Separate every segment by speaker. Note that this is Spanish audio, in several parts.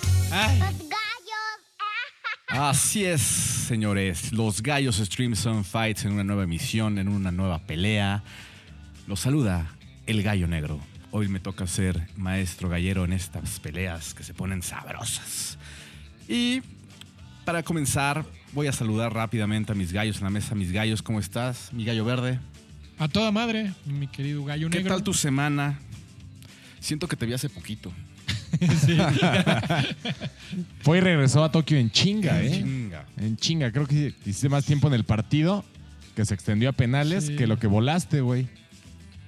Speaker 1: Los gallos.
Speaker 2: Así es, señores. Los Gallos Streams on Fights en una nueva emisión, en una nueva pelea. Los saluda el Gallo Negro. Hoy me toca ser maestro gallero en estas peleas que se ponen sabrosas. Y para comenzar, voy a saludar rápidamente a mis gallos en la mesa. Mis gallos, ¿cómo estás? Mi gallo verde.
Speaker 3: A toda madre, mi querido gallo
Speaker 2: ¿Qué
Speaker 3: negro.
Speaker 2: tal tu semana? Siento que te vi hace poquito.
Speaker 3: Sí.
Speaker 4: Fue y regresó a Tokio en chinga, ¿eh?
Speaker 2: Chinga.
Speaker 4: En chinga. Creo que hiciste más tiempo en el partido que se extendió a penales
Speaker 3: Sí.
Speaker 4: que lo que volaste, güey.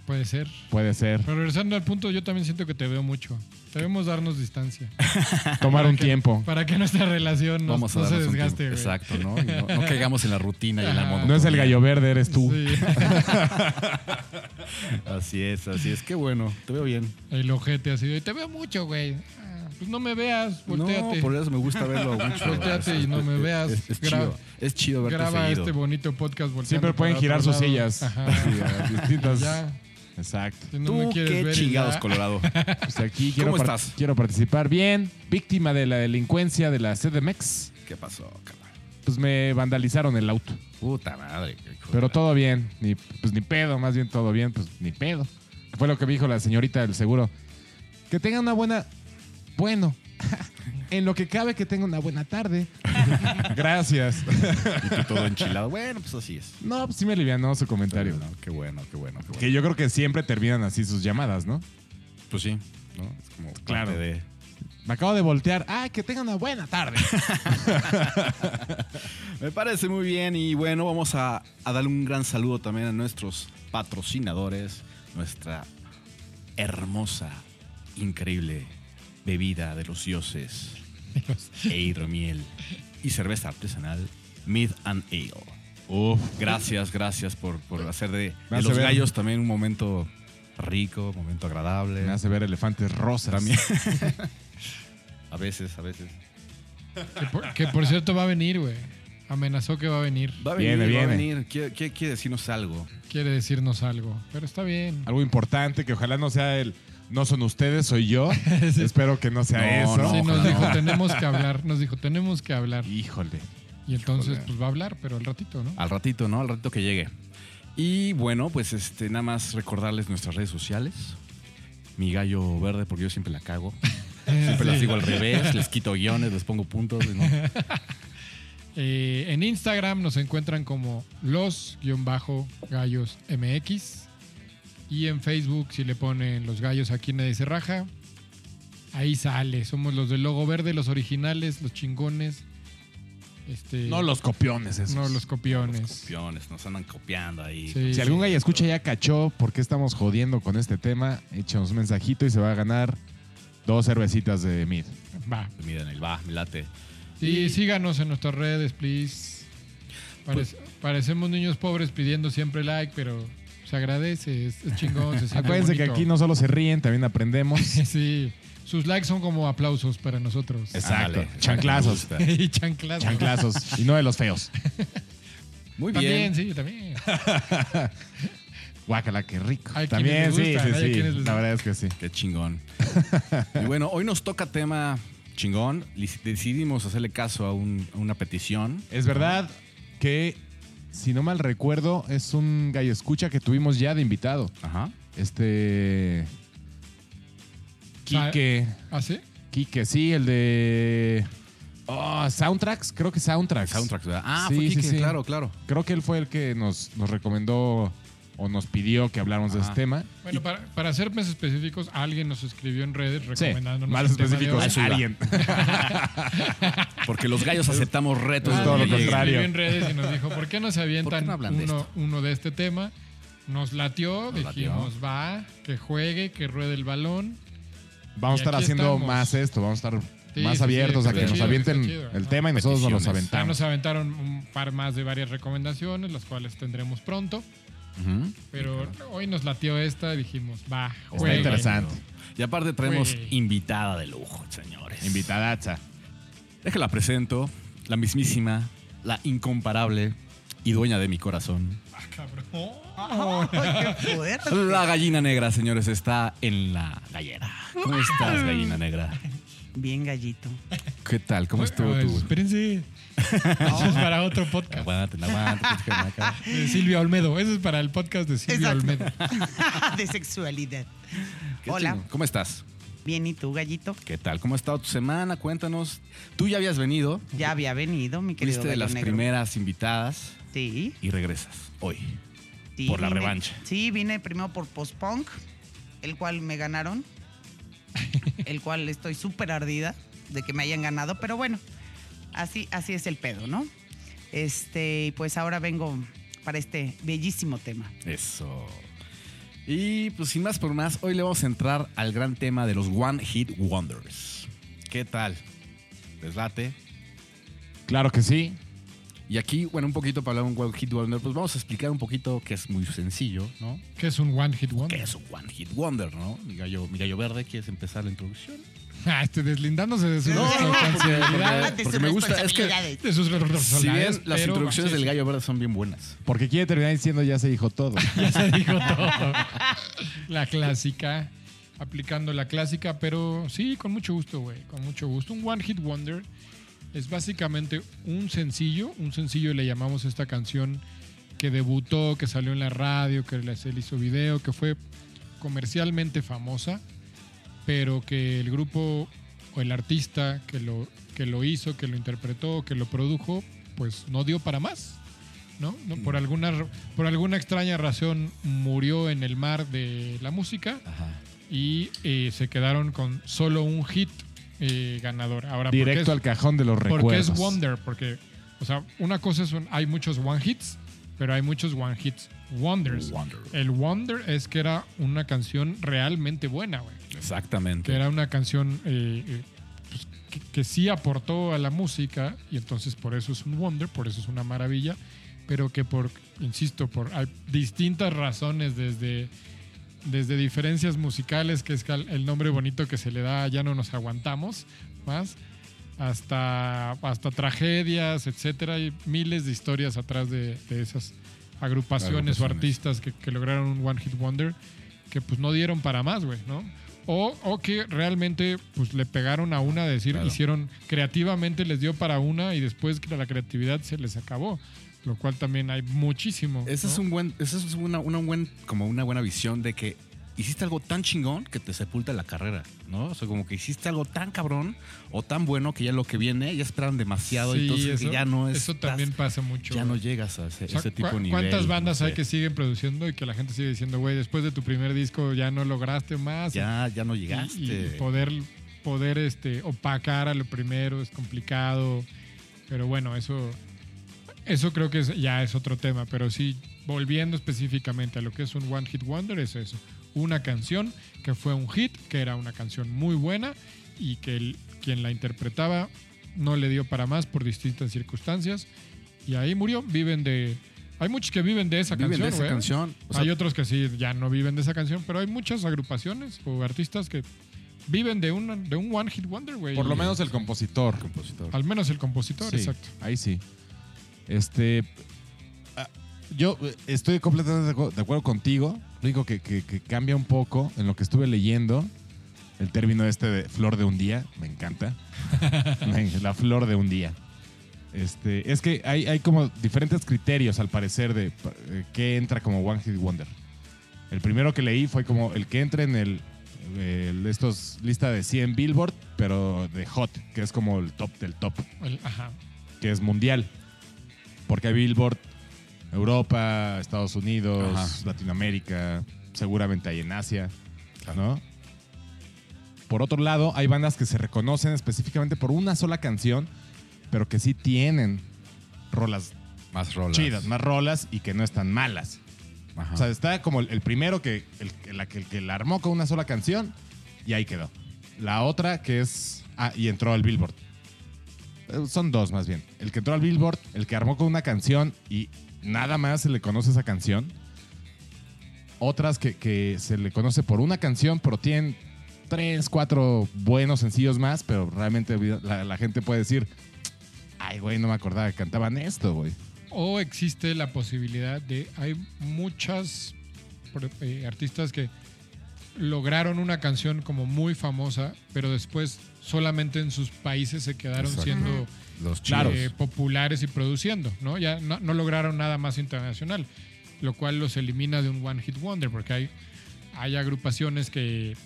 Speaker 3: Puede ser.
Speaker 4: Puede ser.
Speaker 3: Pero regresando al punto, yo también siento que te veo mucho. Debemos darnos distancia
Speaker 4: Tomar
Speaker 3: Para
Speaker 4: un
Speaker 3: que-
Speaker 4: tiempo.
Speaker 3: para que nuestra relación no,
Speaker 2: Vamos a
Speaker 3: no se
Speaker 2: darnos un
Speaker 3: desgaste.
Speaker 2: tiempo.
Speaker 3: güey. Ah,
Speaker 2: Exacto, ¿no? Y ¿no? no caigamos en la rutina y en la
Speaker 3: Ajá.
Speaker 2: monotonía.
Speaker 4: No es el gallo verde, eres tú.
Speaker 3: Sí.
Speaker 2: Así es, así es. Qué bueno. Te veo bien.
Speaker 3: El ojete así de, te veo mucho, güey. Ah, Pues no me veas, volteate.
Speaker 2: No, por eso me gusta verlo mucho.
Speaker 3: Volteate
Speaker 2: Es-
Speaker 3: y no me
Speaker 2: es-
Speaker 3: veas.
Speaker 2: Es, es
Speaker 3: Gra-
Speaker 2: chido. Es chido verte
Speaker 3: Graba
Speaker 2: seguido.
Speaker 3: este bonito podcast volteando
Speaker 4: Siempre pueden
Speaker 3: para
Speaker 4: girar
Speaker 3: otro
Speaker 4: sus
Speaker 3: lado.
Speaker 4: sillas.
Speaker 3: Ajá.
Speaker 4: Sí, a distintas-
Speaker 3: Ya,
Speaker 4: Exacto.
Speaker 3: si no me
Speaker 2: Tú
Speaker 3: quieres
Speaker 2: qué
Speaker 3: ver y
Speaker 2: chingados,
Speaker 3: ya.
Speaker 2: Colorado.
Speaker 4: Pues aquí quiero,
Speaker 2: ¿Cómo
Speaker 4: par-
Speaker 2: estás?
Speaker 4: quiero participar bien. Víctima de la delincuencia de la CDMX.
Speaker 2: ¿Qué pasó, cabrón?
Speaker 4: Pues me vandalizaron el auto.
Speaker 2: Puta madre. qué hijo
Speaker 4: Pero
Speaker 2: de la-
Speaker 4: todo bien, ni, pues ni pedo, más bien todo bien, pues ni pedo. Fue lo que me dijo la señorita del seguro. Que tenga una buena... Bueno, en lo que cabe que tenga una buena tarde. Gracias.
Speaker 2: Y tú todo enchilado. Bueno, pues así es.
Speaker 4: No, pues sí me alivianó su comentario.
Speaker 2: No, qué bueno, qué bueno, qué bueno.
Speaker 4: Que yo creo que siempre terminan así sus llamadas, ¿no?
Speaker 2: Pues sí, ¿no? Es como
Speaker 4: Claro.
Speaker 2: parte de...
Speaker 4: Me acabo de voltear. Ah, que tenga una buena tarde.
Speaker 2: Me parece muy bien y bueno, vamos a, a darle un gran saludo también a nuestros patrocinadores, nuestra hermosa, increíble bebida de los dioses, e hidromiel y cerveza artesanal, Mid and Ale.
Speaker 4: Uf.
Speaker 2: Gracias, gracias por, por hacer de,
Speaker 4: Me
Speaker 2: de
Speaker 4: hace
Speaker 2: los
Speaker 4: ver.
Speaker 2: gallos también un momento rico, un momento agradable.
Speaker 4: Me hace ver elefantes rosas.
Speaker 2: También. A veces, a veces.
Speaker 3: Que por, que por cierto va a venir, güey. Amenazó que va a venir.
Speaker 2: Va a venir,
Speaker 4: Viene,
Speaker 2: va a
Speaker 4: viene.
Speaker 2: venir. Quiere, quiere- quiere decirnos algo.
Speaker 3: Quiere decirnos algo. Pero está bien.
Speaker 4: Algo importante que ojalá no sea el... No son ustedes, soy yo. Espero que no sea
Speaker 2: No,
Speaker 4: eso.
Speaker 2: no.
Speaker 3: Sí, nos
Speaker 2: ojalá
Speaker 3: dijo, tenemos que hablar, nos dijo, tenemos que hablar.
Speaker 4: Híjole.
Speaker 3: Y entonces,
Speaker 2: Híjole.
Speaker 3: pues va a hablar, pero al ratito, ¿no?
Speaker 2: Al ratito, ¿no? Al ratito que llegue. Y bueno, pues este, nada más recordarles nuestras redes sociales. Mi gallo verde, porque yo siempre la cago. Siempre las digo al revés, les quito guiones, les pongo puntos. ¿no?
Speaker 3: Eh, en Instagram nos encuentran como los-gallosmx. Y en Facebook, si le ponen los gallos aquí nadie se raja, ahí sale. Somos los del logo verde, los originales, los chingones. Este,
Speaker 4: No los copiones esos.
Speaker 3: no, los copiones.
Speaker 2: Los copiones, nos andan copiando ahí.
Speaker 3: Sí,
Speaker 4: Si algún gallo escucha ya cachó por qué estamos jodiendo con este tema, échanos un mensajito y se va a ganar dos cervecitas de Mid.
Speaker 3: Va.
Speaker 2: Miren, el va, me late.
Speaker 3: Y síganos en nuestras redes, please. Pare-
Speaker 4: Pues-
Speaker 3: parecemos niños pobres pidiendo siempre like, pero se agradece, es, es chingón. se siente
Speaker 4: Acuérdense que
Speaker 3: bonito.
Speaker 4: aquí no solo se ríen, también aprendemos.
Speaker 3: Sí, sus likes son como aplausos para nosotros.
Speaker 4: Exacto.
Speaker 2: Ándale.
Speaker 4: Chanclazos.
Speaker 2: Me gusta.
Speaker 3: y chanclas.
Speaker 4: Chanclazos. Y no de los feos.
Speaker 2: Muy bien.
Speaker 3: También, sí, también.
Speaker 4: Guácala, qué rico.
Speaker 3: Hay
Speaker 4: también,
Speaker 3: quienes les
Speaker 4: sí,
Speaker 3: gustan, hay
Speaker 4: sí, sí.
Speaker 3: quienes les-
Speaker 4: La verdad es que sí.
Speaker 2: Qué chingón. y bueno, hoy nos toca tema chingón. Lic- Decidimos hacerle caso a, un- a una petición.
Speaker 4: Es verdad que, si no mal recuerdo, es un gallo escucha que tuvimos ya de invitado.
Speaker 2: Ajá.
Speaker 4: Este.
Speaker 3: Sa-
Speaker 4: Quique.
Speaker 3: ¿Ah, sí?
Speaker 4: Quique, sí, el de. Oh, soundtracks, creo que soundtracks.
Speaker 2: Soundtracks, ¿verdad? Ah,
Speaker 4: Sí,
Speaker 2: fue
Speaker 4: sí,
Speaker 2: Kike,
Speaker 4: sí.
Speaker 2: claro, claro.
Speaker 4: Creo que él fue el que nos, nos recomendó o nos pidió que habláramos de
Speaker 2: Ajá.
Speaker 4: este tema.
Speaker 3: Bueno, para, para ser más específicos, alguien nos escribió en redes
Speaker 4: Sí,
Speaker 3: recomendándonos.
Speaker 4: más
Speaker 3: el tema de
Speaker 4: específicos,
Speaker 3: hoy.
Speaker 2: Eso iba.
Speaker 4: alguien.
Speaker 2: Porque los gallos aceptamos retos.
Speaker 4: Es
Speaker 2: de
Speaker 4: todo lo
Speaker 2: donde lleguen.
Speaker 4: contrario.
Speaker 3: Escribió en redes y nos dijo, ¿por qué no se
Speaker 2: ¿Por
Speaker 3: avientan
Speaker 2: qué no hablan de
Speaker 3: uno,
Speaker 2: esto?
Speaker 3: uno de este tema? Nos latió,
Speaker 2: Nos latió.
Speaker 3: dijimos, va, que juegue, que ruede el balón. Y
Speaker 4: Vamos a estar
Speaker 3: aquí
Speaker 4: haciendo
Speaker 3: estamos.
Speaker 4: más esto, vamos a estar
Speaker 3: Sí,
Speaker 4: más
Speaker 3: sí,
Speaker 4: abiertos
Speaker 3: sí,
Speaker 4: a que
Speaker 2: está
Speaker 4: nos
Speaker 2: chido,
Speaker 4: avienten
Speaker 3: está chido,
Speaker 4: el
Speaker 3: ajá.
Speaker 4: tema y nosotros nos los
Speaker 2: Peticiones.
Speaker 3: Ya
Speaker 4: aventamos.
Speaker 3: nos aventaron un par más de varias recomendaciones, las cuales tendremos pronto.
Speaker 2: Ujú.
Speaker 3: Pero hoy nos latió esta y dijimos, va,
Speaker 2: Está
Speaker 3: juegue.
Speaker 4: interesante.
Speaker 2: Y aparte traemos
Speaker 3: Güey.
Speaker 2: invitada de lujo, señores.
Speaker 4: Invitadaza.
Speaker 2: Déjala presento, la mismísima, la incomparable y dueña de mi corazón. La gallina negra, señores, está en la gallera. ¿Cómo estás, gallina negra?
Speaker 5: Bien gallito.
Speaker 2: ¿Qué tal? ¿Cómo estuvo
Speaker 3: Ay,
Speaker 2: tú?
Speaker 3: Espérense. Eso es para otro podcast.
Speaker 2: Aguanten, aguanten.
Speaker 3: De Silvia Olmedo. Eso es para el podcast de Silvia
Speaker 5: Exacto.
Speaker 3: Olmedo.
Speaker 5: de sexualidad.
Speaker 2: Qué
Speaker 5: Hola,
Speaker 2: chingón. ¿Cómo estás?
Speaker 5: bien, ¿y tú, gallito?
Speaker 2: ¿Qué tal? ¿Cómo ha estado tu semana? Cuéntanos. Tú ya habías venido,
Speaker 5: Ya había venido, mi querido
Speaker 2: fuiste de
Speaker 5: gallo
Speaker 2: las
Speaker 5: negro.
Speaker 2: primeras invitadas
Speaker 5: Sí,
Speaker 2: y regresas hoy.
Speaker 5: sí,
Speaker 2: Por la
Speaker 5: vine-
Speaker 2: revancha.
Speaker 5: Sí, vine primero por post-punk, el cual me ganaron, el cual estoy súper ardida de que me hayan ganado, pero bueno, así, así es el pedo, ¿no? Este, pues ahora vengo para este bellísimo tema.
Speaker 2: Eso. Y pues sin más por más, hoy le vamos a entrar al gran tema de los One Hit Wonders. ¿Qué tal? ¿Les late?
Speaker 4: Claro que sí.
Speaker 2: Y aquí, bueno, un poquito para hablar de un One Hit Wonder, pues vamos a explicar un poquito que es muy sencillo, ¿no?
Speaker 3: ¿Qué es un One Hit
Speaker 2: ¿Qué
Speaker 3: Wonder?
Speaker 2: es un One Hit Wonder, no? Mi gallo, mi gallo verde, ¿quieres empezar la introducción?
Speaker 3: Ah, este, deslindándose de su
Speaker 5: No, no,
Speaker 3: responsabilidad.
Speaker 5: Antes
Speaker 2: porque
Speaker 5: sus
Speaker 2: me gusta, es que-
Speaker 5: responsabilidades.
Speaker 3: De sus
Speaker 2: Si bien
Speaker 3: responsabilidades.
Speaker 2: las
Speaker 3: pero-
Speaker 2: introducciones
Speaker 3: Sí,
Speaker 2: del
Speaker 3: sí.
Speaker 2: gallo verde son bien buenas.
Speaker 4: Porque quiere terminar diciendo ya se dijo todo.
Speaker 3: Ya se dijo todo. La clásica. Aplicando la clásica, pero sí, con mucho gusto, güey. Con mucho gusto. Un One Hit Wonder es básicamente un sencillo. Un sencillo le llamamos a esta canción que debutó, que salió en la radio, que le- se le hizo video, que fue comercialmente famosa, pero que el grupo o el artista que lo, que lo hizo, que lo interpretó, que lo produjo, pues no dio para más. ¿no?
Speaker 4: Mm.
Speaker 3: No, por, alguna, r- por alguna extraña razón murió en el mar de la música
Speaker 2: Ajá.
Speaker 3: y eh, se quedaron con solo un hit eh, ganador. Ahora, ¿por qué
Speaker 4: Directo
Speaker 3: es-
Speaker 4: al cajón de los recuerdos.
Speaker 3: porque es Wonder, porque, o sea, una cosa es, un- hay muchos One Hits, pero hay muchos One Hits Wonders.
Speaker 2: Wonder.
Speaker 3: El Wonder es que era una canción realmente buena, güey. Que
Speaker 2: Exactamente.
Speaker 3: era una canción eh, eh, pues, que, que sí aportó a la música y entonces por eso es un Wonder, por eso es una maravilla, pero que por, insisto, por hay distintas razones desde... Desde diferencias musicales, que es cal- el nombre bonito que se le da, ya no nos aguantamos más, hasta, hasta tragedias, etcétera. Hay miles de historias atrás de, de esas agrupaciones,
Speaker 2: Agrupaciones.
Speaker 3: o artistas que, que lograron un One Hit Wonder que pues no dieron para más, güey, ¿no? O, o que realmente pues le pegaron a una, decir,
Speaker 2: Claro.
Speaker 3: hicieron creativamente, les dio para una y después que la creatividad se les acabó, lo cual también hay muchísimo.
Speaker 2: Esa
Speaker 3: ¿no?
Speaker 2: es un buen, esa es una, una buen, como una buena visión de que hiciste algo tan chingón que te sepulta la carrera, ¿no? O sea, como que hiciste algo tan cabrón o tan bueno que ya lo que viene ya esperan demasiado
Speaker 3: Sí,
Speaker 2: y entonces
Speaker 3: eso-
Speaker 2: ya no es
Speaker 3: Eso también pasa mucho.
Speaker 2: ya
Speaker 3: güey.
Speaker 2: no llegas a ese,
Speaker 3: O sea,
Speaker 2: ese tipo
Speaker 3: ¿cu-
Speaker 2: de nivel.
Speaker 3: ¿Cuántas
Speaker 2: no
Speaker 3: bandas hay
Speaker 2: sé.
Speaker 3: que siguen produciendo y que la gente sigue diciendo, güey, después de tu primer disco ya no lograste más?
Speaker 2: ya ya no
Speaker 3: Y-
Speaker 2: llegaste?
Speaker 3: Y, poder, poder este, opacar a lo primero es complicado. Pero bueno, eso, eso creo que es- ya es otro tema. Pero sí, volviendo específicamente a lo que es un One Hit Wonder, es eso. Una canción que fue un hit, que era una canción muy buena y que el- quien la interpretaba no le dio para más por distintas circunstancias. Y ahí murió. Viven de. Hay muchos que viven de esa
Speaker 2: Viven
Speaker 3: canción. ¿eh? Ah,
Speaker 2: de esa
Speaker 3: güey.
Speaker 2: canción. O sea,
Speaker 3: hay otros que sí, ya no viven de esa canción, pero hay muchas agrupaciones o artistas que viven de, una, de un One Hit Wonder, güey.
Speaker 4: Por lo menos el compositor.
Speaker 2: compositor.
Speaker 3: Al menos el compositor,
Speaker 4: Sí,
Speaker 3: exacto.
Speaker 4: Ahí sí. Este. ah, Yo eh, estoy completamente de acu- de acuerdo contigo. Lo único que, que- que cambia un poco en lo que estuve leyendo, el término este de flor de un día, me encanta. Me- La flor de un día. Este, es que hay, hay como diferentes criterios al parecer de pa- eh, qué entra como One Hit Wonder. El primero que leí fue como el que entra en el, el- estos lista de 100 Billboard, pero de Hot, que es como el top del top
Speaker 3: El- ajá.
Speaker 4: que es mundial. Porque hay Billboard, Europa, Estados Unidos,
Speaker 2: Ajá.
Speaker 4: Latinoamérica, seguramente hay en Asia, ¿no? Por otro lado, hay bandas que se reconocen específicamente por una sola canción, pero que sí tienen rolas
Speaker 2: más rolas.
Speaker 4: chidas, más rolas y que no están malas.
Speaker 2: Ajá.
Speaker 4: O sea, está como el, el primero que el, el- el que la armó con una sola canción y ahí quedó. La otra que es. Ah, y entró al Billboard. Eh, Son dos más bien. El que entró al Billboard, el que armó con una canción y nada más se le conoce esa canción. Otras que, que se le conoce por una canción, pero tienen tres, cuatro buenos sencillos más, pero realmente la, la gente puede decir, ay, güey, no me acordaba que cantaban esto, güey.
Speaker 3: O existe la posibilidad de. Hay muchas pro- eh, artistas que lograron una canción como muy famosa, pero después solamente en sus países se quedaron
Speaker 2: Exacto.
Speaker 3: siendo
Speaker 2: Los
Speaker 3: claro,
Speaker 2: chidos.
Speaker 3: eh, populares y produciendo, ¿no? Ya no, no lograron nada más internacional, lo cual los elimina de un One Hit Wonder, porque hay, hay agrupaciones que,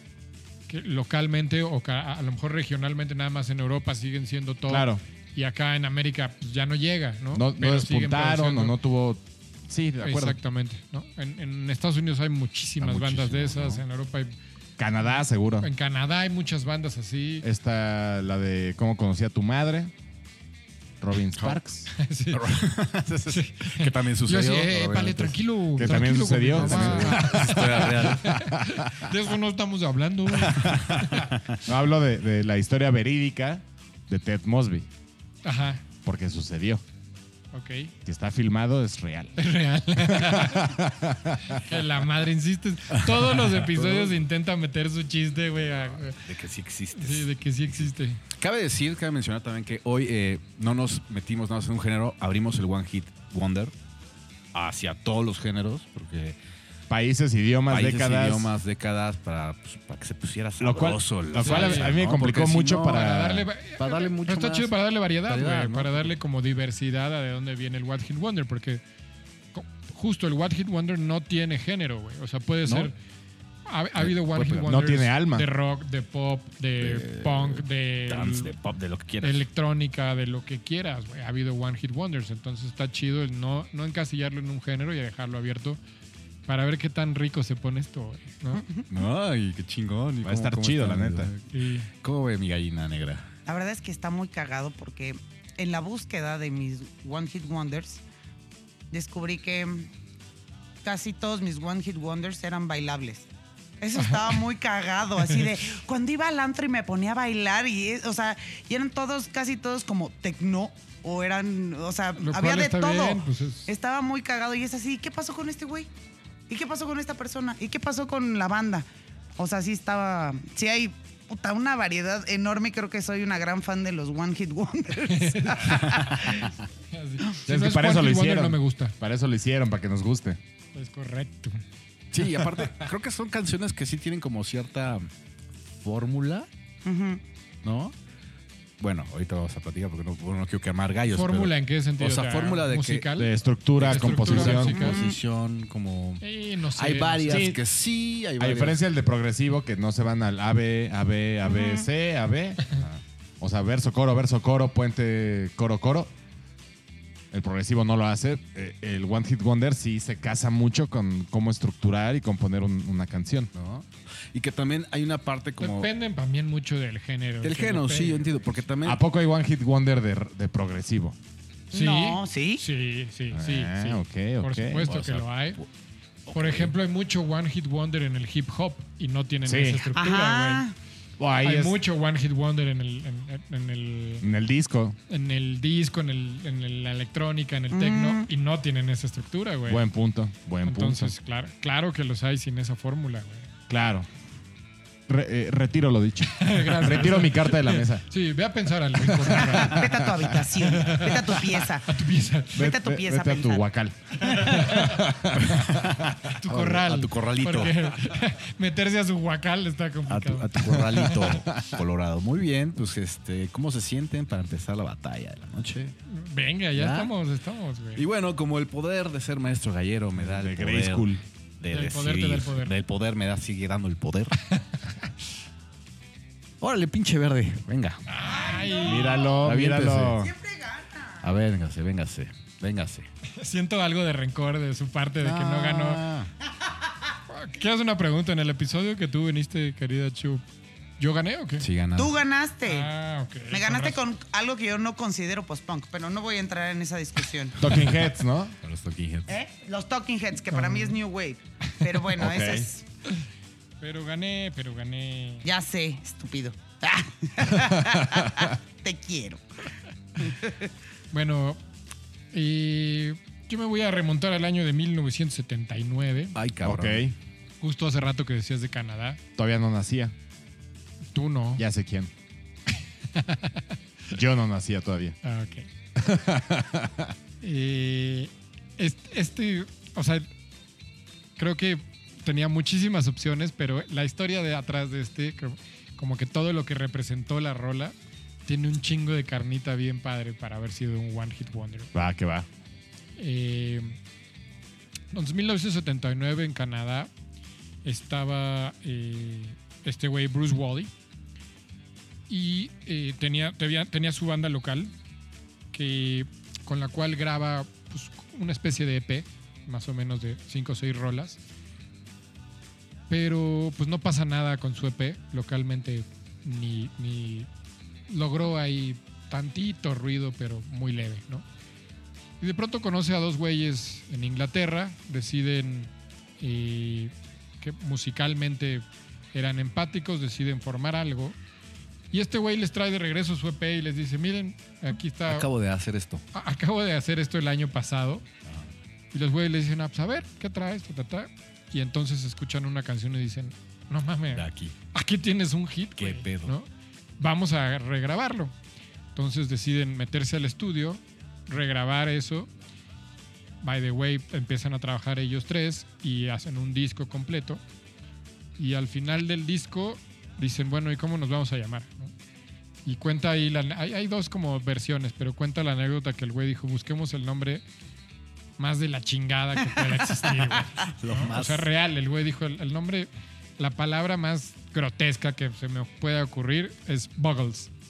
Speaker 3: que localmente o ca- a lo mejor regionalmente nada más en Europa siguen siendo todo
Speaker 4: Claro.
Speaker 3: y acá en América pues, ya no llega, ¿no?
Speaker 4: No, no
Speaker 3: Pero siguen
Speaker 4: despuntaron o
Speaker 3: produciendo.
Speaker 4: no tuvo. Sí, de acuerdo.
Speaker 3: Exactamente, ¿no? En, en Estados Unidos hay muchísimas
Speaker 4: Ah,
Speaker 3: bandas de
Speaker 4: muchísimas,
Speaker 3: esas,
Speaker 4: ¿no? Ah.
Speaker 3: en Europa hay-
Speaker 4: Canadá, seguro.
Speaker 3: en Canadá hay muchas bandas así.
Speaker 4: Eh, Está la de Cómo conocí a tu madre. Robin Sparks.
Speaker 3: Sí.
Speaker 2: que también
Speaker 3: Yo
Speaker 2: sucedió.
Speaker 3: así, eh,
Speaker 2: obviamente.
Speaker 3: vale, tranquilo. tranquilo,
Speaker 4: Que también
Speaker 3: güey,
Speaker 4: sucedió,
Speaker 3: no
Speaker 4: también
Speaker 3: va.
Speaker 2: Historia real.
Speaker 3: De eso no estamos hablando.
Speaker 4: No hablo de, de la historia verídica de Ted Mosby,
Speaker 3: Ajá,
Speaker 4: porque sucedió.
Speaker 3: ok.
Speaker 4: Que está filmado es real.
Speaker 3: Es real. que la madre, insistes. Todos los episodios intentan meter su chiste, güey. a-
Speaker 2: De que sí existe.
Speaker 3: Sí, de que sí existe.
Speaker 2: Cabe decir, cabe mencionar también que hoy eh, no nos metimos nada más en un género, abrimos el One Hit Wonder hacia todos los géneros, porque
Speaker 4: Países, idiomas,
Speaker 2: países,
Speaker 4: décadas.
Speaker 2: idiomas, décadas, para, pues, para que se pusiera
Speaker 4: Lo cual-
Speaker 2: sabroso. la
Speaker 4: lo cual a mí-
Speaker 2: salsa,
Speaker 4: a mí me
Speaker 2: ¿no?
Speaker 4: complicó
Speaker 2: Porque si
Speaker 4: mucho
Speaker 2: no,
Speaker 4: para-
Speaker 3: Para darle, va-
Speaker 2: Ah, para darle mucho
Speaker 3: Pero Está
Speaker 2: más
Speaker 3: chido para darle variedad,
Speaker 2: variedad,
Speaker 3: güey,
Speaker 2: ¿no?
Speaker 3: Para darle como diversidad a de dónde viene el What Hit Wonder, porque co- justo el What Hit Wonder no tiene género, güey. O sea, puede
Speaker 2: ¿No?
Speaker 3: ser. Ha, ha habido What Hit
Speaker 2: pegar.
Speaker 4: No
Speaker 3: Wonders
Speaker 4: tiene alma.
Speaker 3: De rock, de pop, de,
Speaker 2: De
Speaker 3: punk, de,
Speaker 2: dance, de pop, de lo que
Speaker 3: de
Speaker 2: quieras.
Speaker 3: electrónica, de lo que quieras, güey. Ha habido One Hit Wonders. Entonces está chido el no, no encasillarlo en un género y dejarlo abierto para ver qué tan rico se pone esto, güey, ¿no?
Speaker 2: Ay, qué chingón. ¿y
Speaker 4: Va a
Speaker 2: cómo-
Speaker 4: estar
Speaker 2: cómo
Speaker 4: chido,
Speaker 2: está?
Speaker 4: la neta.
Speaker 3: Y-
Speaker 2: ¿Cómo ve mi gallina negra?
Speaker 5: La verdad es que está muy cagado porque en la búsqueda de mis One Hit Wonders descubrí que casi todos mis One Hit Wonders eran bailables. Eso estaba muy cagado, así de cuando iba al antro y me ponía a bailar y, es- o sea, y eran todos, casi todos como tecno o eran, o sea,
Speaker 3: lo
Speaker 5: había
Speaker 3: cual
Speaker 5: de
Speaker 3: está
Speaker 5: todo.
Speaker 3: bien, pues, es-
Speaker 5: Estaba muy cagado y es así, ¿qué pasó con este güey? ¿Y qué pasó con esta persona? ¿Y qué pasó con la banda? O sea, sí estaba, sí hay puta, una variedad enorme, creo que soy una gran fan de los One Hit Wonders.
Speaker 3: así.
Speaker 4: que
Speaker 3: Si no es
Speaker 4: para
Speaker 3: One
Speaker 4: eso lo
Speaker 3: Hit Wonder,
Speaker 4: hicieron.
Speaker 3: no me gusta.
Speaker 4: Para eso lo hicieron, para que nos guste.
Speaker 3: Es correcto.
Speaker 2: Sí, y aparte, creo que son canciones que sí tienen como cierta fórmula,
Speaker 5: Ujú.
Speaker 2: ¿no? Bueno, ahorita vamos a platicar porque no, no quiero quemar gallos. pero-
Speaker 3: ¿Fórmula en qué sentido?
Speaker 2: O sea, fórmula de que-
Speaker 3: musical.
Speaker 4: De estructura,
Speaker 3: De estructura
Speaker 4: composición.
Speaker 3: musical.
Speaker 2: composición, como...
Speaker 3: Eh, no sé,
Speaker 2: Hay varias
Speaker 3: no sé.
Speaker 2: que sí, hay
Speaker 4: A
Speaker 2: varias.
Speaker 4: diferencia del de progresivo, que no se van al A, B, A, B, A, B, C, A, B. O sea, verso, coro, verso, coro, puente, coro, coro. El progresivo no lo hace. Eh, El One Hit Wonder sí se casa mucho con cómo estructurar y componer un- una canción.
Speaker 2: ¿no? Y que también hay una parte como...
Speaker 3: Dependen también mucho del género.
Speaker 2: Del
Speaker 3: que
Speaker 2: género,
Speaker 3: le
Speaker 2: sí, yo
Speaker 3: peguen.
Speaker 2: entiendo. Porque también...
Speaker 4: ¿A poco hay One Hit Wonder de, de progresivo?
Speaker 3: Sí.
Speaker 5: No, ¿sí?
Speaker 3: Sí, sí, sí.
Speaker 4: Ah,
Speaker 3: sí.
Speaker 4: ok,
Speaker 3: Por
Speaker 4: ok.
Speaker 3: supuesto
Speaker 2: O sea,
Speaker 3: que lo hay.
Speaker 2: pu-
Speaker 3: Por ejemplo, hay mucho One Hit Wonder en el hip hop y no tienen
Speaker 4: Sí.
Speaker 3: esa estructura,
Speaker 5: Ajá.
Speaker 3: güey.
Speaker 4: Oh, ahí
Speaker 3: Hay
Speaker 4: es-
Speaker 3: mucho One Hit Wonder en el, en, en- en el,
Speaker 4: En el disco.
Speaker 3: en el disco, en, el, en el- la electrónica, en el techno y no tienen esa estructura, güey.
Speaker 4: Buen punto, buen
Speaker 3: Entonces, claro, claro que los hay sin esa fórmula, güey.
Speaker 4: punto. Claro. Re- eh, retiro lo dicho. retiro mi carta de la mesa.
Speaker 3: Sí, ve a pensar al rincón, güey.
Speaker 5: Vete a tu habitación, vete a tu pieza,
Speaker 3: Tú piensa,
Speaker 5: vete a tu pieza a
Speaker 4: Vete a tu
Speaker 5: pensar.
Speaker 4: huacal.
Speaker 3: tu corral.
Speaker 2: a tu corralito.
Speaker 3: Porque meterse a su huacal está complicado.
Speaker 2: A tu, a tu corralito colorado. Muy bien, pues este, ¿cómo se sienten para empezar la batalla de la noche?
Speaker 3: Venga, ya,
Speaker 2: ¿Ya?
Speaker 3: estamos, estamos, güey.
Speaker 2: Y bueno, como el poder de ser maestro gallero me da el
Speaker 4: De
Speaker 2: poder
Speaker 4: Grey School.
Speaker 2: de
Speaker 3: Del
Speaker 2: decidir,
Speaker 3: poder te da el poder.
Speaker 2: del poder me da sigue dando el poder. Órale, pinche verde, venga.
Speaker 4: Míralo,
Speaker 2: Aviéntese.
Speaker 4: míralo.
Speaker 2: A ver, véngase, véngase, véngase.
Speaker 3: Siento algo de rencor de su parte de que no ganó.
Speaker 2: Ah,
Speaker 5: Ah.
Speaker 3: Quiero hacer una pregunta. En el episodio que tú viniste, querida Chu, ¿yo gané o qué?
Speaker 2: Sí, gana.
Speaker 5: Tú ganaste.
Speaker 3: Ah, ok.
Speaker 5: Me ganaste
Speaker 3: razón.
Speaker 5: con algo que yo no considero post-punk, pero no voy a entrar en esa discusión.
Speaker 4: Talking Heads, ¿no?
Speaker 2: Con los Talking Heads.
Speaker 5: ¿Eh? Los Talking Heads, que para mí es New Wave. Pero bueno,
Speaker 4: Ok.
Speaker 5: ese es.
Speaker 3: Pero gané, pero gané.
Speaker 5: Ya sé, estúpido. Te quiero.
Speaker 3: Bueno, y yo me voy a remontar al año de 1979.
Speaker 2: Ay, cabrón.
Speaker 4: Ok.
Speaker 3: Justo hace rato que decías de Canadá.
Speaker 4: Todavía no nacía.
Speaker 3: Tú no.
Speaker 4: Ya sé quién. Yo no nacía todavía.
Speaker 3: Ah, ok. Eh, es- este, o sea, creo que tenía muchísimas opciones, pero la historia de atrás de este, creo- como que todo lo que representó la rola tiene un chingo de carnita bien padre para haber sido un One Hit Wonder.
Speaker 4: Va, que va.
Speaker 3: Eh, entonces, 1979 en Canadá estaba eh, este güey Bruce Wally y eh, tenía, tenía, tenía su banda local que, con la cual graba pues, una especie de EP, más o menos de 5 o 6 rolas. Pero pues no pasa nada con su EP localmente, ni, ni logró ahí tantito ruido, pero muy leve, ¿no? Y de pronto conoce a dos güeyes en Inglaterra, deciden eh, que musicalmente eran empáticos, deciden formar algo. Y este güey les trae de regreso su EP y les dice, miren, aquí está,
Speaker 2: Acabo de hacer esto.
Speaker 3: a- "Ah, acabo de hacer esto el año pasado. Y los güeyes le dicen, ah, pues a ver, ¿qué traes? Ta, ta, ta. Y entonces escuchan una canción y dicen, no mames,
Speaker 2: De aquí.
Speaker 3: aquí tienes un hit.
Speaker 2: Qué
Speaker 3: güey,
Speaker 2: pedo.
Speaker 3: ¿no? Vamos a regrabarlo. Entonces deciden meterse al estudio, regrabar eso. By the way, empiezan a trabajar ellos tres y hacen un disco completo. Y al final del disco dicen, bueno, ¿y cómo nos vamos a llamar? ¿no? Y cuenta ahí, la, hay, hay dos como versiones, pero cuenta la anécdota que el güey dijo, busquemos el nombre más de la chingada que pueda existir. güey".
Speaker 2: Lo
Speaker 3: ¿no?
Speaker 2: más.
Speaker 3: O sea, real, el güey dijo, el, el nombre, la palabra más grotesca que se me pueda ocurrir es Buggles.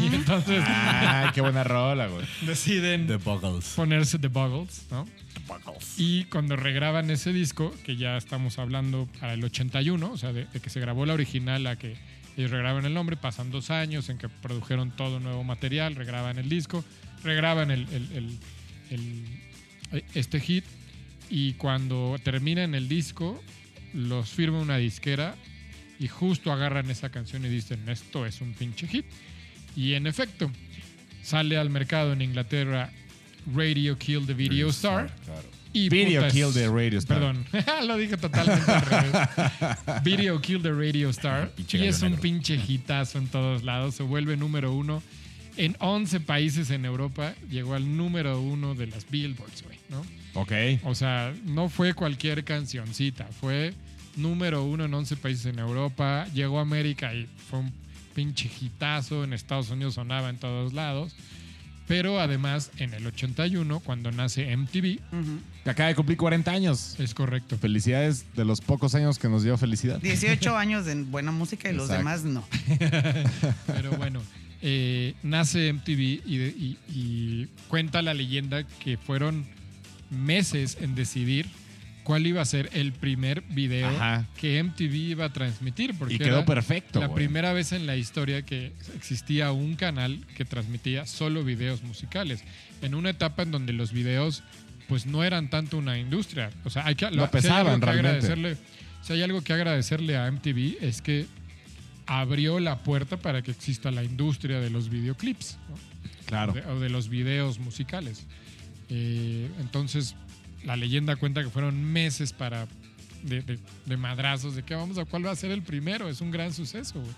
Speaker 3: Y entonces
Speaker 4: Ay, qué buena rola, güey.
Speaker 2: Ah,
Speaker 3: deciden
Speaker 2: The Buggles.
Speaker 3: ponerse The Buggles, ¿no? Y cuando regraban ese disco, que ya estamos hablando para el 81, o sea, de, de que se grabó la original a que ellos regraban el nombre, pasan dos años en que produjeron todo nuevo material, regraban el disco, regraban el, el- el- el- este hit y cuando terminan el disco, los firma una disquera y justo agarran esa canción y dicen, esto es un pinche hit. Y en efecto, sale al mercado en Inglaterra Radio Kill the Video Star.
Speaker 4: Claro.
Speaker 3: Y
Speaker 4: Video
Speaker 3: puta, es-
Speaker 4: Kill the Radio Star.
Speaker 3: Perdón, lo dije totalmente al revés. Video Kill the Radio Star.
Speaker 2: Pinche
Speaker 3: y
Speaker 2: gallo
Speaker 3: es un
Speaker 2: negro.
Speaker 3: pinche hitazo en todos lados. Se vuelve número uno en 11 países en Europa. Llegó al número uno de las Billboards, güey, ¿no?
Speaker 4: Ok.
Speaker 3: O sea, no fue cualquier cancioncita. Fue número uno en 11 países en Europa. Llegó a América y fue un pinche hitazo. En Estados Unidos sonaba en todos lados. Pero además, en el 81, cuando nace MTV,
Speaker 5: Ujú.
Speaker 4: Que Acaba de cumplir 40 años.
Speaker 3: es correcto.
Speaker 4: Felicidades de los pocos años que nos dio felicidad.
Speaker 5: 18 años de buena música y los
Speaker 4: Exacto.
Speaker 5: demás no.
Speaker 3: Pero bueno, eh, nace MTV y, de- y- y cuenta la leyenda que fueron meses en decidir cuál iba a ser el primer video
Speaker 4: Ajá.
Speaker 3: que MTV iba a transmitir. Porque
Speaker 4: Y quedó
Speaker 3: era
Speaker 4: perfecto.
Speaker 3: la
Speaker 4: güey.
Speaker 3: primera vez en la historia que existía un canal que transmitía solo videos musicales. En una etapa en donde los videos pues no eran tanto una industria. O sea, hay que,
Speaker 4: No
Speaker 3: lo- si hay
Speaker 4: pesaban
Speaker 3: algo que
Speaker 4: realmente.
Speaker 3: agradecerle- si hay algo que agradecerle a MTV es que abrió la puerta para que exista la industria de los videoclips ¿no?
Speaker 4: Claro.
Speaker 3: de- o de los videos musicales. Eh, entonces, la leyenda cuenta que fueron meses para de, de- de madrazos, de que vamos a cuál va a ser el primero. Es un gran suceso, güey.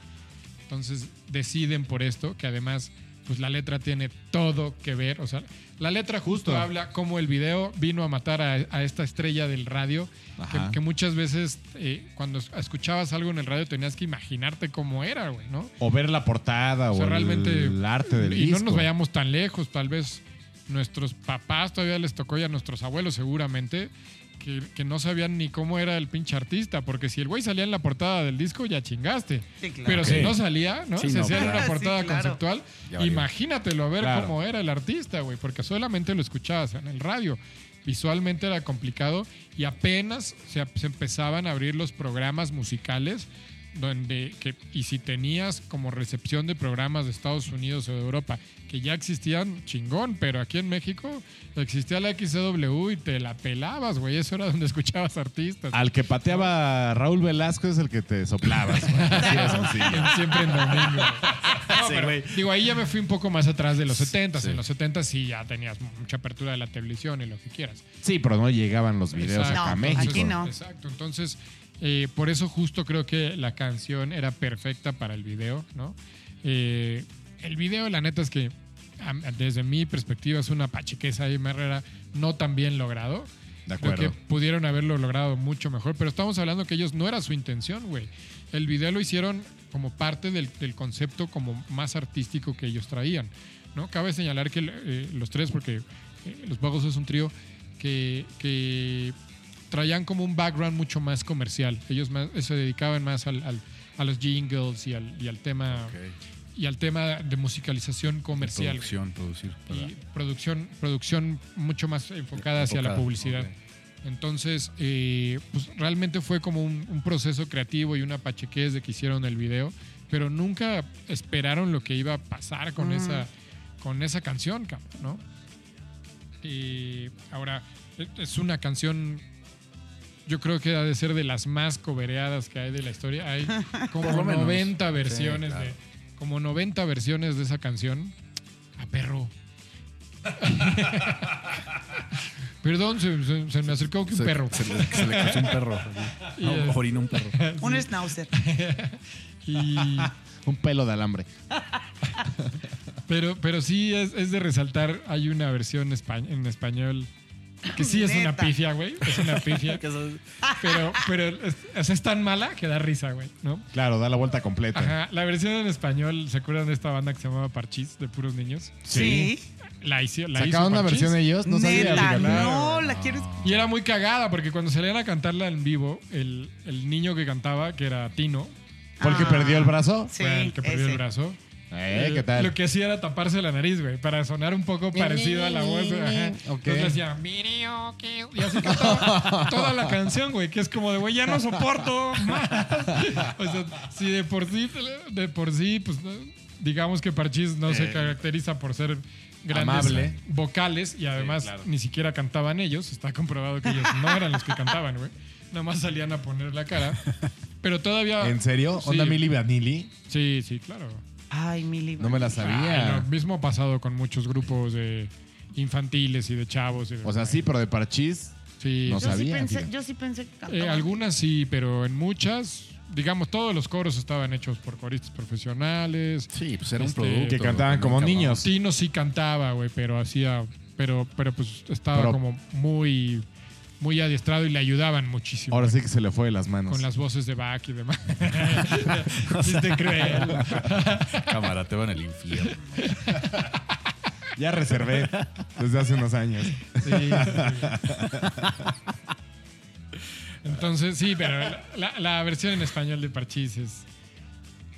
Speaker 3: Entonces, deciden por esto, que además, pues la letra tiene todo que ver. O sea, la letra justo,
Speaker 4: Justo.
Speaker 3: habla cómo el video vino a matar a, a esta estrella del radio. Que,
Speaker 4: Ajá.
Speaker 3: que muchas veces, eh, cuando escuchabas algo en el radio, tenías que imaginarte cómo era, güey, ¿no?
Speaker 4: O ver la portada o,
Speaker 3: O sea,
Speaker 4: realmente,
Speaker 3: realmente-
Speaker 4: el arte del
Speaker 3: y
Speaker 4: disco.
Speaker 3: no nos vayamos tan lejos, tal vez nuestros papás todavía les tocó y a nuestros abuelos seguramente que, que no sabían ni cómo era el pinche artista, porque si el güey salía en la portada del disco ya chingaste.
Speaker 5: Sí, claro.
Speaker 3: Pero
Speaker 2: Ok.
Speaker 3: si no salía, ¿no?
Speaker 2: Sí,
Speaker 3: se
Speaker 2: no,
Speaker 3: hacía en
Speaker 5: claro.
Speaker 3: una
Speaker 5: Sí,
Speaker 3: portada
Speaker 5: claro.
Speaker 3: conceptual,
Speaker 2: Ya valió.
Speaker 3: imagínatelo a ver
Speaker 4: Claro.
Speaker 3: cómo era el artista, güey, porque solamente lo escuchabas en el radio. Visualmente era complicado y apenas se, se empezaban a abrir los programas musicales donde que, y si tenías como recepción de programas de Estados Unidos o de Europa que ya existían chingón, pero aquí en México existía la XCW y te la pelabas, güey, eso era donde escuchabas artistas.
Speaker 2: Ah.
Speaker 4: Al que pateaba Raúl Velasco es el que te soplabas. güey. Así de sencillo.
Speaker 3: Siempre en domingo. No,
Speaker 2: Sí,
Speaker 3: pero,
Speaker 2: güey.
Speaker 3: digo, ahí ya me fui un poco más atrás de los 70s.
Speaker 2: sí.
Speaker 3: En los 70s sí ya tenías mucha apertura de la televisión y lo que quieras.
Speaker 4: Sí, pero no llegaban los videos
Speaker 3: Exacto.
Speaker 4: acá a
Speaker 5: No,
Speaker 4: México.
Speaker 5: aquí no.
Speaker 3: Exacto. Entonces, eh, por eso justo creo que la canción era perfecta para el video, ¿no? Eh, el video, la neta es que a- desde mi perspectiva es una pachiqueza ahí, Herrera, no tan bien logrado.
Speaker 4: De
Speaker 3: Creo
Speaker 4: acuerdo.
Speaker 3: que pudieron haberlo logrado mucho mejor, pero estamos hablando que ellos no era su intención, güey. El video lo hicieron como parte del, del concepto como más artístico que ellos traían. ¿no? Cabe señalar que eh, los tres, porque eh, Los Vagos es un trío que, que traían como un background mucho más comercial. Ellos más- se dedicaban más al- al- a los jingles y al, y al tema y al tema de musicalización comercial
Speaker 2: Producción, producir. para-
Speaker 3: y producción, producción mucho más enfocada hacia la
Speaker 2: Enfocada,
Speaker 3: publicidad.
Speaker 2: ok.
Speaker 3: Entonces, eh, pues realmente fue como un, un proceso creativo y una pachequez de que hicieron el video, pero nunca esperaron lo que iba a pasar con,
Speaker 5: Mm.
Speaker 3: esa, con esa canción, cabrón, ¿no? Y ahora, e- es una canción, yo creo que ha de ser de las más cobereadas que hay de la historia. Hay como
Speaker 2: Por lo menos.
Speaker 3: 90
Speaker 2: Sí,
Speaker 3: versiones
Speaker 2: claro.
Speaker 3: de... Como 90 versiones de esa canción. A Ah, perro. Perdón, se, se- se me acercó que un
Speaker 2: Se-
Speaker 3: perro.
Speaker 2: Se, le, se le cayó un perro.
Speaker 3: Y,
Speaker 2: No,
Speaker 3: eh,
Speaker 2: orinó un perro.
Speaker 5: Un schnauzer.
Speaker 3: y-
Speaker 4: Un pelo de alambre.
Speaker 3: pero, pero sí es, es de resaltar, hay una versión espa- en español que sí es una
Speaker 5: Neta.
Speaker 3: pifia, güey. Es una pifia. pero pero es, o sea, es tan mala que da risa, güey, ¿no?
Speaker 4: Claro, da la vuelta completa.
Speaker 3: Ajá, la versión en español, ¿se acuerdan de esta banda que se llamaba Parchís de puros niños?
Speaker 5: Sí.
Speaker 3: La hizo, la hizo
Speaker 4: Sacaron una
Speaker 3: Parchís.
Speaker 4: versión de ellos, Pues no sabía.
Speaker 5: Neta,
Speaker 4: Miguel.
Speaker 5: no, la quieres.
Speaker 3: Y era muy cagada porque cuando salían a cantarla en vivo, el, el niño que cantaba, que era Tino,
Speaker 4: Porque
Speaker 5: Ah.
Speaker 4: perdió el brazo.
Speaker 5: Sí,
Speaker 3: fue el que perdió
Speaker 5: ese.
Speaker 3: el brazo.
Speaker 4: Eh,
Speaker 3: eh,
Speaker 4: ¿qué tal?
Speaker 3: Lo que hacía era taparse la nariz, güey, para sonar un poco parecido a la voz. Ajá.
Speaker 4: Ok.
Speaker 3: Entonces hacía, "Mirio, que-" y así cantaba toda la canción, güey, que es como de, güey, ya no soporto más. O sea, si de por sí, de por sí, pues no- digamos que Parchís no se caracteriza por ser grandes
Speaker 4: Eh. Amable.
Speaker 3: vocales y además ni siquiera cantaban ellos. Está comprobado que ellos no eran los que cantaban, güey. Nada más salían a poner la cara. Pero todavía.
Speaker 4: ¿En serio?
Speaker 3: Sí.
Speaker 4: ¿Onda Milli Vanilli?
Speaker 3: Sí, sí, claro.
Speaker 5: Ay, Milly.
Speaker 4: No me la sabía.
Speaker 3: Ah, Lo mismo ha pasado con muchos grupos de infantiles y de chavos. y de-
Speaker 4: O sea, sí, pero de parchís.
Speaker 3: Sí.
Speaker 4: no
Speaker 5: yo, sí
Speaker 4: sabía,
Speaker 5: pensé,
Speaker 4: fíjate.
Speaker 5: yo sí pensé que cantaba.
Speaker 3: Eh, algunas sí, pero en muchas, digamos, todos los coros estaban hechos por coristas profesionales.
Speaker 2: Sí, pues era un
Speaker 3: Este,
Speaker 2: producto.
Speaker 4: que cantaban como
Speaker 2: Cabrón.
Speaker 4: niños.
Speaker 3: Tino sí cantaba, güey, pero hacía, pero, pero pues estaba
Speaker 4: Pero-
Speaker 3: como muy, muy adiestrado y le ayudaban muchísimo.
Speaker 4: Ahora sí que se le fue de las manos.
Speaker 3: Con las voces de Bach y demás. Chiste cruel.
Speaker 2: Cámara, te van al infierno.
Speaker 4: Ya reservé desde hace unos años.
Speaker 3: Sí, sí, sí. Entonces, sí, pero la, la- la versión en español de Parchís es,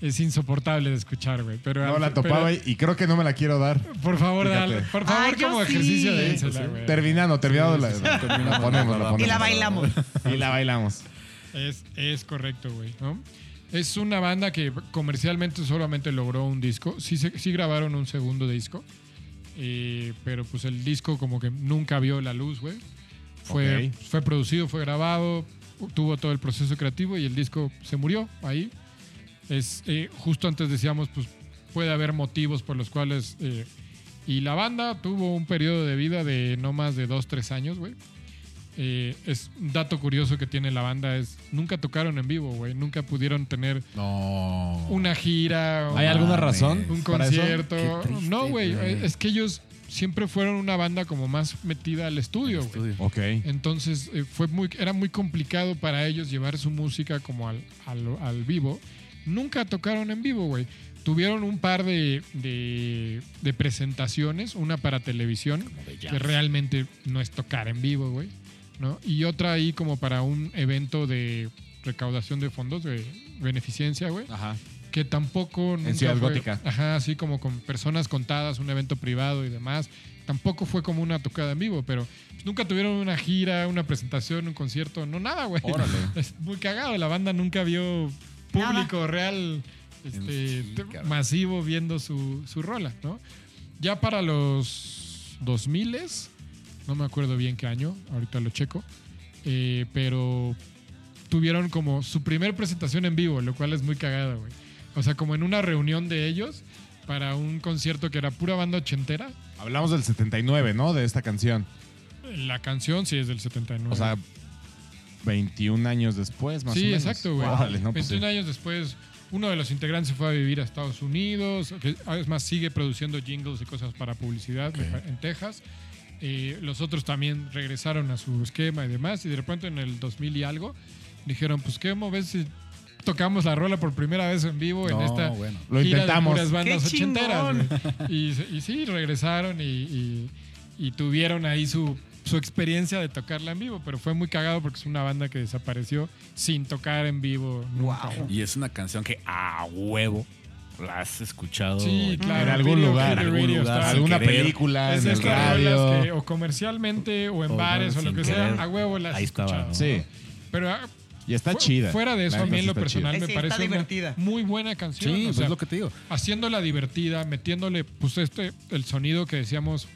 Speaker 3: es insoportable de escuchar, güey. Pero,
Speaker 4: No la topaba
Speaker 3: pero-
Speaker 4: y- y creo que no me la quiero dar.
Speaker 3: por favor,
Speaker 4: Fíjate. Pues
Speaker 3: dale. Por favor,
Speaker 5: Ay, Ah, yo
Speaker 3: como
Speaker 5: sí.
Speaker 3: ejercicio de
Speaker 5: Sí,
Speaker 3: ínsula, güey.
Speaker 4: Terminando, terminado
Speaker 3: Sí,
Speaker 4: la,
Speaker 3: sí, sí.
Speaker 4: la ponemos,
Speaker 2: Y
Speaker 4: la ponemos.
Speaker 5: Y la bailamos.
Speaker 4: Y la bailamos.
Speaker 3: Es, es correcto, güey. ¿no? Es una banda que comercialmente solamente logró un disco. Sí, se- sí grabaron un segundo disco. eh, pero pues el disco como que nunca vio la luz, güey. Fue,
Speaker 4: Ok.
Speaker 3: fue producido, fue grabado, tuvo todo el proceso creativo y el disco se murió ahí. Es, eh, justo antes decíamos, pues puede haber motivos por los cuales... eh, y la banda tuvo un periodo de vida de no más de 2, 3 años, güey. Eh, es un dato curioso que tiene la banda es nunca tocaron en vivo, güey. Nunca pudieron tener
Speaker 2: No.
Speaker 3: una gira,
Speaker 4: ¿Hay
Speaker 3: una-
Speaker 4: alguna razón?
Speaker 3: un
Speaker 4: para eso?
Speaker 3: concierto.
Speaker 2: Qué triste,
Speaker 3: no, güey. eh,
Speaker 2: güey.
Speaker 3: Es que ellos siempre fueron una banda como más metida al estudio, güey.
Speaker 2: Estudio.
Speaker 4: Ok.
Speaker 3: Entonces eh, fue muy, era muy complicado para ellos llevar su música como al, al- al vivo. Nunca tocaron en vivo, güey. Tuvieron un par de, de- de presentaciones, una para televisión, que realmente no es tocar en vivo, güey. ¿no? Y otra ahí como para un evento de recaudación de fondos, de beneficencia, güey
Speaker 4: Ajá.
Speaker 3: que tampoco nunca
Speaker 4: Ah. Ciudad
Speaker 3: fue-
Speaker 4: Gótica.
Speaker 3: Ajá, así como con personas contadas, un evento privado y demás. Tampoco fue como una tocada en vivo, pero pues, nunca tuvieron una gira, una presentación, un concierto, no nada, güey.
Speaker 4: Órale.
Speaker 3: Es Pues, muy cagado, la banda nunca vio público real este,
Speaker 2: Sí,
Speaker 3: te-
Speaker 2: cabrón.
Speaker 3: masivo viendo su, su rola, ¿no? Ya para los 2000 no me acuerdo bien qué año, ahorita lo checo, eh, pero tuvieron como su primer presentación en vivo, lo cual es muy cagado, güey. O sea, como en una reunión de ellos para un concierto que era pura banda ochentera.
Speaker 4: Hablamos del 79, ¿no? De esta canción.
Speaker 3: La canción sí es del 79.
Speaker 4: O sea, 21 años después, más
Speaker 3: sí,
Speaker 4: o menos.
Speaker 3: exacto, güey.
Speaker 4: Órale, no, pues sí.
Speaker 3: 21 años después, uno de los integrantes se fue a vivir a Estados Unidos. que Es más, sigue produciendo jingles y cosas para publicidad me pa- en Texas. Eh, los otros también regresaron a su esquema y demás. Y de repente en el 2000 y algo, dijeron, pues, ¿qué ves si tocamos la rola por primera vez en vivo en
Speaker 6: No,
Speaker 3: esta
Speaker 6: bueno.
Speaker 4: Lo
Speaker 3: gira
Speaker 4: intentamos.
Speaker 3: de puras bandas
Speaker 5: ¡Qué chingón!
Speaker 3: ochenteras. güey. Y, y sí, regresaron y, y- y tuvieron ahí su, su experiencia de tocarla en vivo, pero fue muy cagado porque es una banda que desapareció sin tocar en vivo. nunca.
Speaker 2: Y es una canción que a huevo la has escuchado.
Speaker 3: Sí, claro.
Speaker 4: en algún
Speaker 3: Video
Speaker 4: lugar,
Speaker 3: Killer
Speaker 2: en algún
Speaker 3: Radio
Speaker 2: lugar,
Speaker 3: está-
Speaker 2: sin
Speaker 4: alguna
Speaker 2: querer.
Speaker 4: película,
Speaker 3: Es
Speaker 4: en
Speaker 3: de
Speaker 4: el
Speaker 3: estas rolas que
Speaker 4: radio.
Speaker 3: o comercialmente o en
Speaker 2: O
Speaker 3: bares o lo
Speaker 2: sin
Speaker 3: que
Speaker 2: querer.
Speaker 3: sea, a huevo las
Speaker 2: Ahí estaba,
Speaker 3: escuchaba.
Speaker 2: ¿no?
Speaker 4: Sí,
Speaker 3: Pero ah,
Speaker 4: y está
Speaker 3: fu-
Speaker 4: chida.
Speaker 3: Fuera de eso,
Speaker 4: La
Speaker 3: a mí en lo
Speaker 4: neta sí está
Speaker 3: personal
Speaker 5: chida.
Speaker 3: me
Speaker 5: Sí, está
Speaker 3: parece
Speaker 5: divertida.
Speaker 3: una muy buena canción.
Speaker 6: Sí,
Speaker 3: o
Speaker 6: pues
Speaker 3: sea,
Speaker 6: es lo que te digo.
Speaker 3: haciéndola divertida, metiéndole pues este el sonido que decíamos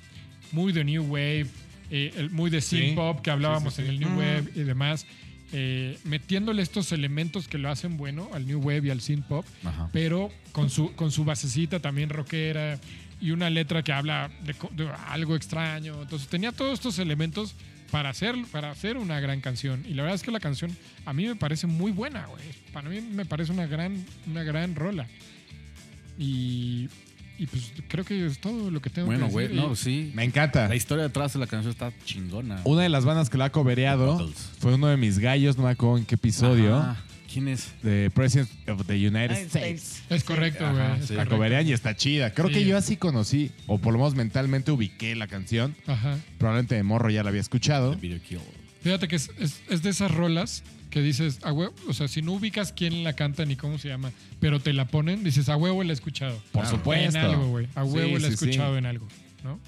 Speaker 3: muy de new wave, eh, el- muy de synth
Speaker 4: Sí,
Speaker 3: pop que hablábamos
Speaker 4: sí, sí,
Speaker 3: en el new
Speaker 5: Ujú.
Speaker 3: wave y demás, eh, metiéndole estos elementos que lo hacen bueno al new wave y al synth pop,
Speaker 2: Ajá.
Speaker 3: pero con su con su basecita también rockera y una letra que habla de, co- de algo extraño, entonces tenía todos estos elementos para hacer, para hacer una gran canción. Y la verdad es que la canción a mí me parece muy buena, güey. Para mí me parece una gran, una gran rola. Y, y, pues creo que es todo lo que tengo
Speaker 2: Bueno,
Speaker 3: que decir.
Speaker 2: güey, no, pues,
Speaker 3: Y-
Speaker 2: sí.
Speaker 4: Me encanta.
Speaker 2: La historia detrás de la canción está chingona.
Speaker 4: Una de las bandas que la ha cobereado
Speaker 2: Beatles.
Speaker 4: fue uno de mis gallos, no me acuerdo en qué episodio,
Speaker 2: Ajá. ¿Quién es?
Speaker 4: de President of the United
Speaker 5: Ay,
Speaker 4: States.
Speaker 5: States.
Speaker 3: Es correcto,
Speaker 2: Ajá,
Speaker 3: güey. es
Speaker 2: sí.
Speaker 4: La
Speaker 3: correcto.
Speaker 4: coberean y está chida. Creo
Speaker 3: Sí.
Speaker 4: que yo así conocí, o por lo menos mentalmente ubiqué la canción.
Speaker 3: Ajá.
Speaker 4: Probablemente de morro ya la había escuchado.
Speaker 2: The Video Kill.
Speaker 3: Fíjate que es, es- es de esas rolas que dices, a huevo, o sea, si no ubicas quién la canta ni cómo se llama, pero te la ponen, dices, a huevo la he escuchado.
Speaker 4: Por supuesto.
Speaker 3: En algo, güey. A
Speaker 4: Sí,
Speaker 3: huevo la he
Speaker 4: sí, sí.
Speaker 3: escuchado en algo, ¿no?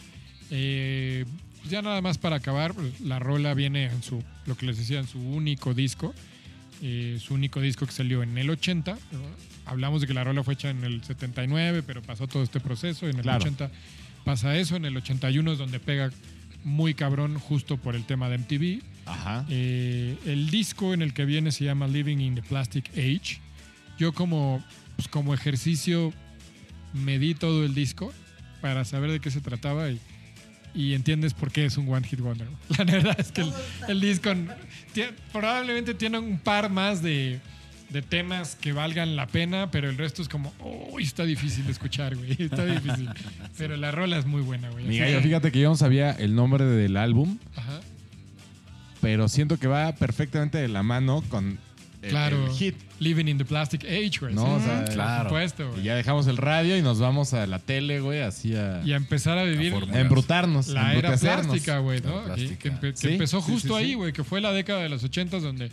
Speaker 3: Eh, pues ya nada más para acabar, pues, la rola viene en su, lo que les decía, en su único disco. eh, su único disco que salió en el 80. ¿no? Hablamos de que la rola fue hecha en el 79, pero pasó todo este proceso. En el
Speaker 4: Claro.
Speaker 3: 80 pasa eso. En el 81 es donde pega muy cabrón justo por el tema de MTV.
Speaker 4: Ajá.
Speaker 3: Eh, el disco en el que viene se llama Living in the Plastic Age. Yo como, pues, como ejercicio me di todo el disco para saber de qué se trataba y, y entiendes por qué es un One Hit Wonder. ¿no? La verdad es que el, el disco tie- probablemente tiene un par más de, de temas que valgan la pena, pero el resto es como, uy, está difícil de escuchar, güey. Está difícil. Pero la rola es muy buena, güey.
Speaker 4: Mi gallo, fíjate que yo no sabía el nombre del álbum,
Speaker 3: Ajá.
Speaker 4: pero siento que va perfectamente de la mano con el,
Speaker 3: Claro.
Speaker 4: el hit.
Speaker 3: Living in the Plastic Age, güey.
Speaker 4: No, o sea,
Speaker 2: Claro.
Speaker 3: Por supuesto,
Speaker 4: Y
Speaker 3: güey.
Speaker 4: ya dejamos el radio y nos vamos a la tele, güey, así a,
Speaker 3: Y a empezar a vivir
Speaker 2: La forma.
Speaker 4: a embrutarnos. a
Speaker 3: la era
Speaker 4: embrutecernos.
Speaker 3: plástica, güey,
Speaker 2: La
Speaker 3: ¿no?
Speaker 2: era
Speaker 3: Que, que
Speaker 2: plástica.
Speaker 3: empe- que
Speaker 4: Sí,
Speaker 3: empezó
Speaker 4: sí,
Speaker 3: justo
Speaker 4: sí, sí.
Speaker 3: ahí, güey, que fue la década de los ochentas donde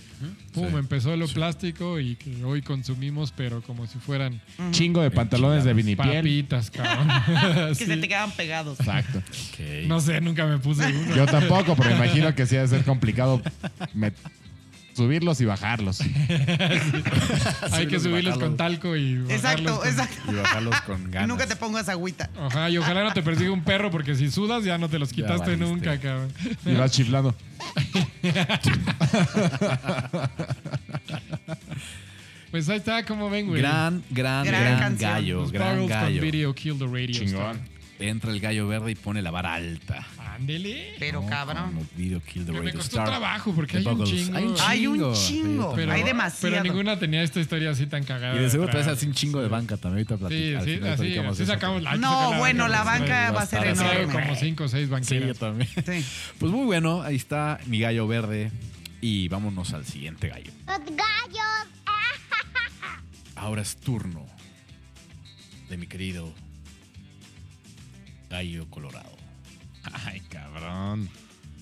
Speaker 3: pum,
Speaker 2: Sí.
Speaker 3: empezó lo plástico y que hoy consumimos, pero como si fueran
Speaker 4: Chingo de pantalones de vinipiel.
Speaker 3: papitas, cabrón.
Speaker 5: Que
Speaker 3: Sí.
Speaker 5: se te quedaban pegados.
Speaker 4: Exacto.
Speaker 2: Ok.
Speaker 3: No sé, nunca me puse uno.
Speaker 4: Yo tampoco, pero me imagino que sí ha de ser complicado me- subirlos y bajarlos.
Speaker 3: Hay
Speaker 2: Subirlos y
Speaker 3: que subirlos
Speaker 2: bajarlos.
Speaker 3: con talco y bajarlos
Speaker 5: Exacto,
Speaker 3: con-
Speaker 5: exacto.
Speaker 2: Y bajarlos con ganas.
Speaker 5: Nunca te pongas agüita.
Speaker 3: Ajá, y ojalá no te persiga un perro porque si sudas ya no te los
Speaker 2: Ya
Speaker 3: quitaste
Speaker 2: valiste.
Speaker 3: nunca, cabrón.
Speaker 4: Y vas chiflando.
Speaker 3: Pues ahí está, como ven, güey.
Speaker 2: Gran, gran,
Speaker 5: Gran
Speaker 2: gran,
Speaker 5: canción.
Speaker 2: gallo,
Speaker 3: Los
Speaker 2: gran
Speaker 3: Buggles con
Speaker 2: gallo.
Speaker 3: Video Kill the Radio.
Speaker 4: Chingón.
Speaker 2: Entra el gallo verde y pone la vara alta.
Speaker 3: Star. Ándele.
Speaker 5: Pero
Speaker 2: No,
Speaker 5: Oh, cabrón.
Speaker 2: como Video Kill the
Speaker 3: Que me
Speaker 2: Radio
Speaker 3: costó
Speaker 2: Star.
Speaker 3: trabajo, porque
Speaker 2: The
Speaker 3: hay un
Speaker 2: Buggles.
Speaker 3: chingo.
Speaker 5: Hay un chingo.
Speaker 2: Sí,
Speaker 5: Hay
Speaker 2: también.
Speaker 5: demasiado.
Speaker 3: Pero ninguna tenía esta historia así tan cagada.
Speaker 2: Y de seguro traes
Speaker 3: atrás.
Speaker 2: así un chingo de banca también. Ahorita
Speaker 3: Sí,
Speaker 2: platicamos.
Speaker 3: sí, así, así sacamos la. hay que sacar
Speaker 5: No, bueno, la banca
Speaker 2: Va
Speaker 5: va
Speaker 2: a
Speaker 5: a ser
Speaker 2: estar así.
Speaker 3: Traigo
Speaker 5: enorme.
Speaker 3: como cinco o seis
Speaker 2: Sí, yo
Speaker 3: banqueras.
Speaker 2: también.
Speaker 5: Sí.
Speaker 2: Pues muy bueno, ahí está mi gallo verde. Y vámonos al siguiente gallo.
Speaker 1: Los gallos.
Speaker 2: Ahora es turno de mi querido gallo colorado.
Speaker 4: Ay, cabrón.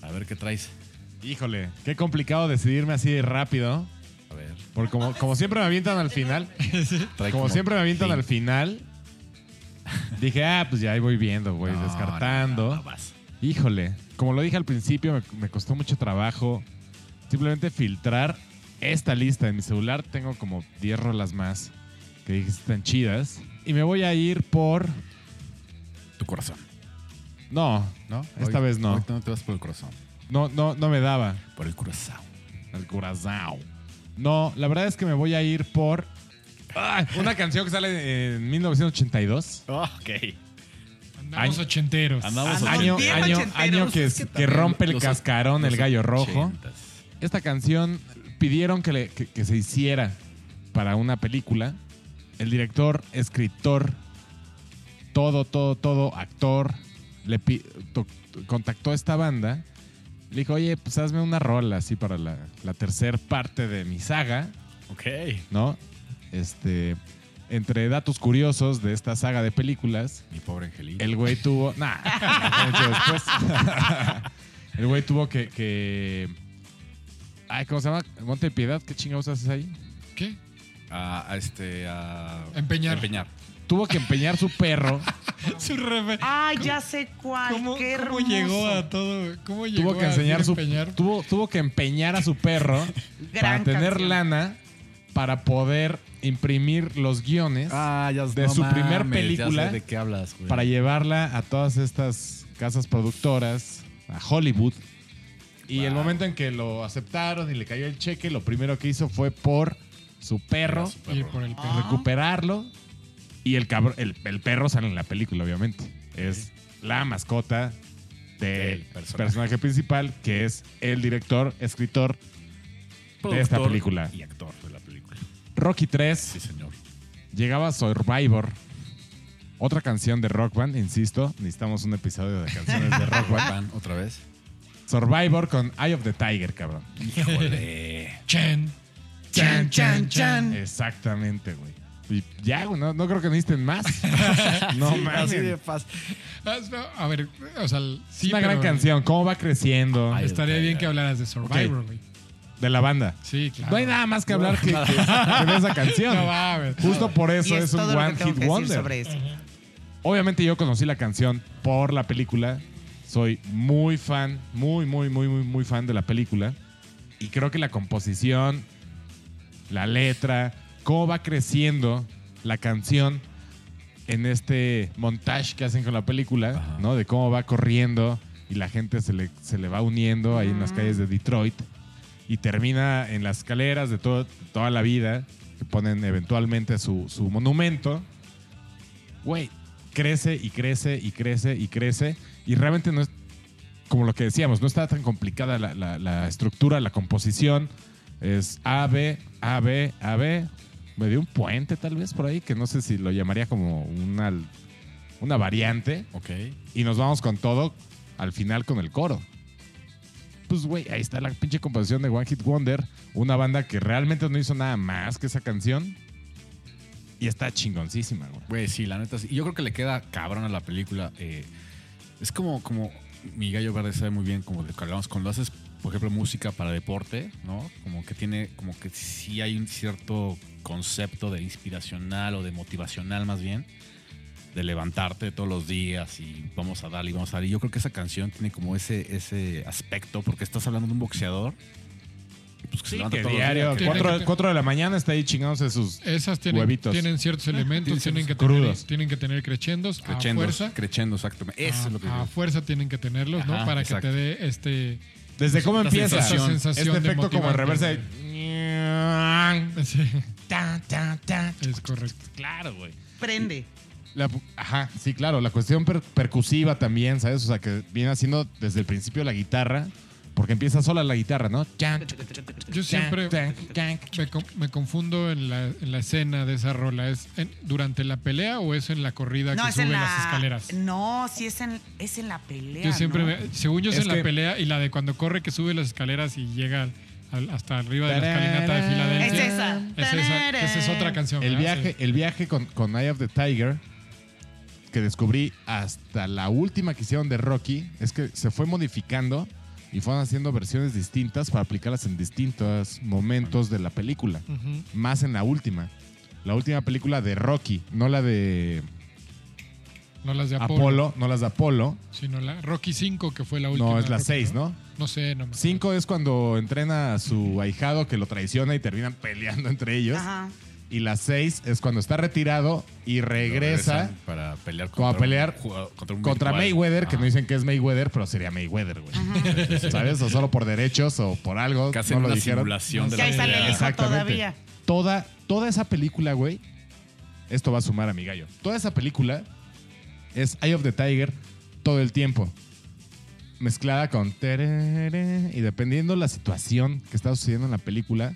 Speaker 2: A ver qué traes.
Speaker 4: Híjole, qué complicado decidirme así de rápido.
Speaker 2: A ver.
Speaker 4: Porque como, como siempre me avientan al final.
Speaker 2: trae
Speaker 4: Como siempre me avientan
Speaker 2: Sí.
Speaker 4: al final. Dije, ah, pues ya ahí voy viendo, voy
Speaker 2: No, no, no, no,
Speaker 4: descartando.
Speaker 2: vas.
Speaker 4: Híjole, como lo dije al principio, me, me costó mucho trabajo simplemente filtrar esta lista. En mi celular tengo como 10 rolas más que dije están chidas. Y me voy a ir por...
Speaker 2: Tu corazón.
Speaker 4: No,
Speaker 2: ¿No?
Speaker 4: Esta
Speaker 2: Hoy-
Speaker 4: vez no.
Speaker 2: ahorita no te vas por el corazón.
Speaker 4: no, no, no me daba.
Speaker 2: Por el corazón.
Speaker 4: El Curazao. No, la verdad es que me voy a ir por ¡Ah! una canción que sale en 1982.
Speaker 2: Ok.
Speaker 3: Andamos
Speaker 4: Año-
Speaker 3: ochenteros.
Speaker 2: Andamos
Speaker 5: Ah,
Speaker 4: Año,
Speaker 5: bien
Speaker 4: año,
Speaker 5: ochenteros.
Speaker 4: año que,
Speaker 5: Es que
Speaker 4: que
Speaker 5: también
Speaker 4: rompe el
Speaker 2: los-
Speaker 4: cascarón, el
Speaker 2: los
Speaker 4: gallo rojo.
Speaker 2: ochentas.
Speaker 4: Esta canción pidieron que, le- que- que se hiciera para una película. El director, escritor, todo, todo, todo, actor, le pi- to- contactó a esta banda. Le dijo, oye, pues hazme una rola así para la, la tercera parte de mi saga.
Speaker 2: Ok.
Speaker 4: ¿no? Este, entre datos curiosos de esta saga de películas,
Speaker 2: Mi pobre angelito.
Speaker 4: el güey tuvo. Nah, mucho después. el güey tuvo que, que- Ay, ¿cómo se llama? Monte de Piedad, ¿qué chingados haces ahí?
Speaker 3: ¿Qué?
Speaker 2: A, a este. A
Speaker 3: Empeñar.
Speaker 2: Empeñar.
Speaker 4: Tuvo que empeñar su perro,
Speaker 3: Su rebe-
Speaker 5: Ah, ya sé cuál.
Speaker 3: ¿Cómo,
Speaker 5: qué
Speaker 3: cómo
Speaker 5: hermoso.
Speaker 3: llegó a todo? ¿Cómo llegó
Speaker 4: tuvo que
Speaker 3: a
Speaker 4: enseñar
Speaker 3: decir
Speaker 4: su
Speaker 3: empeñar?
Speaker 4: tuvo, tuvo que empeñar a su perro para
Speaker 5: Gran
Speaker 4: tener
Speaker 5: canción.
Speaker 4: lana para poder imprimir los guiones
Speaker 3: Ah.
Speaker 2: Ah, ya sé.
Speaker 4: De su primer película
Speaker 2: ¿De qué hablas, güey?
Speaker 4: para llevarla a todas estas casas productoras, a Hollywood. Y el
Speaker 2: Wow.
Speaker 4: momento en que lo aceptaron y le cayó el cheque, lo primero que hizo fue por su perro,
Speaker 2: Su
Speaker 3: Y
Speaker 2: perro.
Speaker 3: por el perro.
Speaker 5: Ah.
Speaker 4: recuperarlo. Y el, cabro- el, el perro sale en la película, obviamente. Es la mascota
Speaker 2: Del
Speaker 4: del
Speaker 2: personaje.
Speaker 4: personaje. principal, que es el director, escritor de esta
Speaker 2: Productor
Speaker 4: película.
Speaker 2: Y actor de la película.
Speaker 4: Rocky 3.
Speaker 2: Sí, señor.
Speaker 4: Llegaba Survivor. Otra canción de Rock Band, insisto. Necesitamos un episodio de canciones de Rock Band.
Speaker 2: Van otra vez.
Speaker 4: Survivor con Eye of the Tiger, cabrón.
Speaker 2: Híjole.
Speaker 3: Chen.
Speaker 5: Chan, chan, chan.
Speaker 4: Exactamente, güey. Y ya, güey, no, no creo que necesiten más. No
Speaker 2: Sí,
Speaker 4: mames.
Speaker 2: Así de fácil.
Speaker 3: Ah, es- A ver, o sea, el- sí,
Speaker 4: es una gran
Speaker 3: pero
Speaker 4: canción. ¿Cómo va creciendo?
Speaker 2: Ay,
Speaker 3: Estaría
Speaker 2: ok,
Speaker 3: bien
Speaker 2: ya.
Speaker 3: que hablaras de Survivor,
Speaker 4: Ok.
Speaker 3: güey.
Speaker 4: De la banda.
Speaker 3: Sí, claro.
Speaker 4: No hay nada más que hablar que, que- que de esa canción.
Speaker 3: No va, güey.
Speaker 4: Justo por eso
Speaker 5: Y
Speaker 4: es,
Speaker 5: es,
Speaker 4: un
Speaker 5: todo lo
Speaker 4: One
Speaker 5: que tengo
Speaker 4: Hit
Speaker 5: que decir
Speaker 4: Wonder.
Speaker 5: sobre eso.
Speaker 4: Obviamente yo conocí la canción por la película. Soy muy fan, muy, muy, muy, muy, muy fan de la película. Y creo que la composición, la letra, cómo va creciendo la canción en este montaje que hacen con la película,
Speaker 2: Ajá.
Speaker 4: ¿no? De cómo va corriendo y la gente se le, se le va uniendo ahí en las calles de Detroit. Y termina en las escaleras de todo- toda la vida, que ponen eventualmente su, su monumento. Güey, crece y crece y crece y crece. Y realmente no es, como lo que decíamos, no está tan complicada la, la- la estructura, la composición. Es A, B, A, B, A, B. Me dio un puente tal vez por ahí, que no sé si lo llamaría como una, una variante.
Speaker 2: Ok.
Speaker 4: Y nos vamos con todo al final con el coro. Pues, güey, ahí está la pinche composición de One Hit Wonder. Una banda que realmente no hizo nada más que esa canción. Y está chingoncísima, güey.
Speaker 2: Güey, sí, la neta. sí. Y yo creo que le queda cabrón a la película. eh, es como, como mi gallo verde sabe muy bien, como de que hablamos, cuando haces, por ejemplo, música para deporte, ¿no? Como que tiene, como que sí hay un cierto concepto de inspiracional o de motivacional más bien, de levantarte todos los días y vamos a darle y vamos a darle. Y yo creo que esa canción tiene como ese, ese aspecto, porque estás hablando de un boxeador. Pues que se
Speaker 4: Sí,
Speaker 2: levanta
Speaker 4: que
Speaker 2: todos los
Speaker 4: diario,
Speaker 2: días, que-
Speaker 3: Tiene
Speaker 4: cuatro-
Speaker 3: que-
Speaker 4: cuatro de la mañana está ahí chingándose sus...
Speaker 3: Esas tienen,
Speaker 4: Huevitos.
Speaker 3: tienen ciertos
Speaker 5: Eh,
Speaker 3: elementos, tienen
Speaker 4: Tienen
Speaker 3: que,
Speaker 4: ciertos
Speaker 3: tener,
Speaker 4: crudos.
Speaker 3: tienen que tener crechendos, a
Speaker 2: Crechendos,
Speaker 3: fuerza.
Speaker 2: crechendos, exactamente. Eso
Speaker 4: Ah,
Speaker 3: a,
Speaker 2: es lo que
Speaker 3: a fuerza tienen que tenerlos, ¿no?
Speaker 2: Ajá,
Speaker 3: Para
Speaker 2: exacto.
Speaker 3: que te dé este...
Speaker 4: Desde cómo
Speaker 2: Esta
Speaker 4: empieza.
Speaker 2: sensación.
Speaker 4: este
Speaker 3: de
Speaker 4: efecto como en reversa
Speaker 3: motivante,
Speaker 4: de...
Speaker 3: Sí,
Speaker 4: Tan, tan, tan.
Speaker 3: es correcto.
Speaker 4: Claro, güey.
Speaker 5: Prende.
Speaker 4: La pu- ajá, sí, claro. La cuestión per- percusiva también, ¿sabes? O sea, que viene haciendo desde el principio la guitarra, porque empieza sola la guitarra, ¿no? Chan, chuc,
Speaker 3: Yo siempre
Speaker 4: chan, chan, chan.
Speaker 3: me, con- me confundo en la, en la escena de esa rola. ¿Es en- durante la pelea o es en la corrida
Speaker 5: No,
Speaker 3: que
Speaker 5: es
Speaker 3: sube
Speaker 5: en la.
Speaker 3: las escaleras?
Speaker 5: No, sí es en, es en la pelea.
Speaker 3: Yo siempre
Speaker 5: ¿no?
Speaker 3: me- según yo es,
Speaker 4: Es
Speaker 3: en la
Speaker 4: que-
Speaker 3: pelea y la de cuando corre que sube las escaleras y llega al- hasta arriba de la escalinata de
Speaker 5: Es
Speaker 3: Filadelfia.
Speaker 5: esa.
Speaker 3: Es esa, que esa es otra canción.
Speaker 4: El
Speaker 3: ¿verdad?
Speaker 4: viaje, el viaje con, con Eye of the Tiger, que descubrí hasta la última que hicieron de Rocky, es que se fue modificando y fueron haciendo versiones distintas para aplicarlas en distintos momentos de la película.
Speaker 3: Sí. Ujú.
Speaker 4: Más en la última. La última película de Rocky, no la de
Speaker 3: No las de Apolo,
Speaker 4: Apolo, no las de Apolo.
Speaker 3: sino la Rocky 5 que fue la última.
Speaker 4: No, es la
Speaker 3: Rocky,
Speaker 4: 6, ¿no?
Speaker 3: No sé, no me acuerdo.
Speaker 4: 5 es cuando entrena a su ahijado que lo traiciona y terminan peleando entre ellos.
Speaker 5: Ajá.
Speaker 4: Y la 6 es cuando está retirado y regresa.
Speaker 2: regresan para pelear
Speaker 4: Como a
Speaker 2: contra,
Speaker 4: pelear
Speaker 2: un jugador- contra, un
Speaker 4: Contra
Speaker 2: virtual.
Speaker 4: Mayweather, que
Speaker 2: Ajá.
Speaker 4: no dicen que es Mayweather, pero sería Mayweather, güey. ¿Sabes? O solo por derechos o por algo.
Speaker 2: que hacen
Speaker 4: no lo
Speaker 2: una
Speaker 4: dijeron.
Speaker 2: simulación de
Speaker 5: Que
Speaker 2: la
Speaker 5: ahí sale
Speaker 2: pelea.
Speaker 5: el hijo
Speaker 4: Exactamente.
Speaker 5: todavía.
Speaker 4: Toda, toda esa película, güey. Esto va a sumar a mi gallo. Toda esa película es Eye of the Tiger todo el tiempo. Mezclada con. tereré, Y dependiendo la situación que está sucediendo en la película,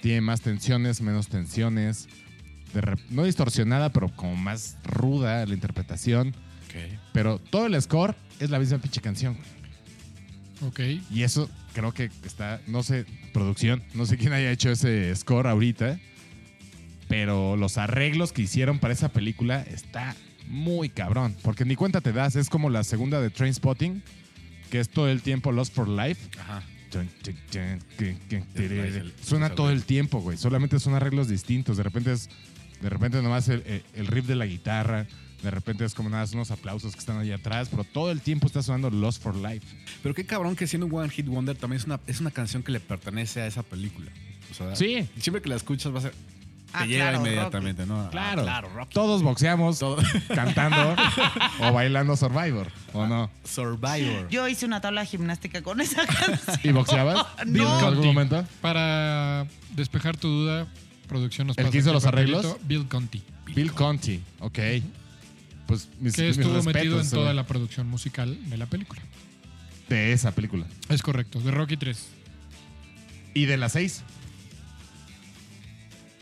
Speaker 4: tiene más tensiones, menos tensiones. de rep- no distorsionada, pero como más ruda la interpretación.
Speaker 2: Ok.
Speaker 4: Pero todo el score es la misma pinche canción. güey.
Speaker 3: Ok.
Speaker 4: Y eso creo que está, no sé, producción, no sé quién haya hecho ese score ahorita, pero los arreglos que hicieron para esa película está muy cabrón, porque ni cuenta te das, es como la segunda de Train Spotting, que es todo el tiempo Lost for Life.
Speaker 2: Ajá.
Speaker 4: Chun, chun, chun, que, que,
Speaker 2: traes el-
Speaker 4: Suena
Speaker 2: el
Speaker 4: todo
Speaker 2: arreglo.
Speaker 4: el tiempo, güey. Solamente son arreglos distintos. De repente es, de repente nomás el, el- el riff de la guitarra. De repente es como nada, más unos aplausos que están allá atrás, pero todo el tiempo está sonando Lost for Life.
Speaker 2: Pero qué cabrón que siendo un One Hit Wonder también es una, es una canción que le pertenece a esa película. O sea,
Speaker 4: Sí.
Speaker 2: siempre que la escuchas va a ser. Te
Speaker 5: Ah,
Speaker 2: llega
Speaker 5: claro,
Speaker 2: inmediatamente, ¿no? Ah,
Speaker 4: Claro.
Speaker 2: claro, Rocky.
Speaker 4: Todos boxeamos,
Speaker 2: Todo-
Speaker 4: cantando o bailando Survivor, ¿o no?
Speaker 2: Survivor.
Speaker 5: Yo hice una tabla de gimnástica con esa canción.
Speaker 4: ¿Y boxeabas?
Speaker 5: No.
Speaker 4: ¿En algún momento?
Speaker 3: Para despejar tu duda, producción nos
Speaker 4: ¿El
Speaker 3: pasa
Speaker 4: que hizo
Speaker 3: aquí
Speaker 4: los
Speaker 3: papelito,
Speaker 4: arreglos?
Speaker 3: Bill Conti,
Speaker 4: Bill Conti, ok. Pues mis,
Speaker 3: que
Speaker 4: mis
Speaker 3: estuvo metido
Speaker 4: respetos, eh.
Speaker 3: en toda
Speaker 4: güey,
Speaker 3: la producción musical de la película.
Speaker 4: de esa película.
Speaker 3: Es correcto, de Rocky 3.
Speaker 4: ¿Y de las seis?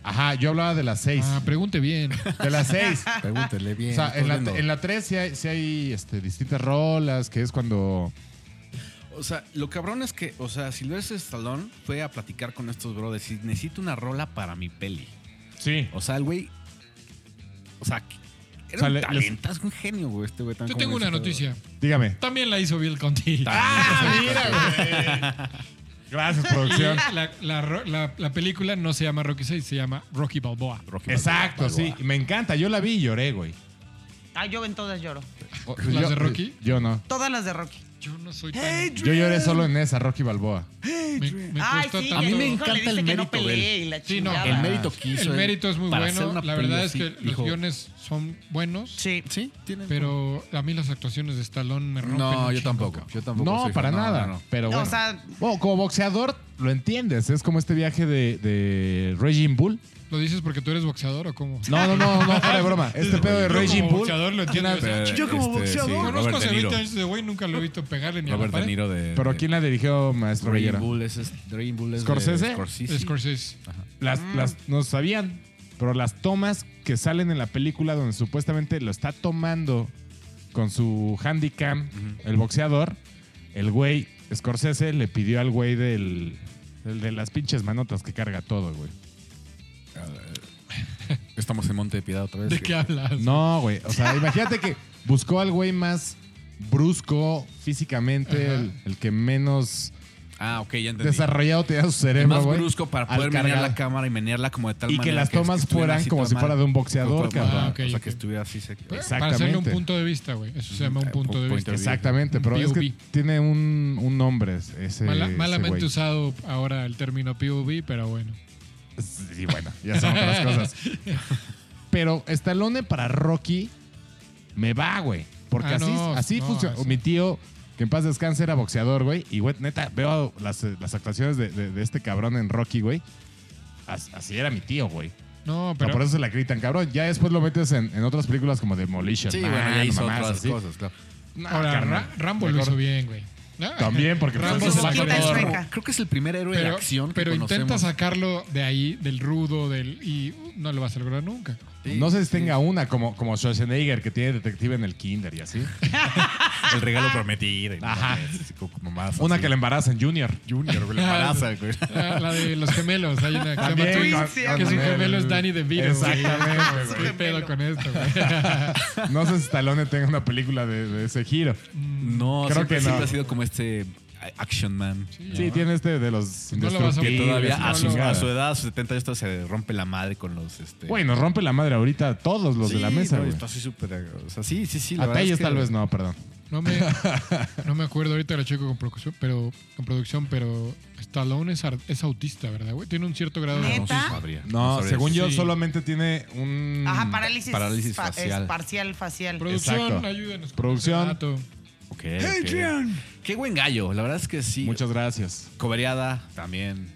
Speaker 4: Ajá, yo hablaba de las seis.
Speaker 3: Ah, pregunte bien.
Speaker 4: De las seis.
Speaker 2: Pregúntele bien.
Speaker 4: O sea,
Speaker 2: estás
Speaker 4: en la,
Speaker 2: viendo.
Speaker 4: en la tres sí hay, sí hay, este, distintas rolas, que es cuando...
Speaker 2: O sea, lo cabrón es que, o sea, Sylvester Stallone fue a platicar con estos brothers y necesito una rola para mi peli.
Speaker 4: Sí.
Speaker 2: O sea, el güey. O sea, era
Speaker 4: O sea,
Speaker 2: un
Speaker 4: le-
Speaker 2: talentas, un genio, güey, este güey. tan
Speaker 3: Yo tengo una
Speaker 2: jovencito.
Speaker 3: noticia.
Speaker 4: Dígame.
Speaker 3: También la hizo Bill Conti.
Speaker 4: ¡Ah, mira, güey! Gracias, producción.
Speaker 3: La, la ro- la- la película no se llama Rocky 6, se llama Rocky Balboa.
Speaker 2: Rocky
Speaker 4: Exacto,
Speaker 2: Balboa.
Speaker 4: sí. Me encanta. Yo la vi y lloré, güey.
Speaker 5: Ah, yo en todas lloro.
Speaker 4: O-
Speaker 3: ¿Las
Speaker 4: yo-
Speaker 3: de Rocky?
Speaker 4: Yo no.
Speaker 5: Todas las de Rocky.
Speaker 3: Yo no soy tan...
Speaker 4: Yo lloré solo en esa, Rocky Balboa.
Speaker 3: Me, me
Speaker 5: Ay,
Speaker 3: costó
Speaker 5: sí,
Speaker 3: tanto.
Speaker 2: A mí me
Speaker 5: hijo le
Speaker 2: encanta
Speaker 5: dice
Speaker 2: el
Speaker 5: que no
Speaker 2: mérito de él.
Speaker 5: peleé y la
Speaker 3: Sí, no,
Speaker 5: chingada.
Speaker 2: El mérito que hizo.
Speaker 3: El
Speaker 2: él
Speaker 3: mérito es muy
Speaker 2: para hacer
Speaker 3: bueno.
Speaker 2: una
Speaker 3: La
Speaker 2: peli
Speaker 3: verdad es
Speaker 2: así,
Speaker 3: que los
Speaker 2: dijo,
Speaker 3: guiones son buenos.
Speaker 5: Sí.
Speaker 2: Sí, tiene.
Speaker 3: Pero a mí las actuaciones de Stallone me rompen.
Speaker 2: No,
Speaker 3: un
Speaker 2: yo
Speaker 3: chingo,
Speaker 2: tampoco.
Speaker 3: cabrón.
Speaker 2: Yo tampoco.
Speaker 4: No,
Speaker 2: soy fan.
Speaker 4: para nada.
Speaker 2: no, no.
Speaker 4: Pero bueno.
Speaker 5: O sea,
Speaker 4: Bueno, como boxeador lo entiendes. Es como este viaje de, de Raging Bull.
Speaker 3: ¿Lo dices porque tú eres boxeador o cómo?
Speaker 4: No, no, no, no, fuera de broma. Este pedo de
Speaker 3: Yo
Speaker 4: Raging
Speaker 3: como
Speaker 4: Bull.
Speaker 3: boxeador lo entiendo. o sea,
Speaker 2: Pero, este,
Speaker 5: Yo como boxeador.
Speaker 2: sí,
Speaker 3: Conozco
Speaker 2: Robert
Speaker 3: hace
Speaker 2: De
Speaker 3: 20
Speaker 2: Niro.
Speaker 3: años de güey, nunca lo he visto pegarle ni
Speaker 2: Robert
Speaker 3: a
Speaker 2: De
Speaker 3: la pared.
Speaker 2: Niro de.
Speaker 4: Pero
Speaker 2: de-
Speaker 4: ¿quién la dirigió, maestro Rivera?
Speaker 2: Raging Bull es, es- Raging Bull es de
Speaker 4: ¿Scorsese?
Speaker 2: Scorsese.
Speaker 3: Scorsese.
Speaker 4: Las,
Speaker 2: Ah.
Speaker 4: las, no sabían, pero las tomas que salen en la película donde supuestamente lo está tomando con su handicam el boxeador, el güey Scorsese le pidió al güey del, del- de las pinches manotas que carga todo, güey.
Speaker 2: Estamos en Monte de Piedad otra vez.
Speaker 3: ¿De qué hablas?
Speaker 4: No, güey. O sea, imagínate que buscó al güey más brusco físicamente,
Speaker 3: Ajá.
Speaker 4: el, el que menos
Speaker 2: Ah, ok, ya entendí.
Speaker 4: desarrollado tenía su
Speaker 2: El
Speaker 4: cerebro,
Speaker 2: más
Speaker 4: güey.
Speaker 2: brusco para
Speaker 4: al
Speaker 2: poder menear
Speaker 4: cargar.
Speaker 2: la cámara y menearla como de tal
Speaker 4: Y que
Speaker 2: manera
Speaker 4: las tomas
Speaker 2: estuviera
Speaker 4: fueran
Speaker 2: así
Speaker 4: como si
Speaker 2: tomada.
Speaker 4: fuera de un boxeador,
Speaker 2: Como-
Speaker 4: cabrón.
Speaker 3: Ah, ok,
Speaker 2: o sea,
Speaker 3: ok.
Speaker 2: que estuviera así. Se...
Speaker 3: Para hacerle un
Speaker 4: exactamente.
Speaker 3: punto de vista, güey. Eso se llama un
Speaker 2: Ujú,
Speaker 3: punto de
Speaker 2: punto
Speaker 3: vista.
Speaker 2: de vista.
Speaker 4: Exactamente,
Speaker 3: Un
Speaker 4: pero es que
Speaker 3: POV.
Speaker 4: tiene un, un nombre ese.
Speaker 3: Mala-
Speaker 4: ese
Speaker 3: malamente
Speaker 4: güey.
Speaker 3: usado ahora el término POV, pero bueno.
Speaker 4: Sí, bueno, ya son otras cosas. Pero Stallone para Rocky me va, güey. Porque
Speaker 3: Ah,
Speaker 4: así,
Speaker 3: no,
Speaker 4: así
Speaker 3: no,
Speaker 4: funciona.
Speaker 3: eso.
Speaker 4: Mi tío, que en paz descanse, era boxeador, güey. Y, güey, neta, veo las, eh, las actuaciones de, de- de este cabrón en Rocky, güey. As- Así era mi tío, güey.
Speaker 3: No,
Speaker 4: Pero
Speaker 3: pero
Speaker 4: por eso se la gritan, cabrón. Ya después lo metes en, en otras películas como Demolition.
Speaker 2: Sí,
Speaker 4: Man,
Speaker 2: bueno, ya hizo
Speaker 4: mamás
Speaker 2: otras
Speaker 4: así.
Speaker 2: cosas, claro.
Speaker 4: No,
Speaker 3: ahora
Speaker 4: Ah, carnal,
Speaker 3: Ra- Rambo lo
Speaker 4: mejor-
Speaker 3: hizo bien, güey. Ah,
Speaker 4: También, porque
Speaker 3: Rambo
Speaker 4: pues,
Speaker 3: se
Speaker 4: es
Speaker 3: va
Speaker 5: quita el
Speaker 4: boxeador.
Speaker 5: sueño.
Speaker 2: Creo que es el primer héroe de
Speaker 3: Pero,
Speaker 2: acción que
Speaker 3: pero intenta
Speaker 2: conocemos.
Speaker 3: sacarlo de ahí, del rudo, del y no lo vas a lograr nunca.
Speaker 4: No sé si tenga una como, como Schwarzenegger que tiene detective en el kinder y así.
Speaker 2: El regalo prometido. y no
Speaker 4: Ajá.
Speaker 2: mames, así como- como más
Speaker 4: Una
Speaker 2: así.
Speaker 4: que le embarazan Junior.
Speaker 2: Junior, güey, le embaraza, güey.
Speaker 3: La, la de los gemelos, hay una que se llama
Speaker 4: También,
Speaker 3: Twins,
Speaker 4: con-
Speaker 5: que
Speaker 3: que
Speaker 4: con
Speaker 3: su
Speaker 4: el-
Speaker 3: gemelo es Danny DeVito. güey.
Speaker 4: Exactamente,
Speaker 5: güey.
Speaker 3: ¿Qué pedo con esto, güey?
Speaker 4: No sé si Stallone tenga una película de, de ese giro.
Speaker 2: No,
Speaker 4: Creo
Speaker 2: siempre,
Speaker 4: que
Speaker 2: siempre
Speaker 4: no.
Speaker 2: ha sido como este Action Man.
Speaker 4: Sí, tiene este de los
Speaker 3: No lo vas a-
Speaker 2: Que
Speaker 3: Sí,
Speaker 2: todavía
Speaker 3: sí,
Speaker 2: a,
Speaker 3: no
Speaker 2: su,
Speaker 3: lo-
Speaker 2: a su edad, a sus 70 años, todavía se rompe la madre con los. Este...
Speaker 4: Güey, nos rompe la madre ahorita a todos los de la
Speaker 2: Sí,
Speaker 4: mesa,
Speaker 2: no,
Speaker 4: güey.
Speaker 2: está así súper. O sea, sí, sí, sí. la
Speaker 4: A
Speaker 2: verdad es
Speaker 4: Telles
Speaker 2: que-
Speaker 4: tal vez no, perdón.
Speaker 3: No me, no me acuerdo ahorita lo checo con producción, pero con producción, pero Stallone es, ar- es autista, ¿verdad, güey? Tiene un cierto grado de
Speaker 5: ¿Neta?
Speaker 2: No, sí sabría,
Speaker 4: No,
Speaker 2: sabría
Speaker 4: según
Speaker 2: decir.
Speaker 4: yo
Speaker 3: Sí.
Speaker 4: solamente tiene un...
Speaker 5: Ajá, parálisis,
Speaker 2: Parálisis
Speaker 5: fa-
Speaker 2: facial.
Speaker 5: Es parcial facial.
Speaker 3: producción,
Speaker 4: Exacto.
Speaker 3: ayúdenos. con
Speaker 4: Producción.
Speaker 3: ese dato.
Speaker 2: Ok, ok. Qué buen gallo, la verdad es que sí.
Speaker 4: Muchas gracias.
Speaker 2: Cobreada también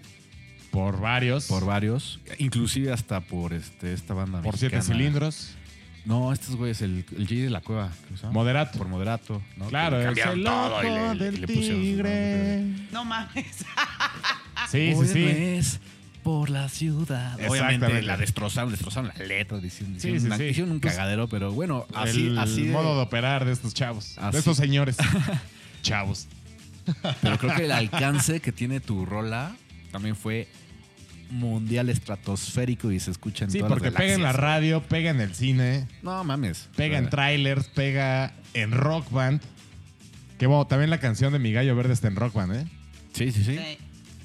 Speaker 4: Por varios.
Speaker 2: por
Speaker 4: Por,
Speaker 2: varios, inclusive hasta por este, esta banda
Speaker 4: siete
Speaker 2: mexicana.
Speaker 4: cilindros.
Speaker 2: No, estos güeyes, el, el G de la cueva. ¿cómo se llama?
Speaker 4: Moderato.
Speaker 2: Por moderato. ¿no?
Speaker 4: Claro,
Speaker 2: Que le
Speaker 4: es el
Speaker 2: cambiaron todo
Speaker 4: loco
Speaker 2: y le- y le- y
Speaker 4: del
Speaker 2: le pusieron su nombre.
Speaker 4: tigre. Ah.
Speaker 5: No mames.
Speaker 4: Sí, sí,
Speaker 2: Hoy
Speaker 4: sí.
Speaker 2: no es por la ciudad. Obviamente
Speaker 4: Exactamente.
Speaker 2: la destrozaron, destrozaron la letra, hicieron,
Speaker 4: Sí,
Speaker 2: hicieron
Speaker 4: sí,
Speaker 2: una-
Speaker 4: sí.
Speaker 2: hicieron un
Speaker 4: Pues,
Speaker 2: cagadero, pero bueno, así,
Speaker 4: el
Speaker 2: así de-
Speaker 4: modo de operar de estos chavos,
Speaker 2: Así.
Speaker 4: de estos señores. chavos.
Speaker 2: Pero creo que el alcance que tiene tu rola también fue mundial estratosférico y se escucha en
Speaker 4: Sí,
Speaker 2: todas las
Speaker 4: porque pega en la
Speaker 2: galaxias.
Speaker 4: radio, pega en el cine,
Speaker 2: No mames.
Speaker 4: pega en trailers, pega en rock band. Que bueno, también la canción de Mi Gallo Verde está en rock band, ¿eh?
Speaker 2: Sí, sí, sí.
Speaker 5: Sí,
Speaker 4: Sí.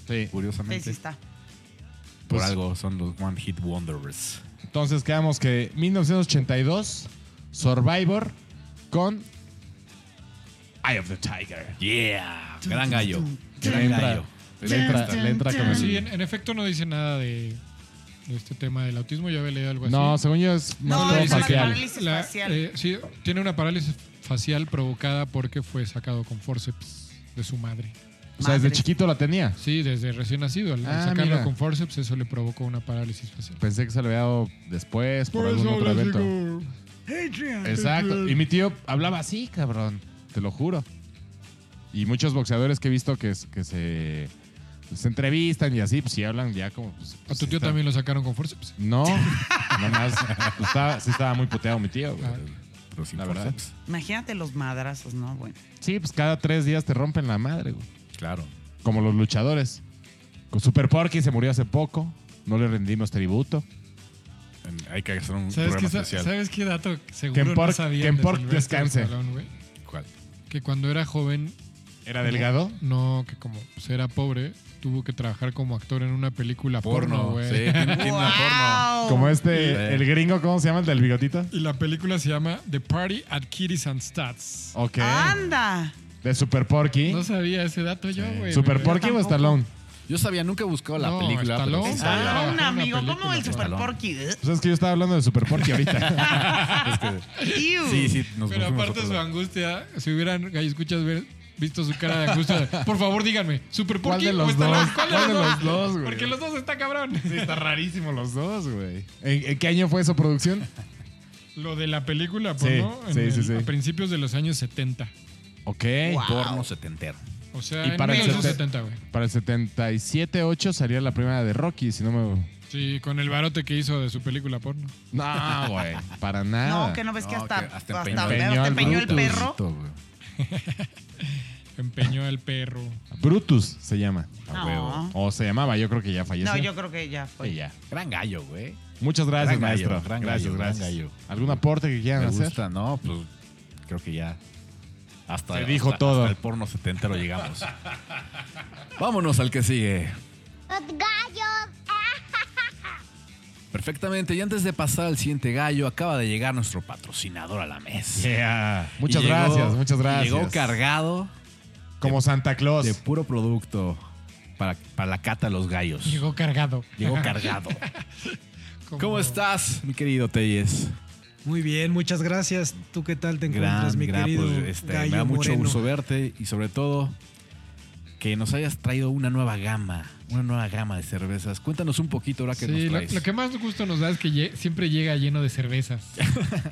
Speaker 5: sí,
Speaker 2: Curiosamente.
Speaker 5: sí está.
Speaker 2: Por
Speaker 4: Pues-
Speaker 2: algo son los One Hit Wonders.
Speaker 4: Entonces quedamos que 1982, Survivor con Eye of the Tiger.
Speaker 2: Yeah. Gran gallo. Gran
Speaker 4: entra-
Speaker 2: gallo.
Speaker 4: Le entra, le entra como
Speaker 3: Sí,
Speaker 4: si...
Speaker 3: en, en efecto no dice nada de, de este tema del autismo. Yo había leído algo así.
Speaker 4: No, según yo es más
Speaker 5: No,
Speaker 4: todo
Speaker 5: es una
Speaker 4: facial.
Speaker 5: parálisis
Speaker 3: La-
Speaker 5: facial.
Speaker 3: eh, sí, tiene una parálisis facial provocada porque fue sacado con forceps de su madre.
Speaker 4: O sea, desde
Speaker 5: Madre.
Speaker 4: chiquito la tenía.
Speaker 3: Sí, desde recién nacido. Al al
Speaker 4: Ah,
Speaker 3: sacarlo
Speaker 4: mira.
Speaker 3: con forceps, eso le provocó una parálisis facial.
Speaker 4: Pensé que se lo había dado después por, algún otro evento. Exacto. Y mi tío hablaba así, cabrón. Te lo juro. Y muchos boxeadores que he visto que, que se, se entrevistan y así, pues sí hablan ya como. pues,
Speaker 3: ¿A
Speaker 4: pues,
Speaker 3: tu tío
Speaker 4: está-
Speaker 3: también lo sacaron con forceps?
Speaker 4: No, nomás. pues, estaba, sí estaba muy puteado mi tío, güey.
Speaker 3: Ah.
Speaker 2: Pero sin
Speaker 4: La verdad.
Speaker 2: forceps.
Speaker 5: Imagínate los madrazos, ¿no? Bueno.
Speaker 4: Sí, pues cada tres días te rompen la madre, güey.
Speaker 2: Claro.
Speaker 4: Como los luchadores. Con Super Porky se murió hace poco. No le rendimos tributo.
Speaker 2: En- Hay que hacer un
Speaker 3: ¿Sabes
Speaker 2: programa
Speaker 3: qué,
Speaker 2: especial.
Speaker 3: ¿Sabes qué dato
Speaker 4: Que
Speaker 3: seguro
Speaker 4: en
Speaker 3: no
Speaker 4: porc-
Speaker 3: sabían
Speaker 4: que en
Speaker 3: de
Speaker 4: porc
Speaker 3: Sylvester
Speaker 4: descanse.
Speaker 3: Stallone, güey?
Speaker 2: ¿Cuál?
Speaker 3: Que cuando era joven,
Speaker 4: ¿Era delgado?
Speaker 3: no, que como pues, era pobre, tuvo que trabajar como actor en una película porno,
Speaker 2: Porno.
Speaker 3: güey.
Speaker 2: sí, tiene, tiene una porno.
Speaker 5: ¡Guau!
Speaker 4: Como este,
Speaker 2: Sí.
Speaker 4: el gringo, ¿cómo se llama el del bigotito?
Speaker 3: Y la película se llama The Party at Kitties and Stats.
Speaker 4: Ok.
Speaker 5: Ah, ¡Anda!
Speaker 4: De Super Porky.
Speaker 3: No sabía ese dato yo, güey.
Speaker 4: ¿Super
Speaker 3: Me-
Speaker 4: Porky o
Speaker 5: tampoco.
Speaker 4: Stallone?
Speaker 2: Yo sabía, nunca he buscado la
Speaker 3: No,
Speaker 2: película. pero
Speaker 3: Stallone.
Speaker 2: sí sabía.
Speaker 5: Ah,
Speaker 3: Ah,
Speaker 5: un
Speaker 3: una
Speaker 5: amigo. ¿Cómo
Speaker 3: película,
Speaker 5: el Super
Speaker 2: Stallón.
Speaker 5: Porky?
Speaker 4: Pues es que yo estaba hablando de Super Porky ahorita.
Speaker 5: Ew.
Speaker 2: Sí, sí, nos
Speaker 3: Pero
Speaker 2: pusimos
Speaker 3: aparte
Speaker 2: otro
Speaker 3: su
Speaker 2: lado.
Speaker 3: angustia, si hubieran gallo escuchas ver visto su cara de angustia, de, por favor díganme, ¿Super
Speaker 4: ¿Cuál
Speaker 3: Porky
Speaker 4: de los
Speaker 3: o Stallone?
Speaker 4: dos? ¿Cuál de los dos, güey?
Speaker 3: Porque los dos está cabrón.
Speaker 4: está rarísimo los dos, güey. ¿En, en qué año fue su producción?
Speaker 3: Lo de la película,
Speaker 4: Sí,
Speaker 3: porno, en
Speaker 4: sí,
Speaker 3: el-
Speaker 4: sí, sí.
Speaker 3: a principios de los años 70.
Speaker 4: Ok.
Speaker 2: Porno setentero.
Speaker 3: O sea,
Speaker 4: Y
Speaker 3: en
Speaker 4: para el
Speaker 3: 1970, güey.
Speaker 4: Para el 77-8 salió la primera de Rocky, si no me...
Speaker 3: Sí, con el barote que hizo de su película porno.
Speaker 4: No, güey. Para nada.
Speaker 5: No, que no ves que
Speaker 2: No,
Speaker 5: hasta,
Speaker 2: que hasta
Speaker 5: hasta,
Speaker 2: empeñó.
Speaker 5: veo, te empeñó el
Speaker 4: Brutus.
Speaker 5: perro.
Speaker 3: Empeñó al perro.
Speaker 4: Brutus se llama.
Speaker 2: A huevo.
Speaker 5: No.
Speaker 4: O se llamaba, yo creo que ya falleció.
Speaker 5: No, yo creo que ya fue.
Speaker 4: Sí, ya.
Speaker 2: Gran gallo, güey.
Speaker 4: Muchas gracias,
Speaker 2: Gran gallo,
Speaker 4: maestro.
Speaker 2: gran
Speaker 4: gracias,
Speaker 2: gallo, gran
Speaker 4: gracias.
Speaker 2: gallo.
Speaker 4: ¿Algún aporte que quieran
Speaker 2: Me
Speaker 4: hacer?
Speaker 2: gusta, ¿no? Pues creo que ya. Hasta,
Speaker 4: Se
Speaker 2: hasta-
Speaker 4: dijo todo.
Speaker 2: hasta el porno setentero llegamos. Vámonos al que sigue.
Speaker 1: Los gallos.
Speaker 2: Perfectamente. Y antes de pasar al siguiente gallo, acaba de llegar nuestro patrocinador a la mesa.
Speaker 4: Yeah. Muchas
Speaker 2: Y llegó-
Speaker 4: gracias, muchas gracias.
Speaker 2: Llegó cargado
Speaker 4: Como Santa Claus.
Speaker 2: de puro producto para, para la cata de los gallos.
Speaker 3: Llegó cargado.
Speaker 2: Llegó cargado.
Speaker 3: Como-
Speaker 2: ¿Cómo estás, mi querido Telles?
Speaker 6: Muy bien, muchas gracias. ¿Tú qué tal te encuentras,
Speaker 2: Gran,
Speaker 6: mi
Speaker 2: gran,
Speaker 6: querido
Speaker 2: pues, este, me
Speaker 6: Gallo
Speaker 2: da mucho
Speaker 6: Moreno?
Speaker 2: gusto verte y sobre todo que nos hayas traído una nueva gama, una nueva gama de cervezas. Cuéntanos un poquito ahora que
Speaker 3: Sí,
Speaker 2: nos
Speaker 3: lo,
Speaker 2: traes.
Speaker 3: lo que más gusto nos da es que lle- siempre llega lleno de cervezas.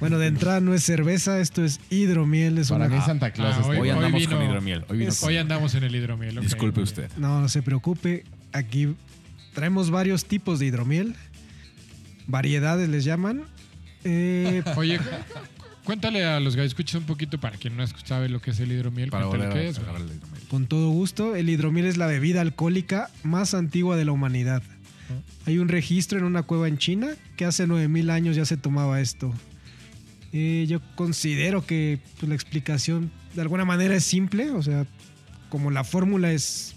Speaker 6: Bueno, de entrada no es cerveza, esto es hidromiel, es
Speaker 4: Para
Speaker 6: una...
Speaker 4: mí Santa Claus
Speaker 3: Ah,
Speaker 4: es
Speaker 2: este Hoy,
Speaker 3: Hoy
Speaker 2: andamos
Speaker 3: vino-
Speaker 2: con hidromiel. Hoy vino con-
Speaker 3: Hoy andamos en el hidromiel. ok,
Speaker 2: Disculpe
Speaker 3: muy
Speaker 2: usted.
Speaker 6: No, no se preocupe, aquí traemos varios tipos de hidromiel, variedades les llaman. Eh,
Speaker 3: bien. Oye, cu- cuéntale a los gallos, escuches un poquito para quien no escu- sabe lo que es el hidromiel.
Speaker 2: Para
Speaker 3: cuéntale
Speaker 2: volver
Speaker 3: qué
Speaker 2: a
Speaker 3: es, güey.
Speaker 2: agarrar el hidromiel.
Speaker 6: con todo gusto, el hidromiel es la bebida alcohólica más antigua de la humanidad. Hay un registro en una cueva en China que hace 9000 años ya se tomaba esto. Eh, yo considero que pues, la explicación de alguna manera es simple, o sea, como la fórmula es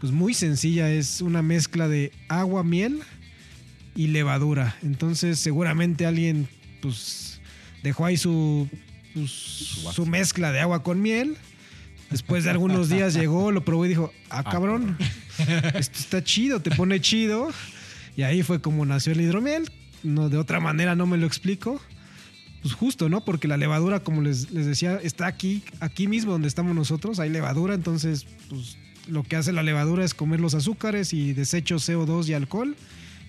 Speaker 6: pues, muy sencilla, es una mezcla de agua, miel y levadura. Entonces seguramente alguien pues, dejó ahí su, pues, su mezcla de agua con miel. Después de algunos días llegó, lo probó y dijo, ah, cabrón, esto está chido, te pone chido. Y ahí fue como nació el hidromiel. No, de otra manera no me lo explico. Pues justo, ¿no? Porque la levadura, como les, les decía, está aquí, aquí mismo donde estamos nosotros. Hay levadura, entonces, pues lo que hace la levadura es comer los azúcares y desechos CO2 y alcohol.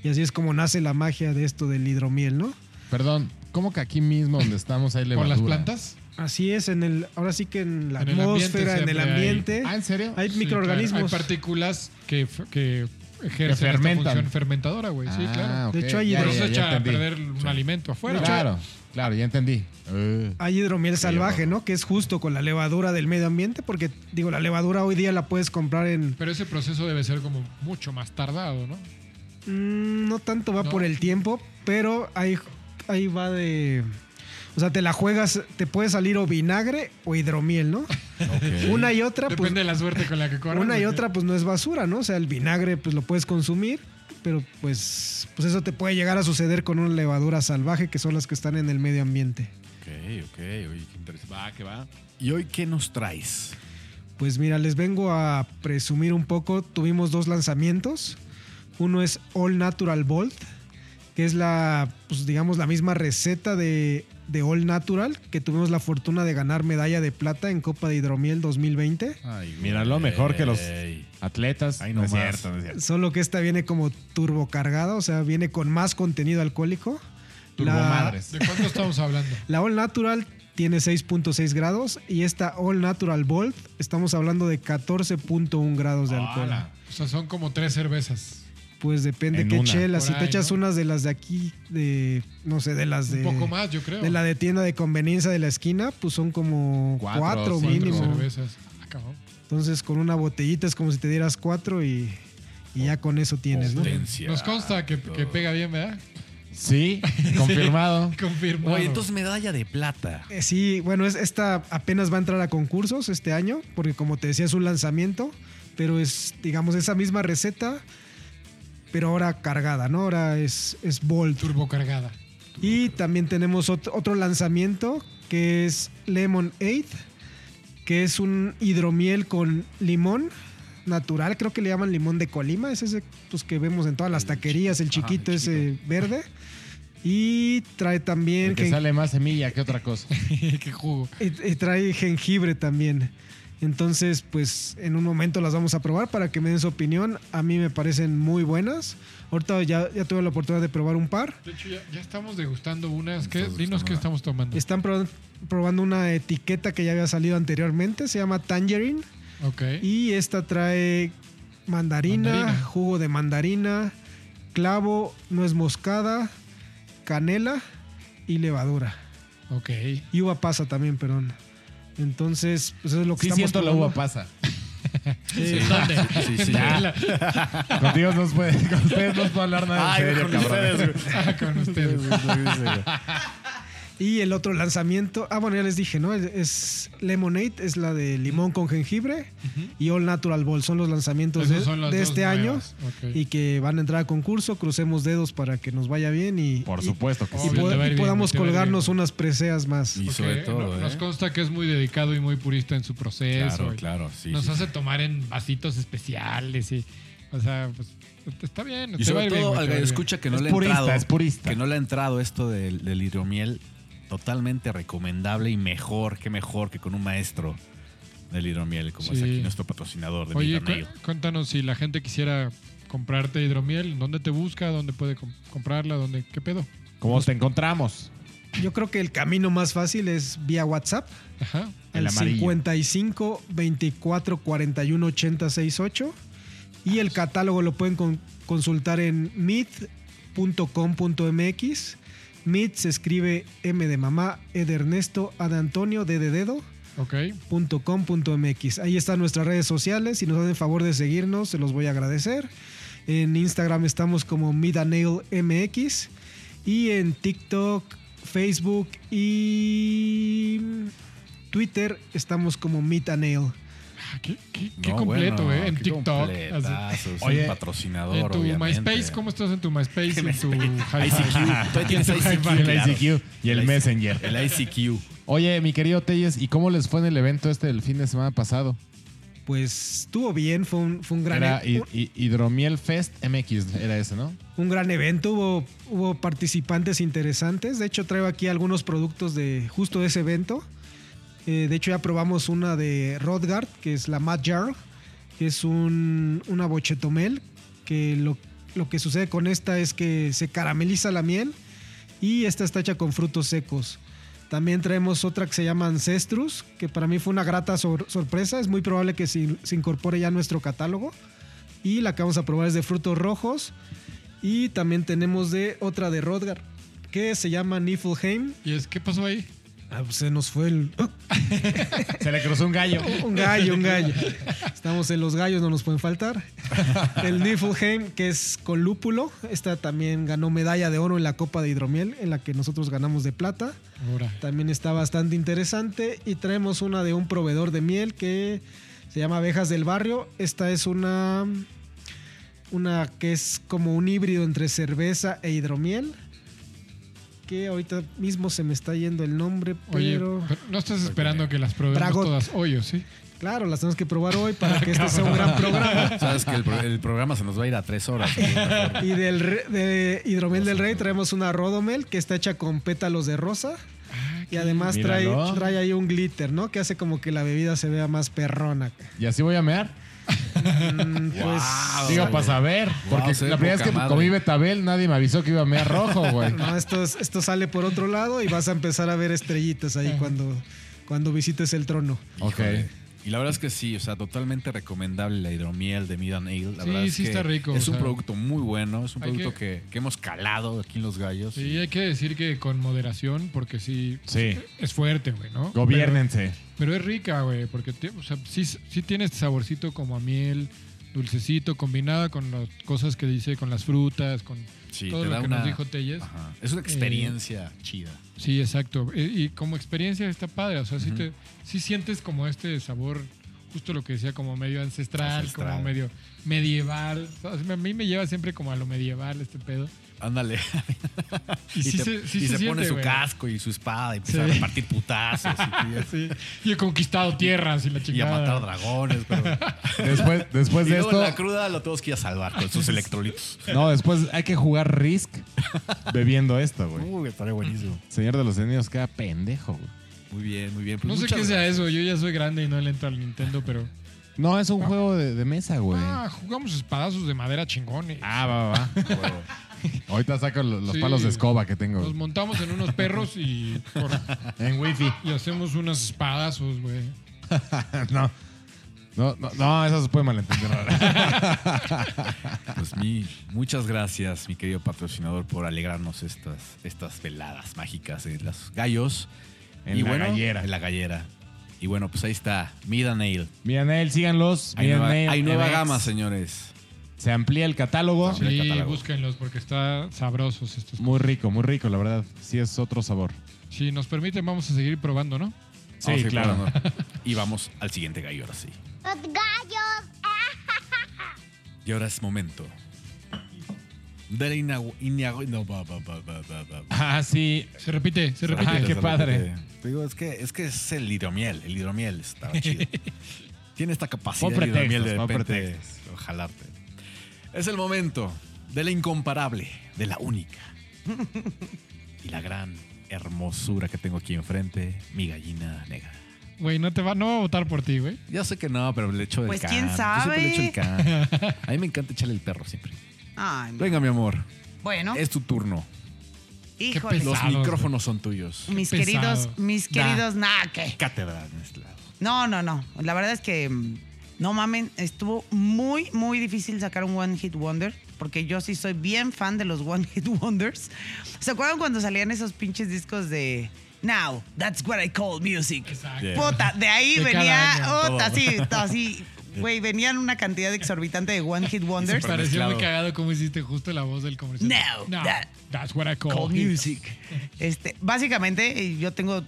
Speaker 6: Y así es como nace la magia de esto del hidromiel, ¿no?
Speaker 4: Perdón, ¿cómo que aquí mismo donde estamos hay
Speaker 3: ¿Con
Speaker 4: levadura?
Speaker 3: las plantas?
Speaker 6: Así es, en el, ahora sí que en la
Speaker 3: En el ambiente
Speaker 6: atmósfera, en el
Speaker 3: siempre hay-
Speaker 6: ambiente.
Speaker 4: Ah, ¿en serio?
Speaker 6: Hay
Speaker 3: Sí,
Speaker 6: microorganismos.
Speaker 3: claro. Hay partículas que, f- que ejercen esta
Speaker 4: fermentan. Ah,
Speaker 3: función fermentadora, güey. pues Sí, claro.
Speaker 6: De hecho, hay
Speaker 3: Por
Speaker 6: ya,
Speaker 3: eso
Speaker 6: ya
Speaker 3: echa a
Speaker 4: entendí.
Speaker 3: perder un
Speaker 4: Sí.
Speaker 3: alimento afuera.
Speaker 4: Claro, claro, ya entendí. Eh,
Speaker 6: Hay hidromiel
Speaker 4: Sí,
Speaker 6: salvaje,
Speaker 4: bueno.
Speaker 6: ¿no? Que es justo con la levadura del medio ambiente, porque digo, la levadura hoy día la puedes comprar en...
Speaker 3: Pero ese proceso debe ser como mucho más tardado, ¿no?
Speaker 6: Mm, no tanto va
Speaker 3: No.
Speaker 6: por el tiempo, pero ahí, ahí va de... O sea, te la juegas, te puede salir o vinagre o hidromiel, ¿no?
Speaker 2: Ok.
Speaker 6: Una y otra, pues...
Speaker 3: Depende de la suerte con la que corran.
Speaker 6: Una y
Speaker 3: porque-
Speaker 6: otra, pues no es basura, ¿no? O sea, el vinagre, pues lo puedes consumir, pero pues, pues eso te puede llegar a suceder con una levadura salvaje, que son las que están en el medio ambiente.
Speaker 2: Ok, ok, oye, qué interesante. Va, que va. ¿Y hoy qué nos traes?
Speaker 6: Pues mira, les vengo a presumir un poco. Tuvimos dos lanzamientos. Uno es All Natural Bolt, que es la, pues digamos, la misma receta de, de All Natural, que tuvimos la fortuna de ganar medalla de plata en Copa de Hidromiel 2020.
Speaker 2: Ay,
Speaker 4: Mira, lo mejor que los-
Speaker 2: güey.
Speaker 4: atletas.
Speaker 2: Ay, no
Speaker 4: es
Speaker 2: más.
Speaker 4: cierto, no es cierto.
Speaker 6: Solo que esta viene como turbocargada, o sea, viene con más contenido alcohólico.
Speaker 4: Turbomadres.
Speaker 3: ¿De cuánto estamos hablando?
Speaker 6: La All Natural tiene 6.6 grados y esta All Natural Bolt estamos hablando de 14.1 grados de alcohol.
Speaker 4: Hola.
Speaker 3: O sea, son como tres cervezas.
Speaker 6: Pues depende
Speaker 4: En
Speaker 6: qué
Speaker 4: una.
Speaker 6: chelas.
Speaker 3: Por
Speaker 6: Si te
Speaker 3: ahí,
Speaker 6: echas
Speaker 3: ¿no?
Speaker 6: unas de las de aquí, de no sé, de las de
Speaker 3: Un poco más, yo creo.
Speaker 6: de la de tienda de conveniencia de la esquina, pues son como
Speaker 4: Cuatro,
Speaker 6: cuatro,
Speaker 4: cinco.
Speaker 3: Cuatro
Speaker 6: mínimo.
Speaker 3: cervezas. Ah, cabrón.
Speaker 6: Entonces con una botellita es como si te dieras cuatro y, y ya con eso tienes, ¿no?
Speaker 2: Potencia.
Speaker 3: Nos consta que, que pega bien, ¿verdad?
Speaker 4: Sí, confirmado.
Speaker 3: Confirmado.
Speaker 2: Oye, entonces medalla de plata.
Speaker 6: Eh, Sí, bueno, es, esta apenas va a entrar a concursos este año, porque como te decía es un lanzamiento, pero es, digamos, esa misma receta, pero ahora cargada, ¿no? Ahora es, es Bolt.
Speaker 3: Turbocargada.
Speaker 6: Y también tenemos ot- otro lanzamiento que es Lemon 8, que es un hidromiel con limón natural, creo que le llaman limón de Colima, es ese pues, que vemos en todas las taquerías, el
Speaker 2: Ajá, el
Speaker 6: chiquito ese verde. Y trae también
Speaker 4: El que
Speaker 6: gen-
Speaker 4: sale más semilla que otra cosa.
Speaker 3: Qué jugo.
Speaker 6: y, y trae jengibre también. Entonces, pues en un momento las vamos a probar para que me den su opinión. A mí me parecen muy buenas. Ahorita ya, ya tuve la oportunidad de probar un par.
Speaker 3: De hecho, ya, ya estamos degustando unas. ¿Qué?
Speaker 2: Estás
Speaker 3: Dinos
Speaker 2: degustando
Speaker 3: qué
Speaker 2: una.
Speaker 3: estamos tomando.
Speaker 6: Están prob- probando una etiqueta que ya había salido anteriormente, se llama Tangerine.
Speaker 3: Ok.
Speaker 6: Y esta trae mandarina,
Speaker 3: Mandarina.
Speaker 6: jugo de mandarina, clavo, nuez moscada, canela y levadura.
Speaker 3: Ok.
Speaker 6: Y uva pasa también, perdón. Entonces, pues eso es lo que
Speaker 4: Sí
Speaker 6: estamos
Speaker 4: siento la
Speaker 6: probando.
Speaker 4: uva pasa.
Speaker 2: Sí,
Speaker 3: ¿Dónde?
Speaker 2: sí, sí.
Speaker 3: Ya.
Speaker 4: Contigo no se puede, con ustedes no puedo hablar nada
Speaker 2: Ay,
Speaker 4: en serio,
Speaker 2: con
Speaker 4: cabrón.
Speaker 2: ustedes, güey.
Speaker 3: Ah, con ustedes.
Speaker 6: Y el otro lanzamiento, ah, bueno, ya les dije, ¿no? Es Lemonade, es la de limón con jengibre y All Natural Ball. Son los lanzamientos
Speaker 3: Esos
Speaker 6: de,
Speaker 3: son las
Speaker 6: de
Speaker 3: dos
Speaker 6: este año
Speaker 3: nuevas. Ok.
Speaker 6: y que van a entrar a concurso. Crucemos dedos para que nos vaya bien y,
Speaker 4: Por
Speaker 6: y-
Speaker 4: supuesto que
Speaker 6: y
Speaker 4: sí.
Speaker 3: Obvio,
Speaker 6: pod-
Speaker 3: te va a
Speaker 6: y
Speaker 3: ir bien,
Speaker 6: podamos
Speaker 3: te va a ir
Speaker 6: colgarnos
Speaker 3: bien.
Speaker 6: unas preseas más.
Speaker 2: Y
Speaker 3: Ok,
Speaker 2: sobre todo,
Speaker 3: no- Nos
Speaker 2: ¿eh?
Speaker 3: consta que es muy dedicado y muy purista en su proceso.
Speaker 2: Claro,
Speaker 3: y
Speaker 2: claro, sí.
Speaker 3: nos
Speaker 2: sí,
Speaker 3: hace tomar en vasitos especiales y. O sea, pues. Está bien.
Speaker 2: Y
Speaker 3: te va a
Speaker 2: sobre
Speaker 3: ir bien,
Speaker 2: todo
Speaker 3: güey,
Speaker 2: al gallo
Speaker 3: te va a ir bien.
Speaker 2: escucha que no
Speaker 4: Es
Speaker 2: le ha
Speaker 4: purista,
Speaker 2: entrado.
Speaker 4: es purista.
Speaker 2: Que no le ha entrado esto del, del hidromiel. Totalmente recomendable y mejor, que mejor que con un maestro del hidromiel, como es
Speaker 3: Sí.
Speaker 2: aquí nuestro patrocinador de
Speaker 3: Oye,
Speaker 2: Miguel
Speaker 3: cu- cuéntanos si la gente quisiera comprarte hidromiel, ¿dónde te busca? ¿Dónde puede com- comprarla? ¿Dónde? ¿Qué pedo?
Speaker 4: ¿Cómo te encontramos?
Speaker 6: Yo creo que el camino más fácil es vía WhatsApp
Speaker 3: Ajá.
Speaker 4: El
Speaker 6: al
Speaker 4: amarillo.
Speaker 6: 55 24 41 80 68 y el catálogo lo pueden con- consultar en meet.com.mx. Meet se escribe M de mamá, E de Ernesto, A de Antonio, D de dedo.
Speaker 3: Ok.
Speaker 6: punto com punto mx Ahí están nuestras redes sociales. Si nos hacen favor de seguirnos, se los voy a agradecer. En Instagram estamos como MX y en TikTok, Facebook y Twitter estamos como Midanail.
Speaker 3: Ah, Qué, qué- qué completo, ¿eh? En TikTok. así.
Speaker 2: Oye,
Speaker 4: Oye,
Speaker 2: patrocinador,
Speaker 3: En tu
Speaker 2: obviamente.
Speaker 3: MySpace, ¿cómo estás en tu MySpace? En tu
Speaker 2: ICQ. Todavía tienes
Speaker 3: En tu
Speaker 2: ICQ,
Speaker 3: hi-fi.
Speaker 4: El
Speaker 2: claro.
Speaker 4: ICQ y el
Speaker 2: ICQ.
Speaker 4: Messenger.
Speaker 2: El ICQ.
Speaker 4: Oye, mi querido Telles, ¿y cómo les fue en el evento este del fin de semana pasado?
Speaker 6: Pues estuvo bien, fue un, fue un gran e-
Speaker 4: Era hi-
Speaker 6: un-
Speaker 4: hi- Hidromiel Fest MX, era ese, ¿no?
Speaker 6: un gran evento, hubo, hubo participantes interesantes. De hecho, traigo aquí algunos productos de justo de ese evento. Eh, de hecho, ya probamos una de Rodgard, que es la Mad Jar, que es un, una bochetomel, que lo, lo que sucede con esta es que se carameliza la miel y esta está hecha con frutos secos. También traemos otra que se llama Ancestrus, que para mí fue una grata sor- sorpresa. Es muy probable que se, se incorpore ya a nuestro catálogo. Y la que vamos a probar es de frutos rojos. Y también tenemos de otra de Rodgar, que se llama Niflheim.
Speaker 3: ¿Y es qué pasó ahí?
Speaker 6: Ah, pues se nos fue el...
Speaker 4: Se le cruzó un gallo.
Speaker 6: Un gallo, un gallo. Estamos en los gallos, no nos pueden faltar. El Niflheim, que es con lúpulo. Esta también ganó medalla de oro en la Copa de Hidromiel, en la que nosotros ganamos de plata.
Speaker 3: Ahora.
Speaker 6: También está bastante interesante. Y traemos una de un proveedor de miel que se llama Abejas del Barrio. Esta es una. Una que es como un híbrido entre cerveza e hidromiel. Que ahorita mismo se me está yendo el nombre,
Speaker 3: Oye,
Speaker 6: pero.
Speaker 3: pero no estás esperando que las probemos
Speaker 6: Dragot.
Speaker 3: todas hoy, ¿o sí?
Speaker 6: Claro, las tenemos que probar hoy para que este sea un gran programa.
Speaker 2: Sabes que el, pro- el programa se nos va a ir a tres horas.
Speaker 6: Y del re- de Hidromiel del Rey traemos una Rodomel que está hecha con pétalos de rosa.
Speaker 3: Ah,
Speaker 6: Y además trae,
Speaker 4: Míralo.
Speaker 6: trae ahí un glitter, ¿no? Que hace como que la bebida se vea más perrona.
Speaker 4: Y así voy a mear.
Speaker 6: Mm, pues.
Speaker 4: Digo, para saber. Porque
Speaker 2: Ah, se ve
Speaker 4: la primera vez
Speaker 2: poca
Speaker 4: que
Speaker 2: madre.
Speaker 4: comí Betabel, nadie me avisó que iba a mear rojo, güey.
Speaker 6: pues, No, esto, es- esto sale por otro lado y vas a empezar a ver estrellitas ahí cuando, cuando visites el trono.
Speaker 4: Ok.
Speaker 2: Híjole. Y la verdad es que sí, o sea, totalmente recomendable la hidromiel de Mid and Ale. La
Speaker 3: Sí,
Speaker 2: verdad es
Speaker 3: sí
Speaker 2: que
Speaker 3: está rico,
Speaker 2: Es
Speaker 3: o
Speaker 2: un
Speaker 3: sea.
Speaker 2: producto muy bueno, es un
Speaker 3: Hay
Speaker 2: producto que... que hemos calado aquí en Los Gallos.
Speaker 3: Sí, hay que decir que con moderación, porque sí,
Speaker 4: Sí.
Speaker 3: es fuerte, güey, ¿no?
Speaker 4: Gobiernense.
Speaker 3: Pero, pero es rica, güey, porque ti- o sea, sí, sí tiene este saborcito como a miel, dulcecito, combinada con las cosas que dice, con las frutas, con
Speaker 2: Sí,
Speaker 3: todo
Speaker 2: te
Speaker 3: lo
Speaker 2: da
Speaker 3: que
Speaker 2: una...
Speaker 3: nos dijo Eh, Telles.
Speaker 2: Ajá. Es una experiencia chida.
Speaker 3: Sí, exacto. E- Y, como experiencia está padre, o sea, sí, te, sí sientes como este sabor, justo lo que decía, como medio ancestral,
Speaker 2: Ancestral.
Speaker 3: como medio medieval. O sea, a mí me lleva siempre como a lo medieval este pedo.
Speaker 2: Ándale.
Speaker 3: Y, sí
Speaker 2: te-
Speaker 3: se, sí
Speaker 2: y
Speaker 3: se
Speaker 2: se pone
Speaker 3: siente,
Speaker 2: su
Speaker 3: güey.
Speaker 2: casco y su espada y empieza a repartir putazos y, tú ya-
Speaker 3: Sí. Y he conquistado tierras y la
Speaker 2: y a
Speaker 3: chingada. Pues
Speaker 2: matar dragones. Pero...
Speaker 4: Después, después
Speaker 2: y
Speaker 4: de
Speaker 2: luego en
Speaker 4: esto.
Speaker 2: la cruda lo tenemos que ir a salvar con sus electrolitos.
Speaker 4: No, después hay que jugar Risk bebiendo esto, güey.
Speaker 2: Uy, estaría buenísimo.
Speaker 4: Señor de los Anillos, queda pendejo, güey.
Speaker 2: Muy bien, muy bien. Pues
Speaker 3: no sé
Speaker 2: muchas
Speaker 3: qué sea
Speaker 2: gracias.
Speaker 3: eso, yo ya soy grande y no le entro al Nintendo, pero...
Speaker 4: No, es un juego de, de mesa, güey.
Speaker 3: Ah, jugamos espadazos de madera eh. chingones.
Speaker 4: Ah, va, va.
Speaker 2: Huevo.
Speaker 4: Ahorita saco los, los
Speaker 3: Sí.
Speaker 4: palos de escoba que tengo.
Speaker 3: Nos montamos en unos perros y, por-
Speaker 4: En wifi.
Speaker 3: y hacemos unas espadazos, güey.
Speaker 4: no. No, no, no, eso se puede malentender. ahora.
Speaker 2: Pues mi, muchas gracias, mi querido patrocinador, por alegrarnos estas, estas veladas mágicas en las gallos.
Speaker 4: En la gallera.
Speaker 2: En la gallera. Y bueno, pues ahí está, Mida Nail.
Speaker 4: Miren él, síganlos.
Speaker 2: Hay
Speaker 4: Miren
Speaker 2: nueva,
Speaker 4: él,
Speaker 2: hay nueva
Speaker 4: events.
Speaker 2: gama, señores.
Speaker 4: Se amplía el catálogo.
Speaker 2: Sí,
Speaker 3: Sí,
Speaker 2: catálogo.
Speaker 3: búsquenlos porque está sabrosos estos.
Speaker 4: Muy rico, muy rico, la verdad. Sí es otro sabor.
Speaker 3: Si nos permiten, vamos a seguir probando, ¿no?
Speaker 4: Sí,
Speaker 2: Vamos a ir
Speaker 4: claro.
Speaker 2: probando. Y vamos al siguiente gallo ahora sí.
Speaker 1: Los gallos.
Speaker 2: Y ahora es momento. De la inau- inau- no, va, va, va, va, va, va.
Speaker 4: Ah, sí.
Speaker 3: Se repite, se repite.
Speaker 4: Ah, qué
Speaker 2: Se
Speaker 4: padre.
Speaker 2: repite. Te digo, es que, es que es el hidromiel. El hidromiel está chido. Tiene esta capacidad
Speaker 4: Pon
Speaker 2: el hidromiel de
Speaker 4: pretextos, pon
Speaker 2: repente jalarte. Es el momento de la incomparable, de la única. y la gran hermosura que tengo aquí enfrente, mi gallina negra.
Speaker 3: Güey, no te va, no va a votar por ti, güey.
Speaker 2: Ya sé que no, pero le echo el
Speaker 5: Pues,
Speaker 2: can.
Speaker 5: ¿quién
Speaker 2: Yo siempre le echo el
Speaker 5: sabe?
Speaker 2: can. A mí me encanta echarle el perro siempre.
Speaker 5: Ay, mi-
Speaker 2: Venga, mi amor.
Speaker 5: bueno,
Speaker 2: Es tu turno.
Speaker 5: híjole.
Speaker 3: peso.
Speaker 2: Los
Speaker 3: Pesados,
Speaker 2: micrófonos son tuyos.
Speaker 5: Mis
Speaker 3: Qué pesado.
Speaker 5: queridos, mis queridos, nah, ¿qué?
Speaker 2: Cátedra en este lado.
Speaker 5: No, no, no. La verdad es que mm, no mamen, estuvo muy, muy difícil sacar un One Hit Wonder, porque yo sí soy bien fan de los One Hit Wonders. ¿Se acuerdan cuando salían esos pinches discos de Now, that's what I call music?
Speaker 3: Exacto.
Speaker 2: Yeah.
Speaker 5: Puta, de ahí
Speaker 3: De cada
Speaker 5: venía,
Speaker 3: año,
Speaker 5: oh,
Speaker 2: todo.
Speaker 5: así, así, güey, venían una cantidad exorbitante de One Hit
Speaker 3: Me
Speaker 5: Wonders.
Speaker 2: Súper
Speaker 3: pareció
Speaker 2: mezclado.
Speaker 3: muy cagado como hiciste justo la voz del comercial.
Speaker 5: No, that-
Speaker 3: that's what I call,
Speaker 5: Call
Speaker 3: it.
Speaker 5: music. Este, básicamente, eh, yo tengo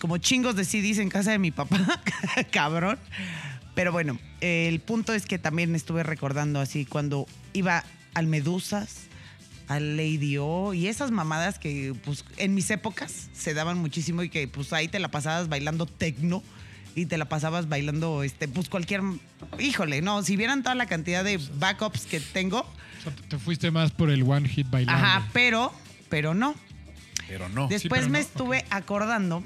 Speaker 5: como chingos de CDs en casa de mi papá, cabrón. Pero bueno, eh, el punto es que también estuve recordando así cuando iba al Medusas, al Lady O y esas mamadas que pues en mis épocas se daban muchísimo y que pues ahí te la pasabas bailando tecno y te la pasabas bailando este pues cualquier híjole, no, si vieran toda la cantidad de backups que tengo,
Speaker 3: O sea, te fuiste más por el one hit bailando.
Speaker 5: ajá, pero pero no.
Speaker 2: Pero no.
Speaker 5: Después
Speaker 3: pero
Speaker 5: me
Speaker 3: no,
Speaker 5: estuve acordando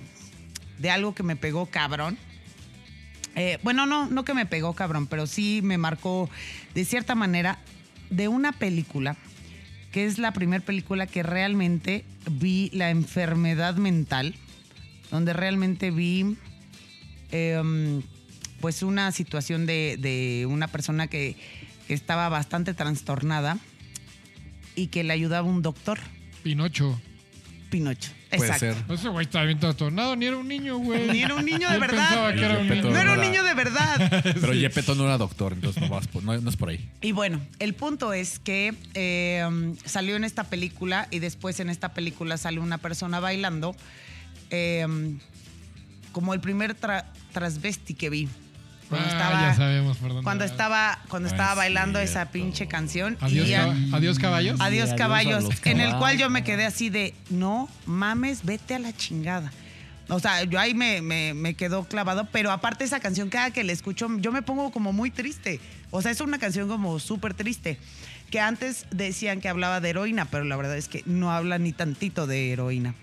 Speaker 5: de algo que me pegó cabrón. Eh, bueno, no, no que me pegó cabrón, pero sí me marcó de cierta manera de una película que es la primera película que realmente vi la enfermedad mental, donde realmente vi em, pues una situación de, de una persona que que estaba bastante trastornada y que le ayudaba un doctor,
Speaker 3: Pinocho.
Speaker 5: Pinocho.
Speaker 2: Puede
Speaker 5: Exacto.
Speaker 2: ser.
Speaker 3: No, Ese güey estaba bien trastornado, ni era un niño, güey.
Speaker 5: Ni era un niño de
Speaker 3: Él
Speaker 5: verdad.
Speaker 3: Pensaba que era un niño.
Speaker 5: No era un
Speaker 2: Ahora-
Speaker 5: niño de verdad.
Speaker 2: Pero Yepeto no era doctor, entonces no, vas por- no- no es por ahí.
Speaker 5: Y bueno, el punto es que eh, um, salió en esta película y después en esta película sale una persona bailando eh, um, como el primer tra- transvesti que vi. Cuando
Speaker 3: Ah,
Speaker 5: estaba,
Speaker 3: ya sabemos por dónde
Speaker 5: cuando
Speaker 3: vas.
Speaker 5: estaba, cuando
Speaker 2: Ah,
Speaker 5: estaba
Speaker 2: es
Speaker 5: bailando esa
Speaker 2: cierto.
Speaker 5: pinche canción.
Speaker 3: Adiós,
Speaker 5: y ya-
Speaker 3: cab- adiós, caballos.
Speaker 5: Adiós,
Speaker 7: adiós a
Speaker 5: caballos,
Speaker 7: los
Speaker 5: en el cual yo me
Speaker 7: caballos.
Speaker 5: quedé así de, no mames, vete a la chingada. O sea, yo ahí me, me- me quedó clavado, pero aparte esa canción, cada que la escucho, yo me pongo como muy triste. O sea, es una canción como súper triste, que antes decían que hablaba de heroína, pero la verdad es que no habla ni tantito de heroína.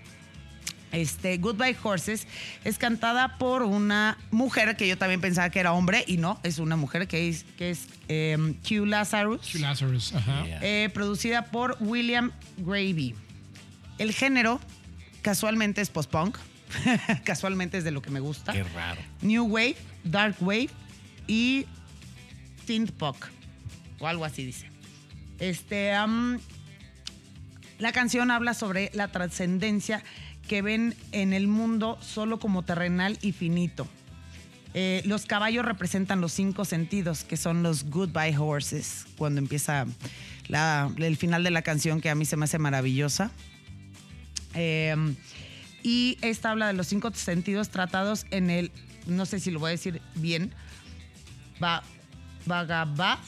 Speaker 5: Este, Goodbye Horses es cantada por una mujer que yo también pensaba que era hombre y no, es una mujer que es, que es em, Q Lazarus.
Speaker 3: Q Lazarus, ajá.
Speaker 2: Yeah.
Speaker 5: Eh, producida por William Gravy. El género casualmente es post-punk, casualmente es de lo que me gusta.
Speaker 2: Qué raro.
Speaker 5: New Wave, Dark Wave y Synth Pop, o algo así dice. Este, am, la canción habla sobre la trascendencia que ven en el mundo solo como terrenal y finito. Eh, los caballos representan los cinco sentidos, que son los goodbye horses, cuando empieza la- el final de la canción, que a mí se me hace maravillosa. Eh, y esta habla de los cinco sentidos tratados en el, no sé si lo voy a decir bien, va, Bhagavad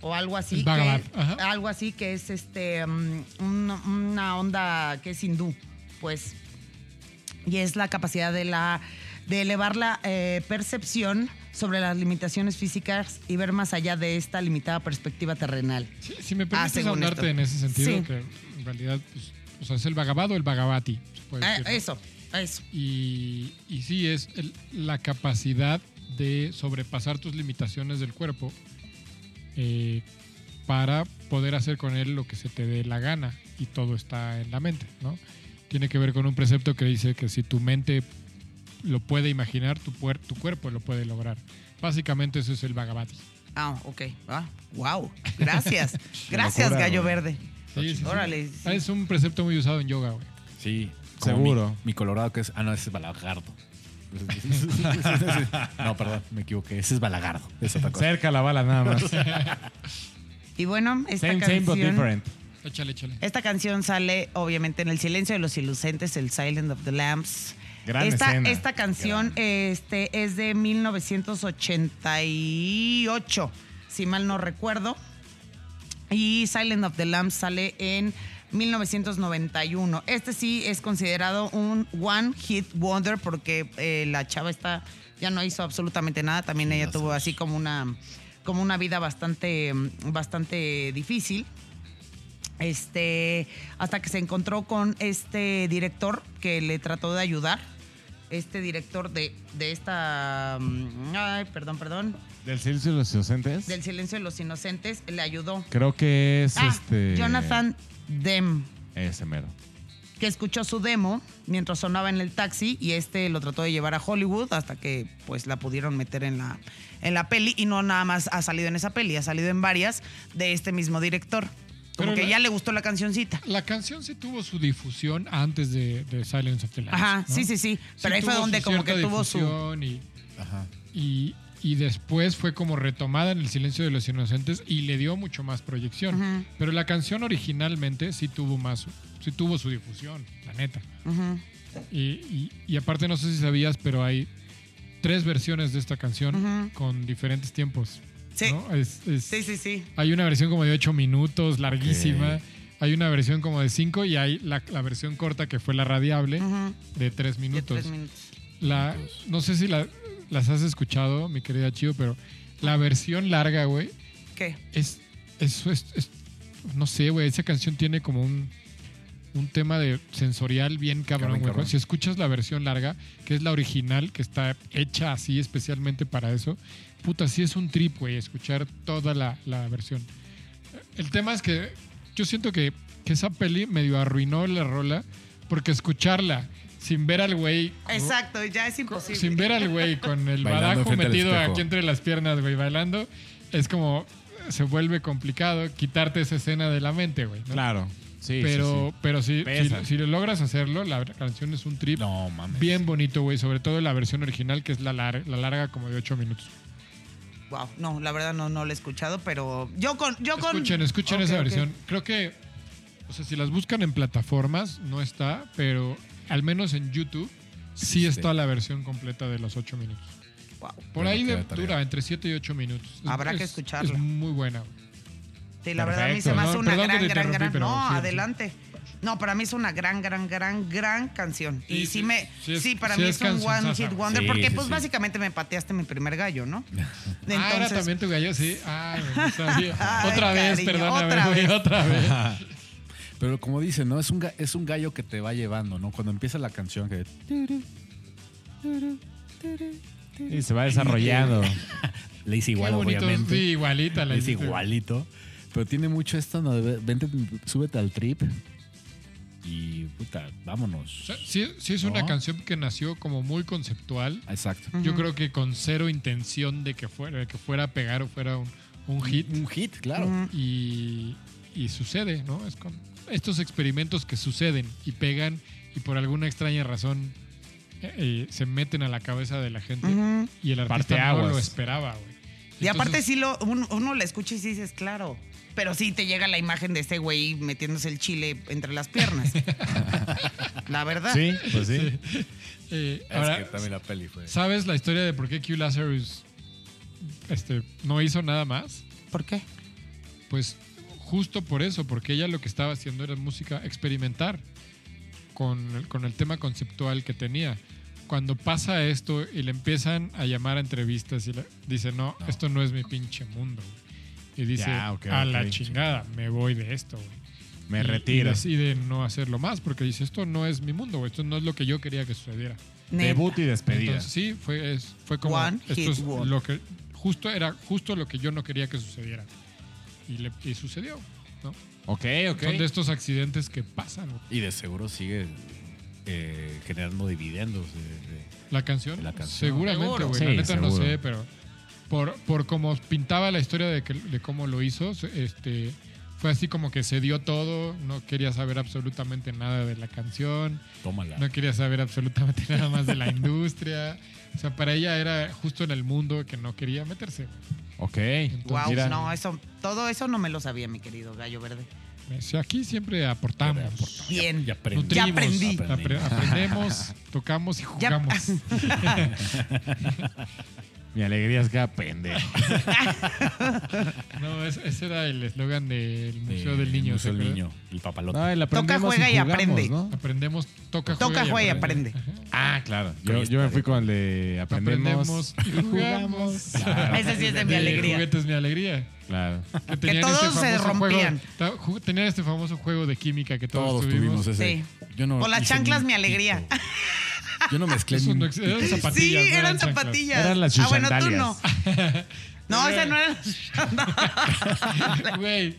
Speaker 5: o algo así.
Speaker 3: El Bhagavad,
Speaker 5: que-
Speaker 3: ajá.
Speaker 5: algo así que es este mm, un- una onda que es hindú, pues y es la capacidad de, la, de elevar la eh, percepción sobre las limitaciones físicas y ver más allá de esta limitada perspectiva terrenal.
Speaker 3: Si, si me permites
Speaker 5: Ah, según
Speaker 3: ahondarte
Speaker 5: esto.
Speaker 3: en ese sentido,
Speaker 5: Sí.
Speaker 3: que en realidad, pues, o sea, es el vagabado o el vagabati. se puede
Speaker 5: Ah,
Speaker 3: decir, ¿no?
Speaker 5: eso, eso.
Speaker 3: Y, y sí, es el- la capacidad de sobrepasar tus limitaciones del cuerpo eh, para poder hacer con él lo que se te dé la gana y todo está en la mente, ¿no? Tiene que ver con un precepto que dice que si tu mente lo puede imaginar, tu, puer- tu cuerpo lo puede lograr. Básicamente eso es el vagabati.
Speaker 5: Ah, ok. Ah, wow. Gracias. Gracias,
Speaker 4: locura,
Speaker 5: Gallo
Speaker 4: güey.
Speaker 5: Verde.
Speaker 3: Sí, sí, sí.
Speaker 5: Órale. sí.
Speaker 3: Ah, Es un precepto muy usado en yoga, güey.
Speaker 2: Sí. como
Speaker 4: Seguro.
Speaker 2: Mi, mi colorado que es. Ah, no, ese es Balagardo. no, perdón, me equivoqué. Ese es Balagardo. Es otra cosa.
Speaker 4: Cerca la bala nada más.
Speaker 5: Y bueno, esta
Speaker 4: same, same, but
Speaker 5: canción...
Speaker 4: different.
Speaker 3: Échale, échale.
Speaker 5: Esta canción sale obviamente en El Silencio de los Ilucentes, El Silent of the Lambs.
Speaker 4: Gran
Speaker 5: esta,
Speaker 4: escena.
Speaker 5: esta canción este, es de 1988, si mal no recuerdo. Y Silent of the Lambs sale en 1991. Este sí es considerado un one hit wonder porque eh, la chava está ya no hizo absolutamente nada. También ella tuvo así como una como una vida bastante mm, bastante difícil. Este, hasta que se encontró con este director que le trató de ayudar. Este director de, de esta. mm, Ay, perdón, perdón.
Speaker 4: Del silencio de los inocentes.
Speaker 5: Del Silencio de los Inocentes le ayudó.
Speaker 4: Creo que es
Speaker 5: Ah,
Speaker 4: este.
Speaker 5: Jonathan Dem,
Speaker 4: Ese mero.
Speaker 5: que escuchó su demo mientras sonaba en el taxi y este lo trató de llevar a Hollywood hasta que pues la pudieron meter en la, en la peli y no nada más ha salido en esa peli, ha salido en varias de este mismo director. Como
Speaker 3: Pero
Speaker 5: que
Speaker 3: la-
Speaker 5: ya le gustó la cancioncita.
Speaker 3: La canción sí tuvo su difusión antes de, de Silence of the Lambs.
Speaker 5: Ajá,
Speaker 3: Ah, ¿no?
Speaker 5: sí, sí, sí. Pero ahí fue
Speaker 3: tuvo
Speaker 5: donde
Speaker 3: su
Speaker 5: como que
Speaker 3: cierta
Speaker 5: tuvo su-
Speaker 3: difusión Y, Y, y después fue como retomada en El Silencio de los Inocentes y le dio mucho más proyección.
Speaker 5: Ujú.
Speaker 3: Pero la canción originalmente sí tuvo más, sí tuvo su difusión, la neta.
Speaker 5: Ujú.
Speaker 3: Y, y- y aparte no sé si sabías, pero hay tres versiones de esta canción
Speaker 5: Ujú.
Speaker 3: con diferentes tiempos.
Speaker 5: Sí.
Speaker 3: ¿no? Es- es-
Speaker 5: Sí, sí, sí.
Speaker 3: Hay una versión como de 8 minutos, larguísima. Hay una versión como de 5 y hay la, la versión corta que fue la radiable
Speaker 5: Ujú.
Speaker 3: de 3
Speaker 5: De
Speaker 3: minutos.
Speaker 5: tres minutos.
Speaker 3: La, no sé si la- las has escuchado, mi querida Chio, pero la versión larga, güey,
Speaker 5: ¿Qué?
Speaker 3: es, es, es- es- No sé, güey, esa canción tiene como un, un tema de sensorial bien cabrón,
Speaker 2: Cabrón,
Speaker 3: güey.
Speaker 2: cabrón.
Speaker 3: Si escuchas la versión larga, que es la original, que está hecha así especialmente para eso, puta, sí es un trip, güey, escuchar toda la, la versión. El tema es que yo siento que, que esa peli medio arruinó la rola porque escucharla sin ver al güey...
Speaker 5: Exacto, ya es imposible.
Speaker 3: Sin ver al güey con el
Speaker 2: Bailando
Speaker 3: badajo
Speaker 2: frente al
Speaker 3: metido
Speaker 2: espejo.
Speaker 3: aquí entre las piernas, güey, bailando, es como se vuelve complicado quitarte esa escena de la mente, güey. ¿no?
Speaker 4: Claro. Sí,
Speaker 3: pero,
Speaker 4: sí,
Speaker 3: pero si,
Speaker 4: Pesa.
Speaker 3: si, si lo logras hacerlo, la canción es un trip
Speaker 4: sí. No, mames.
Speaker 3: bien bonito, güey. Sobre todo la versión original, que es la, lar- la larga, como de 8 minutos.
Speaker 5: Wow, no, la verdad no, no lo he escuchado, pero yo con. Yo con
Speaker 3: Escuchen, escuchen
Speaker 5: Ok,
Speaker 3: esa
Speaker 5: ok.
Speaker 3: versión. Creo que, o sea, si las buscan en plataformas, no está, pero al menos en YouTube sí
Speaker 2: Existe.
Speaker 3: está la versión completa de los 8 minutos.
Speaker 5: Wow.
Speaker 3: Por
Speaker 2: Bueno,
Speaker 3: ahí
Speaker 2: queda
Speaker 3: de-
Speaker 2: tarea.
Speaker 3: dura entre 7 y 8 minutos. Es-
Speaker 5: Habrá que
Speaker 3: es-
Speaker 5: escucharla.
Speaker 3: Es muy buena. Ah, güey.
Speaker 5: Sí, la verdad a mí
Speaker 4: Perfecto.
Speaker 5: se me hace
Speaker 3: No,
Speaker 5: una
Speaker 3: perdón que
Speaker 5: gran,
Speaker 3: te
Speaker 5: gran,
Speaker 3: interrumpí,
Speaker 5: gran.
Speaker 3: pero
Speaker 5: No,
Speaker 3: sí, sí.
Speaker 5: adelante. No, para mí es una gran, gran, gran, gran canción.
Speaker 3: Sí,
Speaker 5: y sí,
Speaker 3: sí,
Speaker 5: me.
Speaker 3: sí
Speaker 5: Sí,
Speaker 3: es-
Speaker 5: para
Speaker 3: sí
Speaker 5: mí
Speaker 3: es
Speaker 5: es un
Speaker 3: cancionzaza,
Speaker 5: one hit
Speaker 3: güey.
Speaker 5: wonder,
Speaker 2: Sí,
Speaker 5: porque
Speaker 2: sí,
Speaker 5: pues
Speaker 2: sí.
Speaker 5: básicamente me pateaste mi primer gallo, ¿no?
Speaker 3: Ah, era también tu gallo, sí. Ay, no sabía.
Speaker 5: Ay,
Speaker 3: otra vez,
Speaker 5: cariño,
Speaker 3: perdóname,
Speaker 5: otra
Speaker 3: güey,
Speaker 5: vez.
Speaker 3: otra vez.
Speaker 2: Pero como dicen, ¿no? Es un, ga- es un gallo que te va llevando, ¿no? Cuando empieza la canción que...
Speaker 4: Y se va desarrollando.
Speaker 2: Le hice
Speaker 3: Qué bonito, sí, igualita la
Speaker 2: es
Speaker 3: hiciste.
Speaker 2: igualito. Pero tiene mucho esto, ¿no? De, Vente, súbete al trip. Y puta, vámonos.
Speaker 3: O sea, Sí, sí es una
Speaker 2: ¿No?
Speaker 3: canción que nació como muy conceptual.
Speaker 2: Exacto.
Speaker 3: Yo creo que con cero intención de que fuera, de que fuera a pegar o fuera un, un hit. Mm.
Speaker 2: Un hit, claro.
Speaker 5: mm,
Speaker 3: Y, y sucede, ¿no? Es con estos experimentos que suceden y pegan y por alguna extraña razón eh, eh, se meten a la cabeza de la gente y el artista no
Speaker 4: Parteaguas.
Speaker 3: lo esperaba, güey.
Speaker 5: Y
Speaker 3: Entonces,
Speaker 5: aparte sí lo, un- uno la escucha y sí dices, claro. Pero sí te llega la imagen de ese güey metiéndose el chile entre las piernas. la verdad.
Speaker 4: sí, pues sí.
Speaker 3: eh, ahora,
Speaker 2: la peli fue.
Speaker 3: ¿sabes la historia de por qué Q Lazarus este, no hizo nada más?
Speaker 5: ¿Por qué?
Speaker 3: Pues justo por eso, porque ella lo que estaba haciendo era música experimentar con el, con el tema conceptual que tenía. Cuando pasa esto y le empiezan a llamar a entrevistas y le dice, no,
Speaker 2: No.
Speaker 3: esto no es mi pinche mundo. güey". Y dice,
Speaker 4: Ya, ok,
Speaker 3: a
Speaker 4: ok,
Speaker 3: la
Speaker 4: chingada.
Speaker 3: chingada, me voy de esto. güey".
Speaker 4: Me
Speaker 3: Y-
Speaker 4: retiro.
Speaker 3: Y decide no hacerlo más porque dice, esto no es mi mundo, güey, esto no es lo que yo quería que sucediera.
Speaker 5: Neta.
Speaker 4: Debut y despedida.
Speaker 3: Entonces, sí, fue, es- fue como
Speaker 5: One
Speaker 3: esto
Speaker 5: hit
Speaker 3: es
Speaker 5: wonder.
Speaker 3: lo que justo era justo lo que yo no quería que sucediera. Y, le, y sucedió. ¿no?
Speaker 4: ok, ok.
Speaker 3: Son de estos accidentes que pasan. güey.
Speaker 2: Y de seguro sigue eh, generando dividendos. de- de-
Speaker 3: La canción,
Speaker 2: La canción.
Speaker 3: seguramente,
Speaker 5: Seguro.
Speaker 3: güey. la
Speaker 4: Sí,
Speaker 3: neta no
Speaker 4: seguro.
Speaker 3: sé, pero por, por cómo pintaba la historia de, que- de cómo lo hizo, se- este, fue así como que se dio todo, no quería saber absolutamente nada de la canción,
Speaker 2: tómala.
Speaker 3: no quería saber absolutamente nada más de la industria. O sea, para ella era justo en el mundo que no quería meterse. güey.
Speaker 4: Ok.
Speaker 5: Wow,
Speaker 4: Mira.
Speaker 5: no, eh. eso, todo eso no me lo sabía, mi querido Gallo Verde.
Speaker 3: O sea, aquí siempre aportamos.
Speaker 5: Bien.
Speaker 2: Y aprendí.
Speaker 3: Nutrimos,
Speaker 5: Ya aprendí.
Speaker 3: apre- aprendemos, tocamos y jugamos.
Speaker 4: Mi alegría es que pendejo.
Speaker 3: No, es- ese era el eslogan del
Speaker 2: De-
Speaker 3: Museo del Niño.
Speaker 2: Museo
Speaker 3: ¿se
Speaker 2: del
Speaker 3: acuerdan?
Speaker 2: niño. eh, El papalote.
Speaker 4: No, el aprendemos
Speaker 5: juega y
Speaker 4: jugamos,
Speaker 5: aprende.
Speaker 4: ¿no?
Speaker 3: Aprendemos, toca,
Speaker 5: Toca,
Speaker 3: juega,
Speaker 5: juega y
Speaker 4: Ah, claro. Yo,
Speaker 2: Ahí
Speaker 4: yo me
Speaker 2: está.
Speaker 4: fui con el de
Speaker 3: Aprendemos
Speaker 4: aprendemos.
Speaker 3: y jugamos.
Speaker 4: Claro,
Speaker 5: Ese sí es de mi
Speaker 3: Ah, De
Speaker 5: alegría.
Speaker 3: Juguetes, mi alegría.
Speaker 4: claro.
Speaker 3: Que, tenían
Speaker 5: todos
Speaker 3: este
Speaker 5: se
Speaker 3: famoso
Speaker 5: rompían.
Speaker 3: juego- ta- ju- tenían este famoso juego de química que todos,
Speaker 2: Todos
Speaker 3: tuvimos.
Speaker 2: tuvimos ese. Yo no
Speaker 5: Con las
Speaker 2: hice
Speaker 5: chanclas,
Speaker 2: ni
Speaker 5: mi alegría.
Speaker 2: pito. Yo no mezclé
Speaker 3: Eso
Speaker 2: ni un
Speaker 3: no ex- eran
Speaker 2: pito.
Speaker 5: Sí,
Speaker 3: zapatillas. no
Speaker 5: eran
Speaker 3: chanclas.
Speaker 5: zapatillas.
Speaker 4: Eran las
Speaker 5: Ah, bueno, tú
Speaker 4: susandalias.
Speaker 5: no. No, esa no era.
Speaker 3: Güey,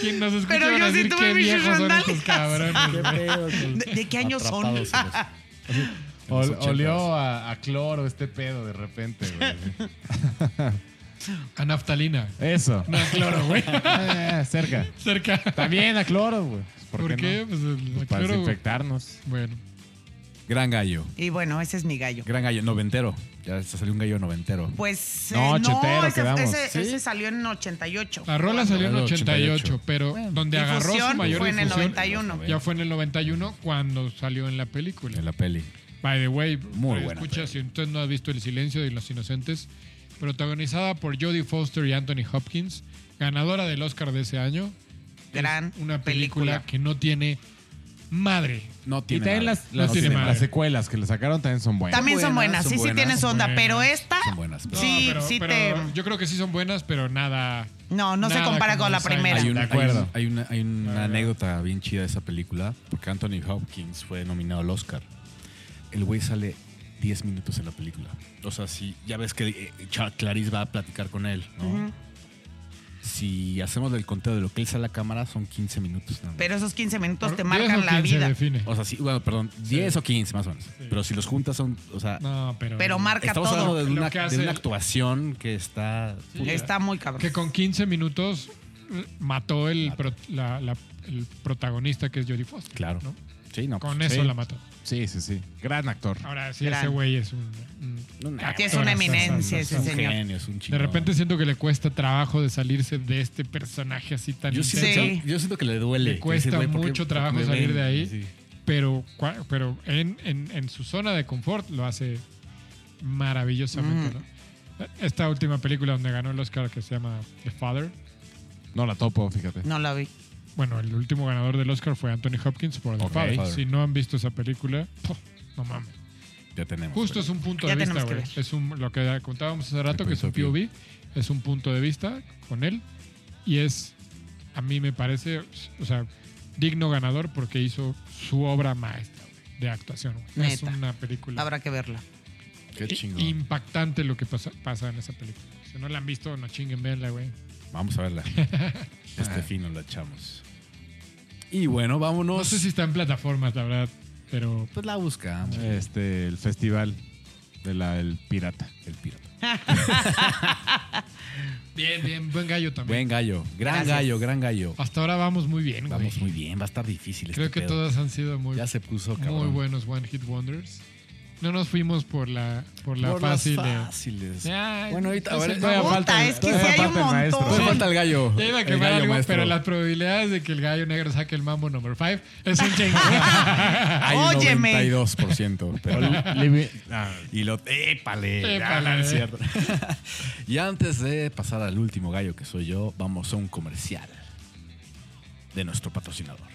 Speaker 3: ¿quién nos escucha?
Speaker 5: Pero
Speaker 3: van
Speaker 5: yo
Speaker 3: a
Speaker 5: sí
Speaker 3: decir
Speaker 5: tuve
Speaker 3: qué
Speaker 5: mis
Speaker 3: viejos son estos
Speaker 5: sandalias.
Speaker 3: cabrones. güey.
Speaker 5: ¿De, de qué años son?
Speaker 2: Atrapados en los- en los
Speaker 4: Ol-
Speaker 2: ochentas.
Speaker 4: olió a, a cloro este pedo de repente, güey.
Speaker 3: A naftalina.
Speaker 4: Eso.
Speaker 3: No, claro, güey.
Speaker 4: Eh, cerca.
Speaker 3: Cerca.
Speaker 4: También a cloro, güey. ¿Por,
Speaker 3: ¿Por, qué?
Speaker 4: no?
Speaker 3: Pues el
Speaker 4: Para
Speaker 3: cloro, güey.
Speaker 4: desinfectarnos.
Speaker 3: Bueno,
Speaker 2: Gran gallo.
Speaker 5: Y bueno, ese es mi gallo.
Speaker 2: Gran gallo. Noventero. Ya se salió un gallo noventero.
Speaker 5: Pues eh,
Speaker 4: No,
Speaker 5: no,
Speaker 4: ochentero,
Speaker 5: ese,
Speaker 4: quedamos.
Speaker 5: ese-
Speaker 2: Sí.
Speaker 5: ese salió en 88.
Speaker 3: la rola salió en
Speaker 2: Bueno,
Speaker 3: 88,
Speaker 2: 88,
Speaker 3: pero donde agarró su
Speaker 5: Difusión
Speaker 3: mayor
Speaker 5: fue en el
Speaker 3: difusión
Speaker 5: 91.
Speaker 3: ya fue en el 91 cuando salió en la película.
Speaker 2: En la peli.
Speaker 3: By the way, eh,
Speaker 2: Muy buena
Speaker 3: escucha
Speaker 2: peli.
Speaker 3: si usted no ha visto El silencio de los inocentes, protagonizada por Jodie Foster y Anthony Hopkins, ganadora del Oscar de ese año. Es
Speaker 5: Gran
Speaker 3: una película,
Speaker 5: película.
Speaker 3: que no tiene madre.
Speaker 2: No
Speaker 4: Y
Speaker 2: tiene.
Speaker 4: también
Speaker 2: nada.
Speaker 4: las,
Speaker 3: No
Speaker 4: las-
Speaker 3: tiene
Speaker 4: las
Speaker 3: madre.
Speaker 4: secuelas que le sacaron también son buenas.
Speaker 5: También son
Speaker 2: buenas,
Speaker 5: buenas,
Speaker 2: son
Speaker 5: sí, sí
Speaker 2: buenas,
Speaker 5: tienen
Speaker 3: son
Speaker 5: onda,
Speaker 3: buenas.
Speaker 5: pero esta
Speaker 2: Son buenas. pero-
Speaker 5: Sí,
Speaker 3: pero-
Speaker 5: sí
Speaker 3: pero
Speaker 5: te-
Speaker 3: Yo creo que sí son buenas, pero nada.
Speaker 5: no, no se
Speaker 3: Nada
Speaker 5: compara
Speaker 3: como
Speaker 5: con la
Speaker 3: Silent
Speaker 5: primera.
Speaker 2: Hay, un-
Speaker 4: De
Speaker 2: hay
Speaker 4: acuerdo.
Speaker 2: un- hay una, hay una anécdota bien chida de esa película, porque Anthony Hopkins fue nominado al Oscar. El güey sale 10 minutos en la película. O sea, sí, ya ves que eh, Cha- Clarice va a platicar con él, ¿no? Si hacemos el conteo de lo que él sale a cámara, son 15 minutos. nada más.
Speaker 5: Pero esos 15 minutos te
Speaker 3: Por 10
Speaker 5: marcan
Speaker 3: o
Speaker 5: la
Speaker 3: 15
Speaker 5: vida.
Speaker 3: define.
Speaker 2: o sea, sí, bueno, perdón, 10 o 15 más o menos.
Speaker 3: Sí.
Speaker 2: Pero si los juntas son, o sea,
Speaker 3: No, pero.
Speaker 5: Pero marca
Speaker 2: estamos
Speaker 5: todo.
Speaker 2: hablando de
Speaker 3: Lo
Speaker 2: una,
Speaker 3: que
Speaker 2: de
Speaker 3: hace
Speaker 2: una
Speaker 3: el-
Speaker 2: actuación que está...
Speaker 3: Sí.
Speaker 5: Está muy cabrón.
Speaker 3: Que con 15 minutos eh, mató el, pro- la- la- el protagonista que es Jodie Foster.
Speaker 2: Claro.
Speaker 3: ¿no?
Speaker 2: Sí, no.
Speaker 3: Con
Speaker 2: pues,
Speaker 3: eso
Speaker 2: sí.
Speaker 3: la mató.
Speaker 4: Sí, sí, sí. Gran actor.
Speaker 3: Ahora sí,
Speaker 5: Gran.
Speaker 3: ese güey es un. un-
Speaker 2: No, no,
Speaker 3: actorazo,
Speaker 5: Es una
Speaker 3: actorazo,
Speaker 5: eminencia ese
Speaker 2: Es un
Speaker 3: actorazo.
Speaker 5: señor.
Speaker 2: genio, es un
Speaker 3: De
Speaker 2: chingón.
Speaker 3: repente siento que le cuesta trabajo de salirse de este personaje así tan
Speaker 2: Yo
Speaker 3: intenso.
Speaker 2: siento, que, yo siento que le duele.
Speaker 3: Le cuesta
Speaker 2: Que dice, "Güey, ¿por qué-
Speaker 3: mucho
Speaker 2: por qué
Speaker 3: trabajo
Speaker 2: me
Speaker 3: salir
Speaker 2: ven?"
Speaker 3: de ahí.
Speaker 2: Sí.
Speaker 3: Pero, cua- pero en, en- en su zona de confort lo hace maravillosamente,
Speaker 5: Ujú.
Speaker 3: ¿no? Esta última película donde ganó el Oscar que se llama The Father.
Speaker 4: No la topo, fíjate.
Speaker 5: No la vi.
Speaker 3: Bueno, el último ganador del Oscar fue Anthony Hopkins por The
Speaker 2: Ok.
Speaker 3: Father.
Speaker 2: Father.
Speaker 3: Si no han visto esa película, ¡puf! no mames.
Speaker 2: Ya tenemos.
Speaker 3: Justo es un punto
Speaker 5: Ya
Speaker 3: de vista,
Speaker 5: tenemos que
Speaker 3: güey.
Speaker 5: ver.
Speaker 3: Es un, lo que contábamos hace rato,
Speaker 2: El
Speaker 3: que es un
Speaker 2: punto de
Speaker 3: POV, es un punto de vista con él. Y es, a mí me parece, o sea, digno ganador porque hizo su obra maestra güey, de actuación. güey. Es
Speaker 5: Neta.
Speaker 3: una película
Speaker 5: Habrá que verla.
Speaker 2: Qué
Speaker 3: i-
Speaker 2: chingón.
Speaker 3: impactante lo que pasa, pasa en esa película. Si no la han visto, no chinguen, verla, güey.
Speaker 2: Vamos a verla. Este fin nos la echamos. Y bueno, vámonos.
Speaker 3: Ah. No sé si Eh, está en plataformas, la verdad, pero
Speaker 2: Pues la buscamos.
Speaker 4: Este, el festival de la El Pirata.
Speaker 2: El pirata.
Speaker 3: bien, bien, buen gallo también.
Speaker 2: Buen gallo. Gran
Speaker 5: Gracias.
Speaker 2: gallo, gran gallo.
Speaker 3: Hasta ahora vamos muy bien, güey.
Speaker 2: Vamos muy bien. Va a estar difícil
Speaker 3: Creo
Speaker 2: este
Speaker 3: que
Speaker 2: pedo.
Speaker 3: todas han sido muy
Speaker 2: Ya se puso cabrón.
Speaker 3: Muy buenos One Hit Wonders. No nos fuimos por la, por la
Speaker 2: Por las
Speaker 3: fácil. de-
Speaker 2: fáciles.
Speaker 3: Ya,
Speaker 2: Bueno, ahorita-
Speaker 3: es
Speaker 2: a ver,
Speaker 3: el
Speaker 2: todavía
Speaker 3: nuevo-
Speaker 5: Puta,
Speaker 4: falta el-
Speaker 5: es que si
Speaker 4: todavía
Speaker 5: hay un
Speaker 4: falta el maestro.
Speaker 5: montón.
Speaker 2: Todavía falta el ¿eh? gallo.
Speaker 3: Ya iba a
Speaker 2: El
Speaker 3: quemar
Speaker 2: gallo
Speaker 3: algo,
Speaker 2: maestro.
Speaker 3: pero las probabilidades de que el gallo negro saque el mambo number 5 es un chingo.
Speaker 2: Hay un
Speaker 5: Óyeme.
Speaker 2: 92%. Pero... y lo... ¡Épale!
Speaker 3: Épale.
Speaker 2: Ah, no es cierto. y antes de pasar al último gallo que soy yo, vamos a un comercial de nuestro patrocinador.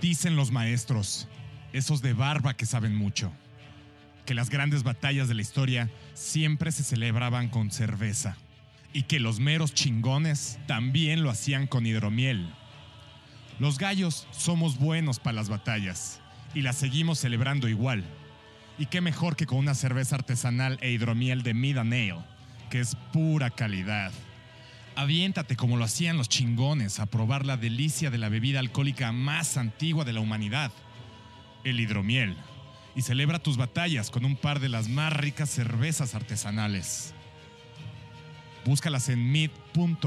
Speaker 7: Dicen los maestros, esos de barba que saben mucho, que las grandes batallas de la historia siempre se celebraban con cerveza y que los meros chingones también lo hacían con hidromiel. Los gallos somos buenos para las batallas y las seguimos celebrando igual. Y qué mejor que con una cerveza artesanal e hidromiel de Mida Nail, que es pura calidad. Aviéntate como lo hacían los chingones a probar la delicia de la bebida alcohólica más antigua de la humanidad, el hidromiel, y celebra tus batallas con un par de las más ricas cervezas artesanales. Búscalas en mid.com.mx.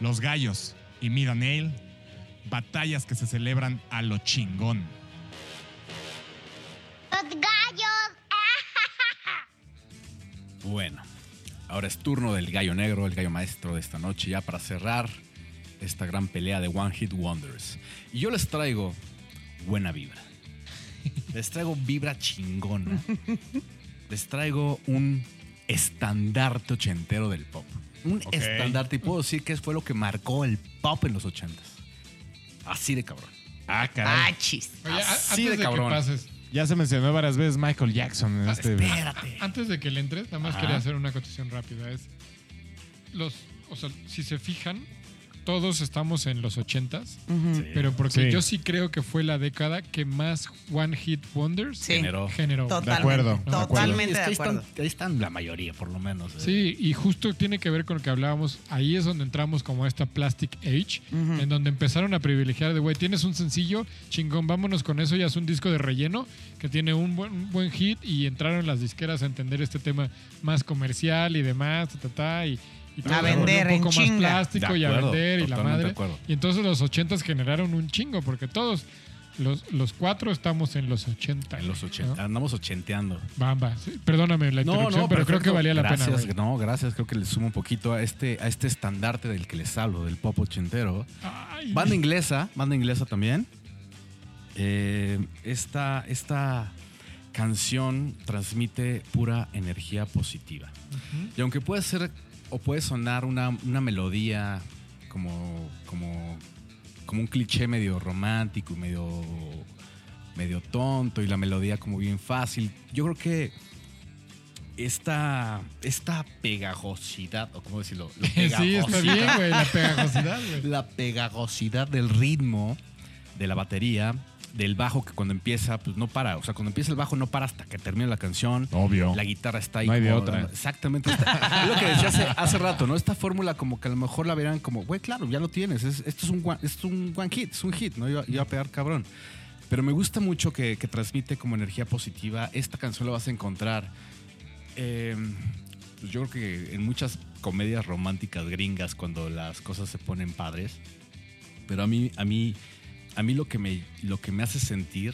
Speaker 7: Los Gallos y Mid and Ale, batallas que se celebran a lo chingón.
Speaker 1: Los gallos.
Speaker 2: Bueno, ahora es turno del gallo negro, el gallo maestro de esta noche, ya para cerrar esta gran pelea de One Hit Wonders. Y yo les traigo buena vibra. Les traigo vibra chingona. Les traigo un estandarte ochentero del pop. Un
Speaker 7: Ok.
Speaker 2: estandarte, y puedo decir que fue lo que marcó el pop en los ochentas. Así de cabrón.
Speaker 4: Ah, caray.
Speaker 5: Ah, chis.
Speaker 3: Oye, a-
Speaker 2: Así
Speaker 3: antes
Speaker 2: de
Speaker 3: de, que
Speaker 2: cabrón.
Speaker 3: pases,
Speaker 4: Ya se mencionó varias veces Michael Jackson en este.
Speaker 2: Espérate.
Speaker 3: antes de que le entres, nada más
Speaker 2: Ajá.
Speaker 3: quería hacer una acotación rápida. Es los, o sea, si se fijan, todos estamos en los 80s,
Speaker 5: Ujú.
Speaker 3: Mm, pero porque
Speaker 4: Sí.
Speaker 3: yo sí creo que fue la década que más One Hit Wonders
Speaker 5: Sí.
Speaker 2: Generó.
Speaker 3: generó. güey.
Speaker 5: Totalmente,
Speaker 4: acuerdo, de acuerdo.
Speaker 5: Totalmente
Speaker 2: Es que
Speaker 5: de
Speaker 2: ahí
Speaker 5: acuerdo.
Speaker 2: están, ahí están la mayoría, por lo menos. eh.
Speaker 3: Sí, y justo tiene que ver con lo que hablábamos. Ahí es donde entramos como a esta Plastic Age,
Speaker 5: Ujú.
Speaker 3: en donde empezaron a privilegiar de, güey, tienes un sencillo, chingón, vámonos con eso, ya es un disco de relleno que tiene un buen, un buen hit y entraron las disqueras a entender este tema más comercial y demás, ta, ta, ta, y, y todo se volvió
Speaker 5: vender en
Speaker 3: un poco más
Speaker 5: chinga.
Speaker 3: plástico
Speaker 2: De
Speaker 3: y a
Speaker 2: acuerdo,
Speaker 3: vender y la
Speaker 2: totalmente de
Speaker 3: madre.
Speaker 2: acuerdo.
Speaker 3: Y entonces los 80s generaron un chingo, porque todos, los, los cuatro estamos en los 80.
Speaker 2: En los
Speaker 3: ¿no?
Speaker 2: 80, andamos ochenteando.
Speaker 3: Bamba, sí, perdóname eh, la interrupción, pero creo que
Speaker 2: perfecto.
Speaker 3: valía la pena.
Speaker 2: gracias,
Speaker 3: güey.
Speaker 2: No, gracias. Creo que le sumo un poquito a este, a este estandarte del que les hablo, del pop ochentero.
Speaker 3: Ay.
Speaker 2: Banda inglesa, banda inglesa también. Eh, esta, esta canción transmite pura energía positiva.
Speaker 3: Ujú.
Speaker 2: Y aunque puede ser o puede sonar una, una melodía como, como, como un cliché medio romántico y medio, medio tonto y la melodía como bien fácil, yo creo que esta, esta pegajosidad, o cómo decirlo, Lo
Speaker 3: Sí, está
Speaker 2: pegajosidad-
Speaker 3: bien, güey, la pegajosidad, güey.
Speaker 2: la pegajosidad del ritmo de la batería del bajo que cuando empieza, pues no para. O sea, cuando empieza el bajo no para hasta que termina la canción.
Speaker 4: Obvio.
Speaker 2: La guitarra está ahí.
Speaker 4: No hay de
Speaker 2: como-
Speaker 4: otra.
Speaker 2: Exactamente. Está- es lo que decía hace, hace rato, ¿no? Esta fórmula como que a lo mejor la verán como, güey, claro, ya lo tienes. Es- esto es un, one, esto es un one hit, es un hit, ¿no? Iba, iba a pegar cabrón. Pero me gusta mucho que, que transmite como energía positiva. Esta canción la vas a encontrar. eh, pues yo creo que en muchas comedias románticas gringas, cuando las cosas se ponen padres. Pero a mí, a mí, a mí lo que me, lo que me hace sentir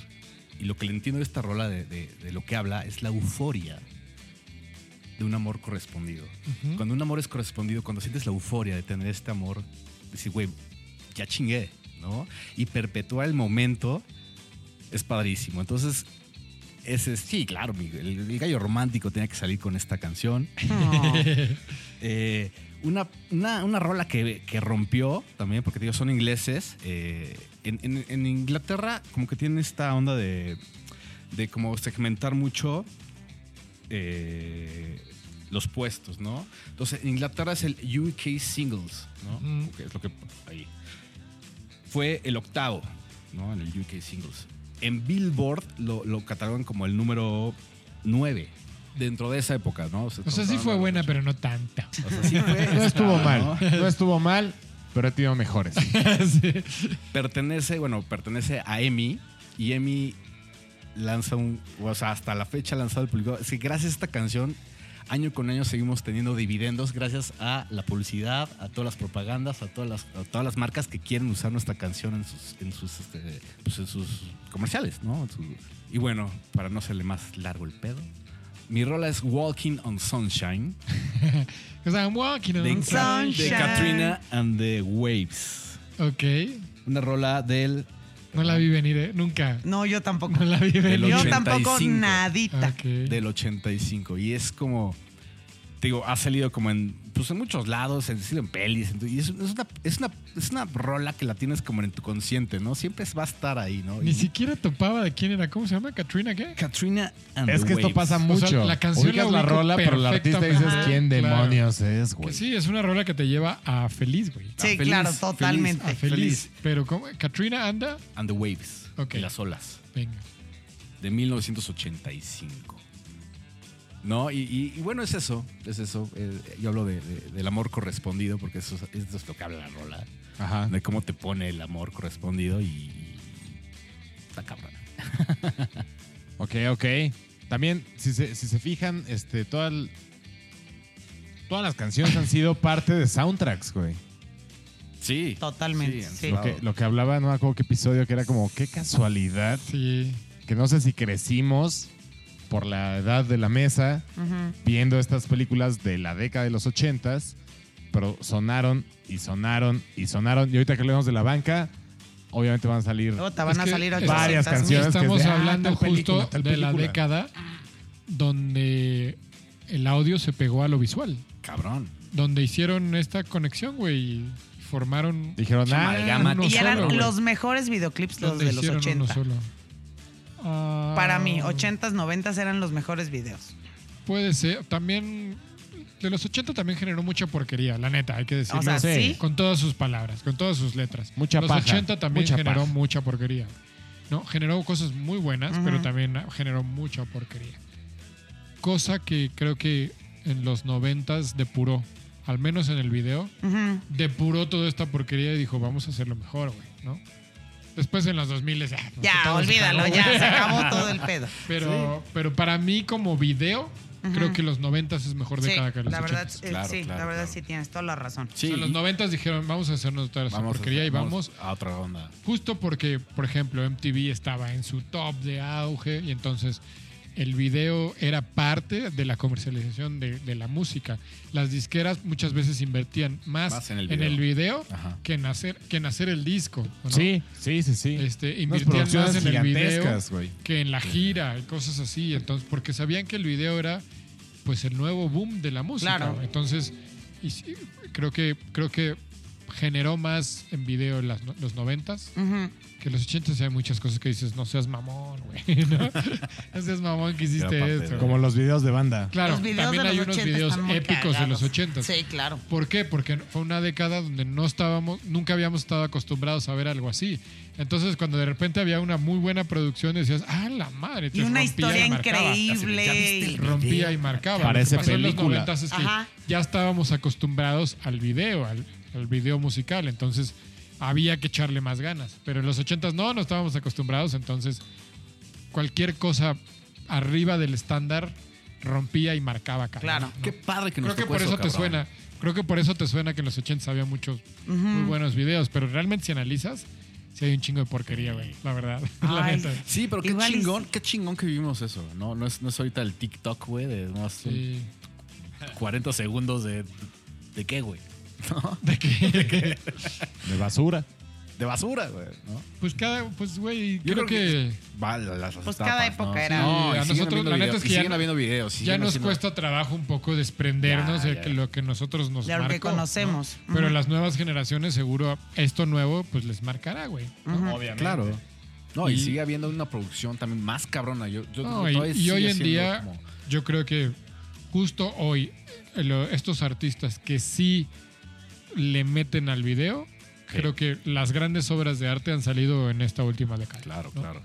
Speaker 2: y lo que le entiendo de esta rola de, de- de lo que habla es la euforia de un amor correspondido. Cuando un amor es correspondido, cuando sientes la euforia de tener este amor, decir, güey, ya chingué, ¿no? Y perpetuar el momento es padrísimo. Entonces, ese es, sí, claro, mi- el, el gallo romántico tenía que salir con esta canción. Eh, una, una, una rola que, que rompió también, porque te digo, son ingleses. Eh, en, en- en Inglaterra, como que tienen esta onda de, de como segmentar mucho eh, los puestos, ¿no? Entonces, en Inglaterra es el UK Singles, ¿no?
Speaker 3: Ujú.
Speaker 2: Que es lo que ahí. Fue el octavo, ¿no? En el UK Singles. En Billboard lo, lo catalogan como el número 9 dentro de esa época, ¿no?
Speaker 3: O sea, sí fue buena, pero no tanta.
Speaker 2: O sea, sí fue
Speaker 4: No estuvo
Speaker 2: esperada,
Speaker 4: mal.
Speaker 2: ¿no?
Speaker 4: No estuvo mal, pero he tenido mejores.
Speaker 3: Sí.
Speaker 2: pertenece, bueno, pertenece a Emi y Emi lanza un, o sea, hasta la fecha ha lanzado el público. Es que gracias a esta canción, año con año seguimos teniendo dividendos gracias a la publicidad, a todas las propagandas, a todas las, a todas las marcas que quieren usar nuestra canción en sus, en sus, este, pues, en sus comerciales, ¿no? En su- y bueno, para no serle más largo el pedo. Mi rola es Walking on Sunshine
Speaker 3: O sea, I'm walking on
Speaker 2: de, de
Speaker 5: Sunshine.
Speaker 2: Katrina and the Waves.
Speaker 3: Ok.
Speaker 2: Una rola del
Speaker 3: No la vi venir, ¿eh? Nunca.
Speaker 5: No, yo tampoco.
Speaker 3: No la vi venir.
Speaker 2: El
Speaker 5: Yo
Speaker 2: 85.
Speaker 5: tampoco nadita.
Speaker 3: Ah, Ok.
Speaker 2: del 85 y es como te digo ha salido como en pues en muchos lados en, en pelis en tu- y es, es una, es una es una rola que la tienes como en tu consciente no siempre va a estar ahí no
Speaker 3: Ni
Speaker 2: Y-
Speaker 3: siquiera topaba de quién era. ¿Cómo se llama? ¿Katrina qué?
Speaker 2: Katrina and
Speaker 4: Es
Speaker 2: the
Speaker 4: que esto
Speaker 2: Waves.
Speaker 4: pasa
Speaker 3: O
Speaker 4: mucho.
Speaker 3: sea, la canción
Speaker 4: Ubicas
Speaker 3: la
Speaker 4: la,
Speaker 3: ubico
Speaker 4: rola, pero el artista dices
Speaker 3: perfectamente.
Speaker 4: quién
Speaker 3: Claro.
Speaker 4: demonios es,
Speaker 3: Que
Speaker 4: güey.
Speaker 3: sí, es una rola que te lleva a feliz, güey.
Speaker 2: Ah,
Speaker 5: Sí,
Speaker 2: feliz,
Speaker 5: claro,
Speaker 2: feliz,
Speaker 5: totalmente.
Speaker 3: A
Speaker 2: ah,
Speaker 3: feliz. Pero ¿cómo? ¿Katrina anda?
Speaker 2: and the waves
Speaker 3: Ok.
Speaker 2: y las olas
Speaker 3: Venga.
Speaker 2: de 1985 no y, y- y bueno es eso es eso Eh, yo hablo de- de- del amor correspondido porque eso es- esto es lo que habla la rola
Speaker 4: Ajá.
Speaker 2: de cómo te pone el amor correspondido y está cabrón
Speaker 4: Ok, ok. También, si se, si se fijan, este, toda el- todas las canciones han sido parte de soundtracks, güey.
Speaker 2: Sí.
Speaker 5: Totalmente,
Speaker 2: en
Speaker 5: sí.
Speaker 2: su
Speaker 4: Lo que,
Speaker 2: lado.
Speaker 4: lo que hablaba, no me acuerdo qué episodio, que era como, qué casualidad,
Speaker 3: Sí.
Speaker 4: que no sé si crecimos por la edad de la mesa
Speaker 5: Ujú.
Speaker 4: viendo estas películas de la década de los ochentas, pero sonaron y sonaron y sonaron. Y ahorita que hablamos de la banca, obviamente van a salir...
Speaker 5: Luego te van
Speaker 3: Es
Speaker 5: a
Speaker 3: que
Speaker 5: salir
Speaker 3: es-
Speaker 5: 800
Speaker 4: varias
Speaker 5: mil.
Speaker 4: canciones. que
Speaker 3: Estamos
Speaker 4: es de, ah,
Speaker 3: hablando
Speaker 4: tal película,
Speaker 3: justo
Speaker 4: tal
Speaker 3: de la
Speaker 4: película.
Speaker 3: década donde el audio se pegó a lo visual.
Speaker 2: Cabrón.
Speaker 3: Donde hicieron esta conexión, güey. y Formaron.
Speaker 4: Dijeron,
Speaker 2: Mucha
Speaker 4: ah,
Speaker 2: amalgama.
Speaker 3: uno
Speaker 5: Y eran
Speaker 3: solo, güey.
Speaker 5: los mejores videoclips los
Speaker 3: Donde
Speaker 5: de los
Speaker 3: hicieron uno
Speaker 5: 80.
Speaker 3: solo. Ah,
Speaker 5: Para mí, 80s, 90s eran los mejores videos.
Speaker 3: Puede ser. También. De los 80 también generó mucha porquería, la neta, hay que decirlo.
Speaker 5: O sea,
Speaker 4: sé.
Speaker 5: sí.
Speaker 3: Con todas sus palabras, con todas sus letras.
Speaker 4: Mucha
Speaker 3: Los
Speaker 4: paja,
Speaker 3: 80 también
Speaker 4: mucha
Speaker 3: generó
Speaker 4: paja.
Speaker 3: mucha porquería. ¿no? Generó cosas muy buenas,
Speaker 5: Ujú.
Speaker 3: pero también generó mucha porquería. Cosa que creo que en los 90 depuró, al menos en el video,
Speaker 5: Ujú.
Speaker 3: depuró toda esta porquería y dijo, vamos a hacerlo mejor, güey, ¿no? Después en los 2000 ya.
Speaker 5: Ya,
Speaker 3: todo se
Speaker 5: olvídalo,
Speaker 3: acabó,
Speaker 5: ya
Speaker 3: güey.
Speaker 5: se acabó todo el pedo.
Speaker 3: Pero, pero para mí como video,
Speaker 5: Ujú.
Speaker 3: creo que los 90 es mejor
Speaker 5: Sí,
Speaker 3: década que los
Speaker 5: la
Speaker 3: 80.
Speaker 5: verdad, eh,
Speaker 2: Claro,
Speaker 5: sí,
Speaker 2: claro,
Speaker 5: la verdad
Speaker 2: claro.
Speaker 5: sí tienes toda la razón.
Speaker 2: Sí.
Speaker 3: los 90 dijeron, vamos a hacernos toda esa porquería y vamos
Speaker 2: a otra onda.
Speaker 3: Justo porque, por ejemplo, MTV estaba en su top de auge y entonces el video era parte de la comercialización de, de la música. Las disqueras muchas veces invertían más,
Speaker 2: Más en el video.
Speaker 3: video
Speaker 2: Ajá.
Speaker 3: que en hacer, que en hacer el disco. ¿o ¿no?
Speaker 4: Sí, sí, sí, sí.
Speaker 3: Este,
Speaker 4: Unas
Speaker 3: invertían más
Speaker 4: producciones
Speaker 3: en el video
Speaker 4: gigantescas, güey.
Speaker 3: que en la gira y cosas así. Entonces, porque sabían que el video era pues el nuevo boom de la música.
Speaker 5: Claro.
Speaker 3: Entonces, y sí, creo que, creo que generó más en video las no- los noventas
Speaker 5: Ujú.
Speaker 3: que los ochentas. Hay muchas cosas que dices, no seas mamón, güey. ¿no? No seas mamón que hiciste
Speaker 2: Era parte
Speaker 3: esto.
Speaker 2: de-
Speaker 3: güey".
Speaker 7: Como los videos de banda.
Speaker 3: Claro,
Speaker 5: Los videos
Speaker 3: también
Speaker 5: de
Speaker 3: hay
Speaker 5: los
Speaker 3: unos
Speaker 5: 80
Speaker 3: videos
Speaker 5: están muy
Speaker 3: épicos de
Speaker 5: cagados.
Speaker 3: los ochentas.
Speaker 5: Sí, claro.
Speaker 3: ¿Por qué? Porque fue una década donde no estábamos, nunca habíamos estado acostumbrados a ver algo así. Entonces, cuando de repente había una muy buena producción, decías, ¡ah, la madre!
Speaker 5: Y
Speaker 3: Entonces,
Speaker 5: una
Speaker 3: rompía
Speaker 5: historia
Speaker 3: y marcaba.
Speaker 5: increíble.
Speaker 2: Ya viste el-
Speaker 3: Rompía y marcaba.
Speaker 4: Parece
Speaker 3: Lo que pasó en los
Speaker 4: película.
Speaker 3: 90s es que
Speaker 5: Ajá.
Speaker 3: ya estábamos acostumbrados al video, al, al video musical. Entonces, había que echarle más ganas. Pero en los 80s no, no estábamos acostumbrados. Entonces, cualquier cosa arriba del estándar rompía y marcaba. cabrón,
Speaker 5: Claro.
Speaker 3: ¿no?
Speaker 2: Qué padre que nos
Speaker 3: Creo que
Speaker 2: tocó
Speaker 3: por eso te
Speaker 2: cabrón.
Speaker 3: suena. Creo que por eso te suena que en los 80 había muchos
Speaker 5: Ujú.
Speaker 3: muy buenos videos, pero realmente si analizas, sí hay un chingo de porquería, güey, la verdad. La
Speaker 5: Ay.
Speaker 3: neta.
Speaker 2: Sí, pero qué
Speaker 5: Igual y-
Speaker 2: chingón, qué chingón que vivimos eso. No, no es, no es ahorita el TikTok, güey, de más
Speaker 3: Sí.
Speaker 2: 40 segundos de. ¿De qué, güey?
Speaker 3: ¿De qué?
Speaker 4: De basura.
Speaker 2: De basura, güey. ¿no?
Speaker 3: Pues cada, pues güey,
Speaker 2: Yo creo
Speaker 3: creo, que,
Speaker 2: Va, la- las
Speaker 5: Pues
Speaker 2: etapas,
Speaker 5: cada época
Speaker 2: ¿no?
Speaker 5: era-
Speaker 3: Sí,
Speaker 2: No, y
Speaker 3: a
Speaker 2: siguen
Speaker 3: nosotros,
Speaker 2: habiendo
Speaker 3: la neta
Speaker 2: videos, y
Speaker 3: es que ya
Speaker 2: siguen
Speaker 3: no-
Speaker 2: habiendo videos.
Speaker 3: ya
Speaker 2: siguen
Speaker 3: nos
Speaker 2: haciendo-
Speaker 3: cuesta trabajo un poco desprendernos
Speaker 2: Ya,
Speaker 3: de
Speaker 2: ya,
Speaker 3: que
Speaker 2: ya.
Speaker 3: lo que nosotros nos
Speaker 5: De lo que
Speaker 3: marcó, ¿no?
Speaker 5: conocemos.
Speaker 3: Pero
Speaker 5: Ujú.
Speaker 3: las nuevas generaciones seguro esto nuevo pues les marcará, güey. ¿no?
Speaker 5: Ujú.
Speaker 2: Claro. No, y,
Speaker 3: Y-
Speaker 2: sigue habiendo una producción también más cabrona. Yo, yo-
Speaker 3: No, y,
Speaker 2: todavía
Speaker 3: y
Speaker 2: sigue
Speaker 3: hoy en
Speaker 2: siendo
Speaker 3: día,
Speaker 2: como-
Speaker 3: yo creo que justo hoy, eh, lo- estos artistas que sí le meten al video, creo que las grandes obras de arte han salido en esta última década.
Speaker 2: Claro,
Speaker 3: ¿no?
Speaker 2: claro.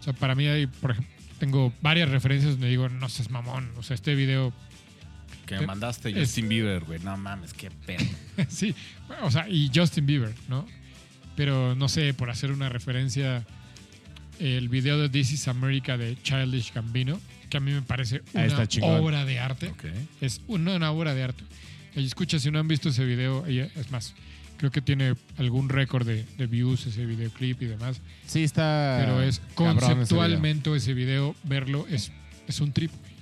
Speaker 3: O sea, para mí hay, por ejemplo, tengo varias referencias donde digo, no seas mamón, o sea, este video,
Speaker 2: Que me
Speaker 3: Te-
Speaker 2: mandaste
Speaker 3: es-
Speaker 2: Justin Bieber, güey. No mames, qué pedo.
Speaker 3: sí, o sea, y Justin Bieber, ¿no? Pero no sé, por hacer una referencia, el video de This is America de Childish Gambino, que a mí me parece
Speaker 4: Ah, está
Speaker 3: una
Speaker 4: chingón.
Speaker 3: obra de arte.
Speaker 2: Ok.
Speaker 3: Es una, una obra de arte. Y escucha, si no han visto ese video, y es más, creo que tiene algún récord de, de views ese videoclip y demás.
Speaker 4: Sí, está.
Speaker 3: pero es
Speaker 4: Ah, cabrón ese video.
Speaker 3: conceptualmente ese video. verlo es, es un trip. güey.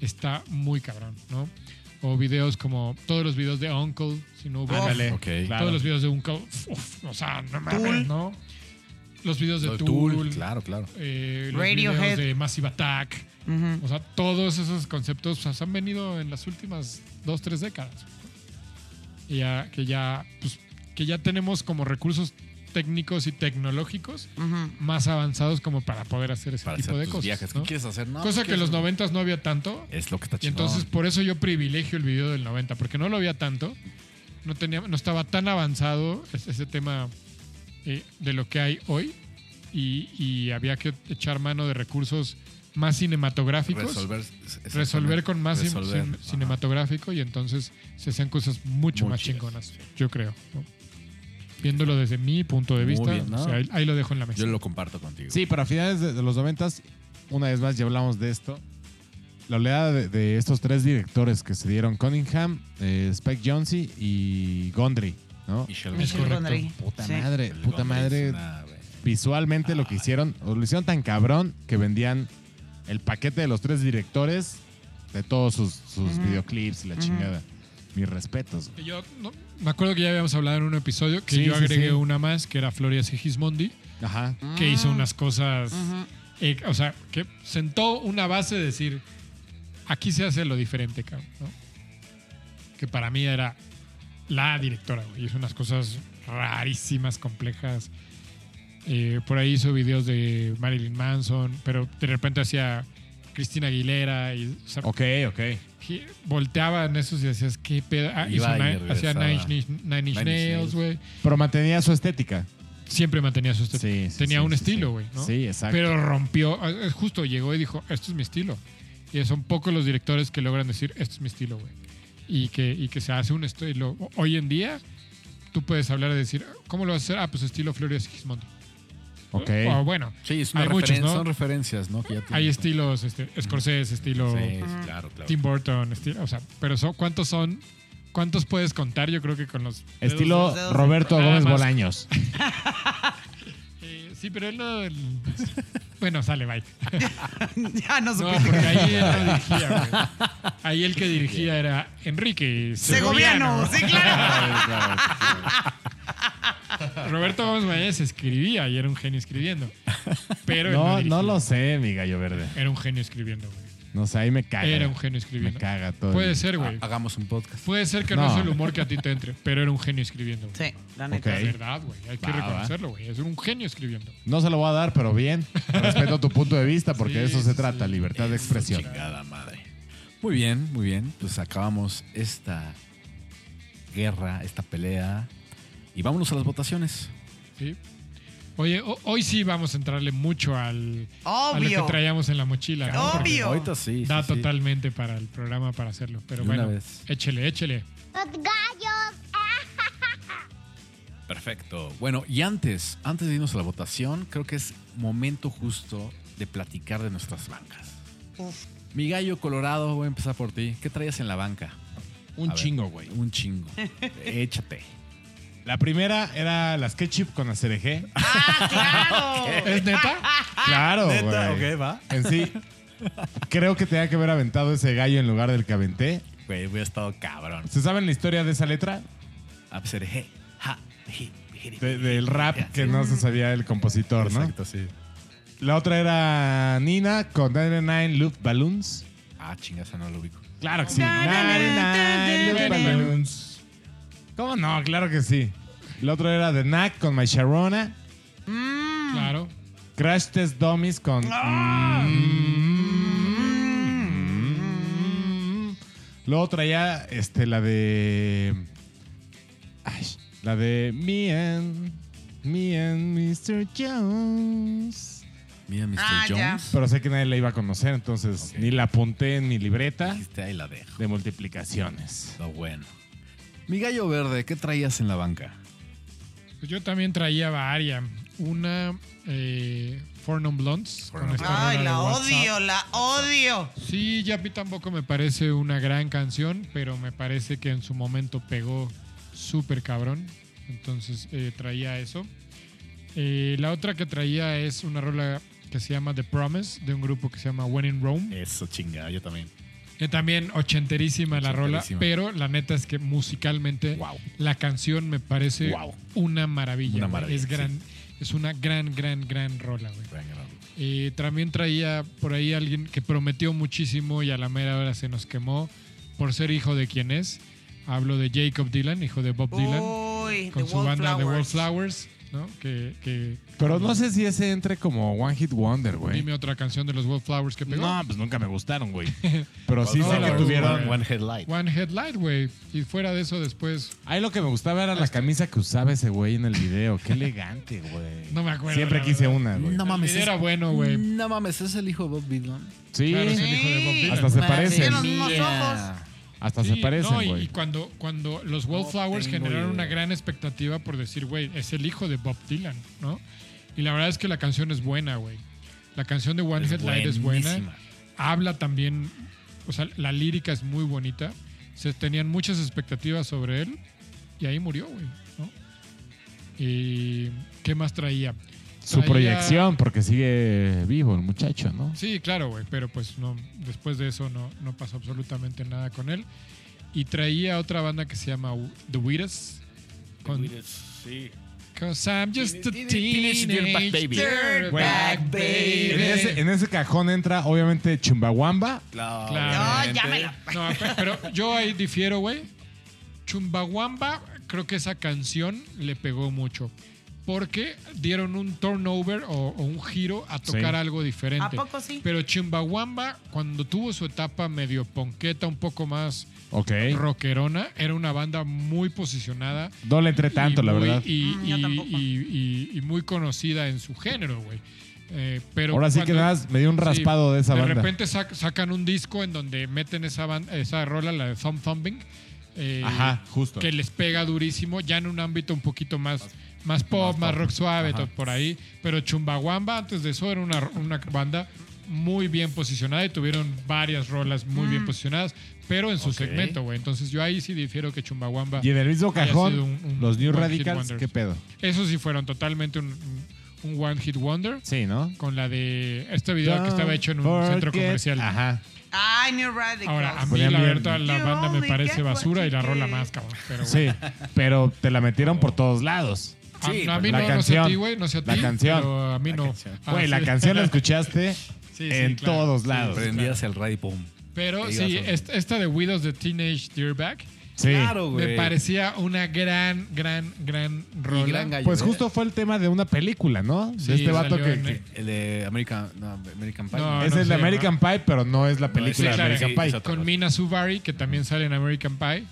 Speaker 3: Está muy cabrón, ¿no? O videos como todos los videos de Uncle, si no hubo.
Speaker 5: Ándale,
Speaker 2: Ok.
Speaker 3: Todos los videos de Uncle, uf, o sea, no mames,
Speaker 5: Tool.
Speaker 3: ¿no? Los videos de
Speaker 2: Lo de
Speaker 3: Tool,
Speaker 2: Tool, Claro, claro.
Speaker 3: eh, los
Speaker 5: Radiohead.
Speaker 3: videos de Massive Attack,
Speaker 5: Ujú.
Speaker 3: o sea, todos esos conceptos o sea, se han venido en las últimas dos, tres décadas. Y ya, que, ya, pues, que ya tenemos como recursos técnicos y tecnológicos
Speaker 5: Ujú.
Speaker 3: más avanzados como para poder hacer ese
Speaker 2: Para
Speaker 3: tipo
Speaker 2: hacer
Speaker 3: de
Speaker 2: tus
Speaker 3: cosas.
Speaker 2: viajes.
Speaker 3: ¿no?
Speaker 2: ¿Qué quieres hacer? No,
Speaker 3: Cosa
Speaker 2: pues,
Speaker 3: que en los
Speaker 2: quiero-
Speaker 3: noventas no había tanto.
Speaker 2: Es lo que está
Speaker 3: Y
Speaker 2: chingón.
Speaker 3: entonces por eso yo privilegio el video del 90, porque no lo había tanto, no, tenía, no estaba tan avanzado es- ese tema eh, de lo que hay hoy y, y había que echar mano de recursos más cinematográficos
Speaker 2: resolver, exactamente.
Speaker 3: resolver con más cin-
Speaker 2: Resolver,
Speaker 3: cin-
Speaker 2: ajá.
Speaker 3: cinematográfico y entonces se hacen cosas mucho
Speaker 2: Muy
Speaker 3: más
Speaker 2: chidas,
Speaker 3: chingonas,
Speaker 2: sí.
Speaker 3: yo creo. ¿no? Viéndolo desde mi punto de
Speaker 2: Muy
Speaker 3: vista,
Speaker 2: bien, ¿no?
Speaker 3: o sea, ahí, ahí lo dejo en la mesa.
Speaker 2: Yo lo comparto contigo.
Speaker 4: Sí, para finales de, de los noventas, una vez más ya hablamos de esto. La oleada de, de estos tres directores que se dieron, Cunningham, eh, Spike Jonze y Gondry, ¿no?
Speaker 2: Michelle
Speaker 5: Michelle
Speaker 2: Gondry.
Speaker 3: correcto.
Speaker 5: Gondry.
Speaker 4: Puta
Speaker 5: Sí.
Speaker 4: madre,
Speaker 2: Michelle
Speaker 4: puta
Speaker 2: Gondry
Speaker 4: madre.
Speaker 2: es una-
Speaker 4: Visualmente lo que hicieron, o lo hicieron tan cabrón que vendían el paquete de los tres directores de todos sus, sus
Speaker 5: Ujú.
Speaker 4: videoclips y la
Speaker 5: Ujú.
Speaker 4: chingada. Mis respetos. güey.
Speaker 3: Yo, no- me acuerdo que ya habíamos hablado en un episodio que
Speaker 4: Sí,
Speaker 3: yo
Speaker 4: sí,
Speaker 3: agregué
Speaker 4: sí.
Speaker 3: una más, que era Floria Sigismondi,
Speaker 4: Ajá.
Speaker 3: que
Speaker 2: Ah.
Speaker 3: hizo
Speaker 5: Mm.
Speaker 3: unas cosas,
Speaker 5: Ujú.
Speaker 3: eh, o sea, que sentó una base de decir, aquí se hace lo diferente, cabrón, ¿no? Que para mí era la directora, güey. Hizo unas cosas rarísimas, complejas. Eh, por ahí hizo videos de Marilyn Manson, pero de repente hacía Cristina Aguilera y... o sea,
Speaker 4: Ok, ok.
Speaker 3: que volteaban esos y decías, ¿qué pedo? Ah,
Speaker 2: Iba
Speaker 3: hizo
Speaker 2: y
Speaker 3: Nine- hacía
Speaker 2: regresaba.
Speaker 3: Nine Inch, Nine Inch
Speaker 2: Inch
Speaker 3: Nails,
Speaker 2: Nails.
Speaker 3: güey.
Speaker 4: Pero mantenía su estética.
Speaker 3: Siempre mantenía su estilo.
Speaker 4: Sí, sí,
Speaker 3: Tenía
Speaker 4: sí,
Speaker 3: un
Speaker 4: sí,
Speaker 3: estilo,
Speaker 4: sí.
Speaker 3: güey, ¿no?
Speaker 4: Sí, exacto.
Speaker 3: Pero rompió, ah, eh, justo llegó y dijo, esto es mi estilo. Y son pocos los directores que logran decir, esto es mi estilo, güey. Y que, y que se hace un estilo. Hoy en día, tú puedes hablar y decir, ¿cómo lo vas a hacer? Ah, pues estilo Florio Sigismondi.
Speaker 4: ok.
Speaker 3: O bueno,
Speaker 2: Sí, es
Speaker 3: Hay
Speaker 2: una
Speaker 3: muchos,
Speaker 2: referen-
Speaker 3: ¿no?
Speaker 2: son referencias, ¿no? Que ya
Speaker 3: hay
Speaker 2: tienen-
Speaker 3: estilos, este, Scorsese, estilo...
Speaker 2: Sí, sí, claro, claro.
Speaker 3: Tim Burton, esti- o sea, pero son, ¿cuántos son? ¿Cuántos puedes contar? Yo creo que con los... dedos de
Speaker 4: Estilo
Speaker 5: los dedos.
Speaker 4: Roberto
Speaker 3: Nada
Speaker 4: Gómez
Speaker 3: más.
Speaker 4: Bolaños.
Speaker 3: Eh, sí, pero él no. él- Bueno, sale, bye.
Speaker 5: Ya no
Speaker 3: No,
Speaker 5: supiste.
Speaker 3: porque ahí él no dirigía, güey. Ahí el que dirigía era Enrique Segoviano.
Speaker 5: Segoviano, sí, claro.
Speaker 3: Roberto Gómez Mañez escribía y era un genio escribiendo. Pero él
Speaker 4: No,
Speaker 3: dirigía.
Speaker 4: no lo sé, mi gallo verde.
Speaker 3: Era un genio escribiendo, güey.
Speaker 4: No sé, ahí me caga.
Speaker 3: Era un genio
Speaker 4: Ah, Me
Speaker 3: escribiendo.
Speaker 4: caga todo.
Speaker 3: Puede
Speaker 4: el-
Speaker 3: ser, güey.
Speaker 2: Ha- Hagamos un podcast.
Speaker 3: Puede ser que no.
Speaker 4: No.
Speaker 3: es el humor que a ti te entre, pero era un genio escribiendo. güey.
Speaker 5: Sí, la neta.
Speaker 4: Ok.
Speaker 3: Es verdad, güey. Hay que
Speaker 4: Va, va.
Speaker 3: reconocerlo, güey. Es un genio escribiendo.
Speaker 4: No se lo voy a dar, pero bien. Respeto tu punto de vista porque de
Speaker 3: Sí,
Speaker 4: eso se
Speaker 3: sí,
Speaker 4: trata, libertad de expresión.
Speaker 2: Chingada madre. Muy bien, muy bien. Pues acabamos esta guerra, esta pelea. Y vámonos a las votaciones.
Speaker 3: ¿sí? Oye, ho- hoy sí vamos a entrarle mucho al, a lo
Speaker 5: Obvio.
Speaker 3: que traíamos en la mochila. ¿no? Porque
Speaker 5: Obvio.
Speaker 2: Ahorita sí. sí,
Speaker 3: Da
Speaker 2: sí.
Speaker 3: totalmente para el programa para hacerlo. Pero
Speaker 2: De una
Speaker 3: bueno,
Speaker 2: vez.
Speaker 3: échele, échele.
Speaker 1: los gallos,
Speaker 2: Perfecto. Bueno, y antes, antes de irnos a la votación, creo que es momento justo de platicar de nuestras bancas.
Speaker 5: Uf.
Speaker 2: Mi gallo colorado, voy a empezar por ti. ¿Qué traías en la banca?
Speaker 4: Un
Speaker 2: A ver,
Speaker 4: chingo, güey.
Speaker 2: Un chingo. Échate.
Speaker 4: La primera era las ketchup con acereje.
Speaker 5: Ah, claro.
Speaker 3: ¿Es neta?
Speaker 4: Claro, güey.
Speaker 2: Ah, va.
Speaker 4: En sí, creo que tenía que haber aventado ese gallo en lugar del que aventé.
Speaker 2: Güey, hubiera estado cabrón.
Speaker 4: ¿Se saben la historia de esa letra?
Speaker 2: Abserje. Ja. ji, jiri.
Speaker 4: De- del rap que no se sabía el compositor, ¿no?
Speaker 2: Exacto, sí.
Speaker 4: La otra era Nina con 99 Loop Balloons.
Speaker 2: Ah, chingaza, no lo ubico.
Speaker 4: Claro que sí.
Speaker 5: Na, na,
Speaker 4: 99
Speaker 5: na,
Speaker 4: Loop
Speaker 3: na, na,
Speaker 4: Balloons. ¿Cómo no? Claro que sí. La otra era The Knack con My Sharona.
Speaker 3: Claro.
Speaker 4: Crash Test Dummies con.
Speaker 3: Ah.
Speaker 4: Mm. Luego traía este, la de. Ay, la de Me and. Me and Mr. Jones.
Speaker 2: Mira, Mr.
Speaker 5: Ah, ya.
Speaker 2: Jones.
Speaker 4: Pero sé que nadie la iba a conocer, entonces
Speaker 2: Ok.
Speaker 4: ni la apunté en mi libreta
Speaker 2: Dijiste, ahí la dejo.
Speaker 4: de multiplicaciones.
Speaker 2: Lo bueno. Mi gallo verde, ¿qué traías en la banca?
Speaker 3: Pues yo también traía varias. Una eh, Four Non Blondes.
Speaker 2: Four
Speaker 3: con
Speaker 2: Non
Speaker 3: esta rola
Speaker 5: Ay,
Speaker 3: de
Speaker 5: la
Speaker 3: WhatsApp.
Speaker 5: odio, la odio.
Speaker 3: Sí, Yapi tampoco me parece una gran canción, pero me parece que en su momento pegó súper cabrón. Entonces eh, traía eso. Eh, la otra que traía es una rola que se llama The Promise, de un grupo que se llama When in Rome.
Speaker 2: Eso, chinga, yo también.
Speaker 3: Que también ochenterísima la rola,
Speaker 2: Ochenterísima.
Speaker 3: pero la neta es que musicalmente
Speaker 2: Wow.
Speaker 3: la canción me parece
Speaker 2: Wow.
Speaker 3: una maravilla.
Speaker 2: Una
Speaker 3: güey.
Speaker 2: maravilla,
Speaker 3: es,
Speaker 2: sí.
Speaker 3: gran, es una gran, gran, gran rola, güey. Eh, también traía por ahí alguien que prometió muchísimo y a la mera hora se nos quemó por ser hijo de quien es. Hablo de Jacob Dylan, hijo de Bob Dylan,
Speaker 5: Oh, Uy,
Speaker 3: con
Speaker 5: The
Speaker 3: su banda The
Speaker 5: Wallflowers.
Speaker 3: Wallflowers, ¿no? Que, que-
Speaker 4: Pero no sé si ese entre como One Hit Wonder, güey.
Speaker 3: Dime otra canción de los Wallflowers que pegó.
Speaker 4: No, pues nunca me gustaron, güey. Pero sí
Speaker 3: no,
Speaker 4: sé que
Speaker 3: no,
Speaker 4: tuvieron.
Speaker 2: One Headlight.
Speaker 3: One Headlight, güey. Y fuera de eso después,
Speaker 4: Ahí lo que me gustaba era la
Speaker 3: Este.
Speaker 4: camisa que usaba ese güey en el video. Qué elegante, güey.
Speaker 3: no me acuerdo.
Speaker 4: Siempre
Speaker 3: la
Speaker 4: quise
Speaker 3: verdad.
Speaker 4: una, güey.
Speaker 2: No
Speaker 3: El
Speaker 2: mames.
Speaker 3: video
Speaker 2: es-
Speaker 3: era bueno, güey.
Speaker 2: No mames, es el hijo de Bob Dylan.
Speaker 4: Sí,
Speaker 3: Claro, es el hijo de Bob Dylan.
Speaker 4: hasta se
Speaker 2: Madre
Speaker 4: parecen.
Speaker 5: Tienen los mismos
Speaker 2: mía.
Speaker 4: Hasta
Speaker 3: Sí,
Speaker 4: se
Speaker 3: no,
Speaker 4: parecen,
Speaker 3: y- y,
Speaker 4: güey.
Speaker 3: cuando, cuando los Wallflowers
Speaker 2: tengo
Speaker 3: generaron
Speaker 2: idea.
Speaker 3: una gran expectativa por decir, güey, es el hijo de Bob Dylan, ¿no? Y la verdad es que la canción es buena, güey. La canción de One
Speaker 2: Es
Speaker 3: Headlight es
Speaker 2: buenísima.
Speaker 3: buena. Habla también, o sea, la lírica es muy bonita. Se tenían muchas expectativas sobre él y ahí murió, güey, ¿no? ¿Y qué más traía?
Speaker 4: Su
Speaker 3: traía-
Speaker 4: proyección, porque sigue vivo el muchacho, ¿no?
Speaker 3: Sí, claro, güey, pero pues no, después de eso no, no pasó absolutamente nada con él. Y traía otra banda que se llama The Weirdos. Con, Cause I'm just a
Speaker 2: Teenage Dirtbag Baby.
Speaker 3: teenage
Speaker 4: Güey,
Speaker 3: dirtbag baby.
Speaker 4: En ese, en ese cajón entra, obviamente, Chumbawamba.
Speaker 2: Claro.
Speaker 3: Claro.
Speaker 5: No, ya me la-
Speaker 3: No, pe- pero yo ahí difiero, güey. Chumbawamba, creo que esa canción le pegó mucho. Porque dieron un turnover o, o un giro a tocar
Speaker 4: Sí.
Speaker 3: algo diferente.
Speaker 5: ¿A poco sí?
Speaker 3: Pero Chumbawamba, cuando tuvo su etapa medio ponqueta, un poco más
Speaker 4: Ok.
Speaker 3: rockerona, era una banda muy posicionada.
Speaker 4: No le entré tanto,
Speaker 3: y
Speaker 4: la
Speaker 3: muy-
Speaker 4: verdad.
Speaker 3: Y,
Speaker 5: Mm, yo
Speaker 3: y-
Speaker 5: tampoco.
Speaker 3: y- y- y muy conocida en su género, güey. Eh, pero
Speaker 4: Ahora sí que
Speaker 3: cuando-
Speaker 4: nada más me dio un
Speaker 3: Sí,
Speaker 4: raspado de esa
Speaker 3: de
Speaker 4: banda.
Speaker 3: repente sac- sacan un disco en donde meten esa, ban- esa rola, la de Thumb Thumbing. eh,
Speaker 4: Ajá, justo.
Speaker 3: Que les pega durísimo, ya en un ámbito un poquito más, más pop, más, rock suave,
Speaker 4: Ajá.
Speaker 3: todo por ahí. Pero Chumbawamba, antes de eso, era una, una banda muy bien posicionada y tuvieron varias rolas muy
Speaker 5: Mm.
Speaker 3: bien posicionadas, pero en su segmento, güey. Entonces yo ahí sí difiero que Chumbawamba.
Speaker 4: Y en el mismo
Speaker 3: haya
Speaker 4: cajón,
Speaker 3: sido un- un
Speaker 4: los New
Speaker 3: One Hit
Speaker 4: Radicals,
Speaker 3: Wonders.
Speaker 4: ¿qué pedo?
Speaker 3: Esos sí fueron totalmente un, un- un One Hit Wonder.
Speaker 4: Sí, ¿no?
Speaker 3: Con la de este video que estaba hecho en un
Speaker 4: Don't
Speaker 3: centro
Speaker 4: forget-
Speaker 3: comercial.
Speaker 4: Ajá.
Speaker 5: Ay, New Radicals.
Speaker 3: Ahora, a mí
Speaker 4: Ponían
Speaker 3: la
Speaker 4: bien.
Speaker 3: verdad la
Speaker 5: You
Speaker 3: banda me
Speaker 5: only
Speaker 3: parece
Speaker 5: get what
Speaker 3: basura y
Speaker 5: you
Speaker 3: la rola
Speaker 5: get.
Speaker 3: más, cabrón. Pero bueno.
Speaker 4: Sí, pero te la metieron por todos lados.
Speaker 3: a,
Speaker 2: Sí,
Speaker 3: a mí no, no sé
Speaker 4: pues, la
Speaker 3: a
Speaker 4: canción.
Speaker 3: ti, güey, no sé a ti.
Speaker 4: La canción.
Speaker 3: Pero a mí no. Ah,
Speaker 4: Güey, la
Speaker 3: sí.
Speaker 4: canción la escuchaste
Speaker 3: Sí, sí,
Speaker 4: en
Speaker 3: claro.
Speaker 4: todos lados.
Speaker 2: Prendías el radio y pum.
Speaker 3: Pero
Speaker 2: Que
Speaker 3: sí,
Speaker 2: ibas a-
Speaker 3: est- esta de Widows de Teenage Deerback
Speaker 4: Sí.
Speaker 2: Claro, güey.
Speaker 3: me parecía una gran, gran, gran rola.
Speaker 2: Y gran gallo,
Speaker 4: Pues
Speaker 2: ¿eh?
Speaker 4: justo fue el tema de una película, ¿no?
Speaker 3: Sí,
Speaker 4: de este vato
Speaker 3: salió
Speaker 4: que,
Speaker 3: en-
Speaker 4: que-
Speaker 2: El de American, no, American Pie.
Speaker 3: No,
Speaker 4: Ese es el
Speaker 3: sé,
Speaker 4: de American Pie, pero no es la
Speaker 2: No,
Speaker 4: película
Speaker 3: sí,
Speaker 4: de
Speaker 3: claro,
Speaker 4: American
Speaker 2: sí,
Speaker 4: Pie.
Speaker 2: es otra
Speaker 3: Con
Speaker 2: cosa.
Speaker 3: Mina Suvari, que también sale en American Pie.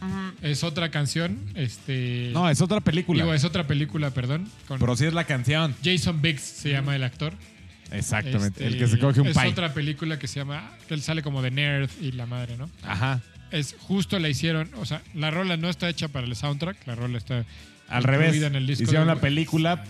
Speaker 3: Es otra canción. Este,
Speaker 4: No, es otra película.
Speaker 3: digo, es otra película, perdón. Con
Speaker 4: Pero sí es la canción.
Speaker 3: Jason Biggs se llama el actor.
Speaker 4: Exactamente.
Speaker 3: Este,
Speaker 4: el que se coge un
Speaker 3: Es
Speaker 4: pie.
Speaker 3: otra película que se llama. que él sale como de Nerd y la madre, ¿no?
Speaker 4: Ajá.
Speaker 3: Es justo la hicieron. O sea, la rola no está hecha para el soundtrack, la rola está.
Speaker 4: Al revés.
Speaker 3: incluida en el disco
Speaker 4: Hicieron
Speaker 3: de-
Speaker 4: la película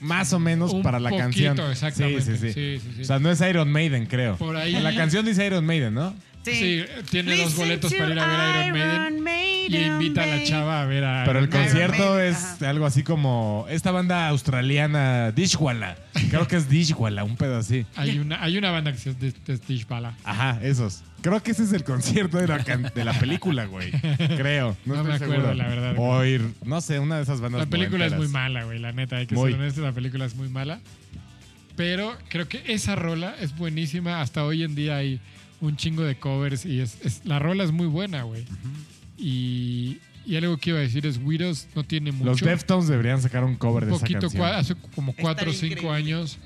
Speaker 4: más o menos
Speaker 3: Un
Speaker 4: para la
Speaker 3: poquito,
Speaker 4: canción.
Speaker 3: exactamente.
Speaker 4: Sí, sí, sí.
Speaker 3: Sí, sí, sí.
Speaker 4: O sea, no es Iron Maiden, creo.
Speaker 3: Por ahí-
Speaker 4: La canción dice Iron Maiden, ¿no?
Speaker 3: Sí, tiene dos
Speaker 5: Listen
Speaker 3: boletos
Speaker 5: to
Speaker 3: para ir a ver Iron Maiden. Y
Speaker 5: Maiden,
Speaker 3: invita a la
Speaker 5: babe.
Speaker 3: chava a ver a.
Speaker 4: Pero el
Speaker 3: Iron Maiden.
Speaker 4: concierto
Speaker 5: Maiden,
Speaker 4: es algo así como esta banda australiana, Dishwalla. Creo que es Dishwalla, un pedo así.
Speaker 3: Hay una, hay una banda que se llama The Stitch Bala.
Speaker 4: Ajá, esos. Creo que ese es el concierto de la, can- de la película, güey. Creo. No,
Speaker 3: No
Speaker 4: estoy
Speaker 3: me acuerdo,
Speaker 4: seguro.
Speaker 3: la verdad.
Speaker 4: O ir, no sé, una de esas bandas.
Speaker 3: La película es muy
Speaker 4: noventeras.
Speaker 3: mala, güey, la neta, hay que
Speaker 4: Muy.
Speaker 3: ser honestos, la película es muy mala. Pero creo que esa rola es buenísima, hasta hoy en día hay un chingo de covers y es, es- la rola es muy buena, güey. y, y algo que iba a decir es, Widows no tiene mucho,
Speaker 4: Los Deftones deberían sacar un cover
Speaker 3: un
Speaker 4: de esa
Speaker 3: poquito,
Speaker 4: canción.
Speaker 3: cua- hace como cuatro o cinco
Speaker 5: increíble.
Speaker 3: años,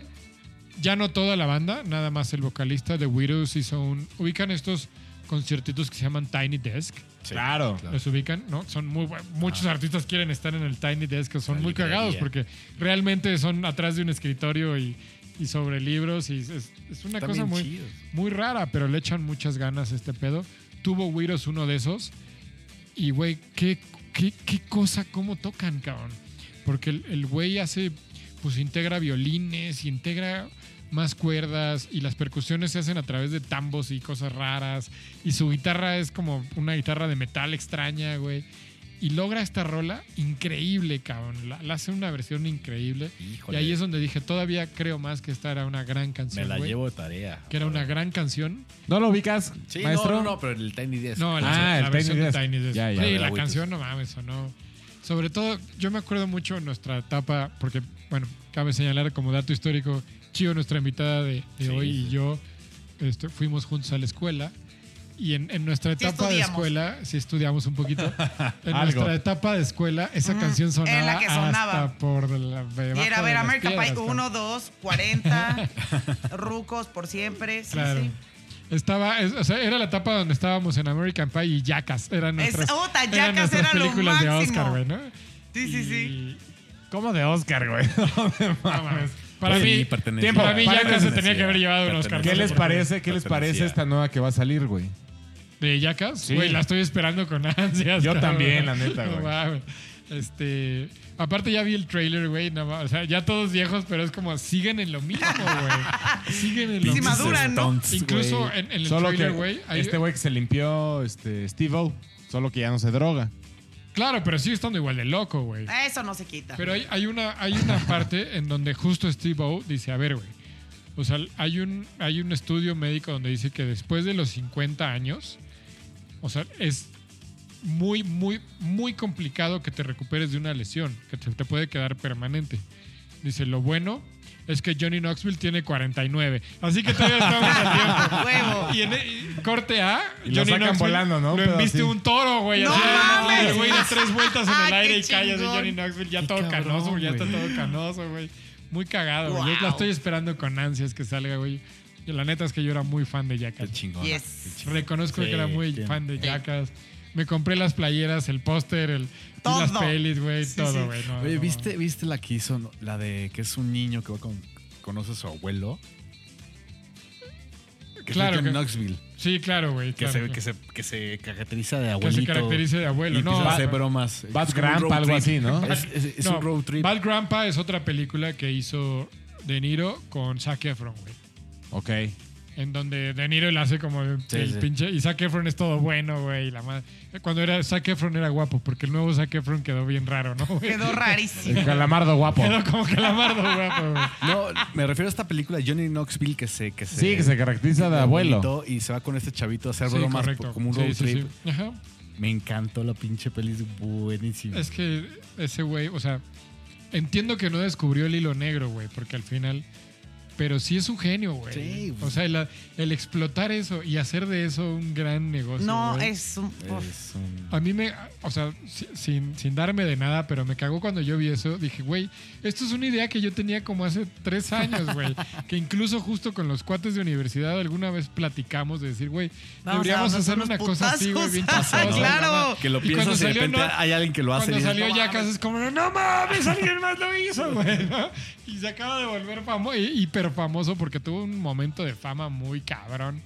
Speaker 3: ya no toda la banda, nada más el vocalista de Widows hizo un, ubican estos conciertitos que se llaman Tiny Desk.
Speaker 4: Claro.
Speaker 2: Claro.
Speaker 3: Los ubican, ¿no? Son muy bu- muchos artistas quieren estar en el Tiny Desk, que son
Speaker 2: La
Speaker 3: muy
Speaker 2: librería.
Speaker 3: cagados porque realmente son atrás de un escritorio y, y sobre libros y es, es una
Speaker 2: Está
Speaker 3: cosa
Speaker 2: bien
Speaker 3: muy,
Speaker 2: chido.
Speaker 3: muy rara, pero le echan muchas ganas a este pedo. Tuvo Wiros uno de esos y güey, ¿qué, qué, qué cosa, cómo tocan, cabrón. Porque el- el güey hace, pues integra violines y integra más cuerdas y las percusiones se hacen a través de tambos y cosas raras y su guitarra es como una guitarra de metal extraña, güey. Y logra esta rola increíble, cabrón. La, la hace una versión increíble.
Speaker 2: Híjole,
Speaker 3: Y ahí es donde dije, todavía creo más que esta era una gran canción.
Speaker 2: me la
Speaker 3: güey.
Speaker 2: llevo de tarea.
Speaker 3: Que era una gran canción.
Speaker 4: ¿No lo ubicas,
Speaker 2: Sí,
Speaker 4: maestro?
Speaker 2: no, no, no, pero el Tiny Desk.
Speaker 3: No,
Speaker 4: Ah,
Speaker 3: la,
Speaker 4: el
Speaker 3: la versión
Speaker 4: Tiny
Speaker 3: de
Speaker 4: Desk.
Speaker 3: Tiny Desk.
Speaker 4: Ya, ya.
Speaker 3: sí,
Speaker 2: La
Speaker 3: la
Speaker 2: Wicked.
Speaker 3: canción, no mames, o no. Sobre todo, yo me acuerdo mucho nuestra etapa, porque, bueno, cabe señalar como dato histórico, Chio, nuestra invitada de, de
Speaker 2: Sí,
Speaker 3: hoy,
Speaker 2: sí.
Speaker 3: y yo este, fuimos juntos a la escuela. Y en, en nuestra
Speaker 5: Sí
Speaker 3: etapa de
Speaker 5: estudiamos.
Speaker 3: escuela, si estudiamos un poquito, en
Speaker 4: Algo.
Speaker 3: nuestra etapa de escuela, esa canción sonaba,
Speaker 5: era la que sonaba.
Speaker 3: hasta por la
Speaker 5: Y
Speaker 3: debajo
Speaker 5: era a
Speaker 3: de
Speaker 5: ver
Speaker 3: las
Speaker 5: American
Speaker 3: piedras,
Speaker 5: Pie
Speaker 3: cabrón.
Speaker 5: 1, 2, 40, rucos por siempre. Sí,
Speaker 3: Claro.
Speaker 5: sí.
Speaker 3: Estaba, es- o sea, era la etapa donde estábamos en American Pie y Jackass. Eran
Speaker 5: Es-
Speaker 3: nuestras,
Speaker 5: puta,
Speaker 3: eran
Speaker 5: Jackass
Speaker 3: nuestras
Speaker 5: era lo
Speaker 3: películas de
Speaker 5: máximo.
Speaker 3: Oscar, güey, ¿no?
Speaker 5: Sí, sí, sí.
Speaker 3: Y-
Speaker 4: ¿Cómo de Oscar, güey? No me
Speaker 3: no mames.
Speaker 4: mames.
Speaker 3: Para
Speaker 2: Sí,
Speaker 3: mí,
Speaker 2: pertenece.
Speaker 4: tiempo,
Speaker 3: para mí
Speaker 4: para
Speaker 3: Jackass se
Speaker 2: pertenecía,
Speaker 3: tenía que haber llevado un
Speaker 2: pertenecía.
Speaker 3: Oscar.
Speaker 4: ¿Qué
Speaker 3: No sé
Speaker 4: les
Speaker 3: por
Speaker 4: parece? ¿Qué les parece
Speaker 2: Pertenecía.
Speaker 4: esta nueva que va a salir, güey?
Speaker 3: ¿De Jackass?
Speaker 4: Sí.
Speaker 3: Güey, la estoy esperando con ansias.
Speaker 4: Yo
Speaker 3: cabrón.
Speaker 4: también, la neta,
Speaker 3: No
Speaker 4: güey.
Speaker 3: mames. Este. Aparte, ya vi el trailer, güey. nada más. O sea, ya todos viejos, pero es como siguen en lo mismo, güey. siguen en lo
Speaker 5: Sí,
Speaker 3: mismo.
Speaker 5: madura. maduran, ¿no?
Speaker 3: Incluso en, en el
Speaker 4: Solo que
Speaker 3: trailer, güey. hay-
Speaker 4: este güey que se limpió, este, Steve O, solo que ya no se droga.
Speaker 3: Claro, pero sigue estando igual de loco, güey.
Speaker 5: Eso no se quita.
Speaker 3: Pero hay, hay una, hay una parte en donde justo Steve O dice, a ver, güey. O sea, hay un, hay un estudio médico donde dice que después de los 50 años, o sea, es muy, muy, muy complicado que te recuperes de una lesión, que te, te puede quedar permanente. Dice, lo bueno es que Johnny Knoxville tiene 49. Así que todavía estamos a tiempo.
Speaker 5: Huevo.
Speaker 3: Y en el- corte A,
Speaker 4: Y lo sacan volando, ¿no?
Speaker 3: Lo
Speaker 4: Pero
Speaker 3: embiste
Speaker 4: así.
Speaker 3: un toro, güey.
Speaker 5: ¡No
Speaker 3: así,
Speaker 5: mames!
Speaker 3: el güey da tres vueltas en
Speaker 5: Ah,
Speaker 3: el aire
Speaker 5: qué
Speaker 3: y cae así
Speaker 5: chingón.
Speaker 3: Johnny Knoxville. Ya
Speaker 2: Qué
Speaker 3: todo
Speaker 2: cabrón,
Speaker 3: canoso, güey. Ya está
Speaker 2: güey.
Speaker 3: todo canoso, güey. Muy cagado, güey. Yo la
Speaker 5: Guau.
Speaker 3: estoy esperando con ansias que salga, güey. Y la neta es que yo era muy fan de
Speaker 2: Qué
Speaker 3: Jackass.
Speaker 2: chingona.
Speaker 5: Yes.
Speaker 3: Reconozco
Speaker 2: Sí,
Speaker 3: que era muy
Speaker 2: bien.
Speaker 3: fan de Jackass. Me compré las playeras, el póster, el, y las
Speaker 5: Todo.
Speaker 3: pelis, güey.
Speaker 5: Sí, sí.
Speaker 3: todo, güey. No,
Speaker 2: Oye,
Speaker 3: no,
Speaker 2: ¿viste, ¿viste la que hizo? no? La de que es un niño que va con, conoce a su abuelo. Que
Speaker 3: Claro
Speaker 2: Es de
Speaker 3: que-
Speaker 2: Knoxville.
Speaker 3: Sí, claro, güey.
Speaker 2: Que,
Speaker 3: claro,
Speaker 2: se,
Speaker 3: claro.
Speaker 2: que, se, que se caracteriza de
Speaker 3: Que
Speaker 2: abuelito.
Speaker 3: se caracterice de
Speaker 2: y pues
Speaker 3: abuelo,
Speaker 2: empieza
Speaker 3: ¿no?
Speaker 2: a hacer bromas.
Speaker 4: Bad
Speaker 2: Es como un
Speaker 4: Grandpa,
Speaker 2: road
Speaker 4: algo
Speaker 2: trip.
Speaker 4: así, ¿no?
Speaker 2: Es, es- es
Speaker 3: No,
Speaker 2: un road trip.
Speaker 3: Bad Grandpa es otra película que hizo De Niro con Zac Efron, güey.
Speaker 4: Ok.
Speaker 3: En donde De Niro le hace como el,
Speaker 2: Sí,
Speaker 3: el
Speaker 2: sí.
Speaker 3: pinche. Y Zac Efron es todo bueno, güey. y La madre. Cuando era Zac Efron era guapo, porque el nuevo Zac Efron quedó bien raro, ¿no? güey?
Speaker 5: Quedó rarísimo.
Speaker 4: El calamardo guapo.
Speaker 3: Quedó como calamardo guapo, güey.
Speaker 2: No, me refiero a esta película de Johnny Knoxville que se... Que se
Speaker 4: Sí, que se caracteriza de abuelo.
Speaker 2: abuelito Y se va con este chavito a hacer
Speaker 3: Sí,
Speaker 2: bromas
Speaker 3: correcto.
Speaker 2: como un
Speaker 3: Sí,
Speaker 2: road
Speaker 3: sí,
Speaker 2: trip.
Speaker 3: sí. Ajá.
Speaker 2: Me encantó la pinche peli, es buenísima.
Speaker 3: Es que ese güey, o sea, entiendo que no descubrió el hilo negro, güey, porque al final. Pero sí es un genio, güey.
Speaker 2: Sí,
Speaker 3: O sea, el, el explotar eso y hacer de eso un gran negocio.
Speaker 5: No,
Speaker 3: güey.
Speaker 5: es un.
Speaker 3: Eh,
Speaker 5: uf.
Speaker 2: Es un-
Speaker 3: A mí me, o sea, si- sin, sin darme de nada, pero me cagó cuando yo vi eso. Dije, güey, esto es una idea que yo tenía como hace tres años, güey. que incluso justo con los cuates de universidad alguna vez platicamos de decir, güey,
Speaker 5: Vamos a
Speaker 3: deberíamos
Speaker 5: darnos
Speaker 3: hacer
Speaker 5: unos
Speaker 3: una cosa así, güey, bien
Speaker 5: putazos.
Speaker 3: chistosa,
Speaker 5: Claro.
Speaker 2: Que
Speaker 3: Oh, Y
Speaker 2: lo
Speaker 3: cuando
Speaker 2: piensas y de
Speaker 3: salió,
Speaker 2: repente
Speaker 3: no-
Speaker 2: hay alguien que lo hace. y dices,
Speaker 3: Cuando salió
Speaker 2: "No
Speaker 3: ya
Speaker 2: mames".
Speaker 3: casi es como, no mames, alguien más lo hizo, güey. ¿no? Y se acaba de volver famoso, hiper famoso, porque tuvo un momento de fama muy cabrón.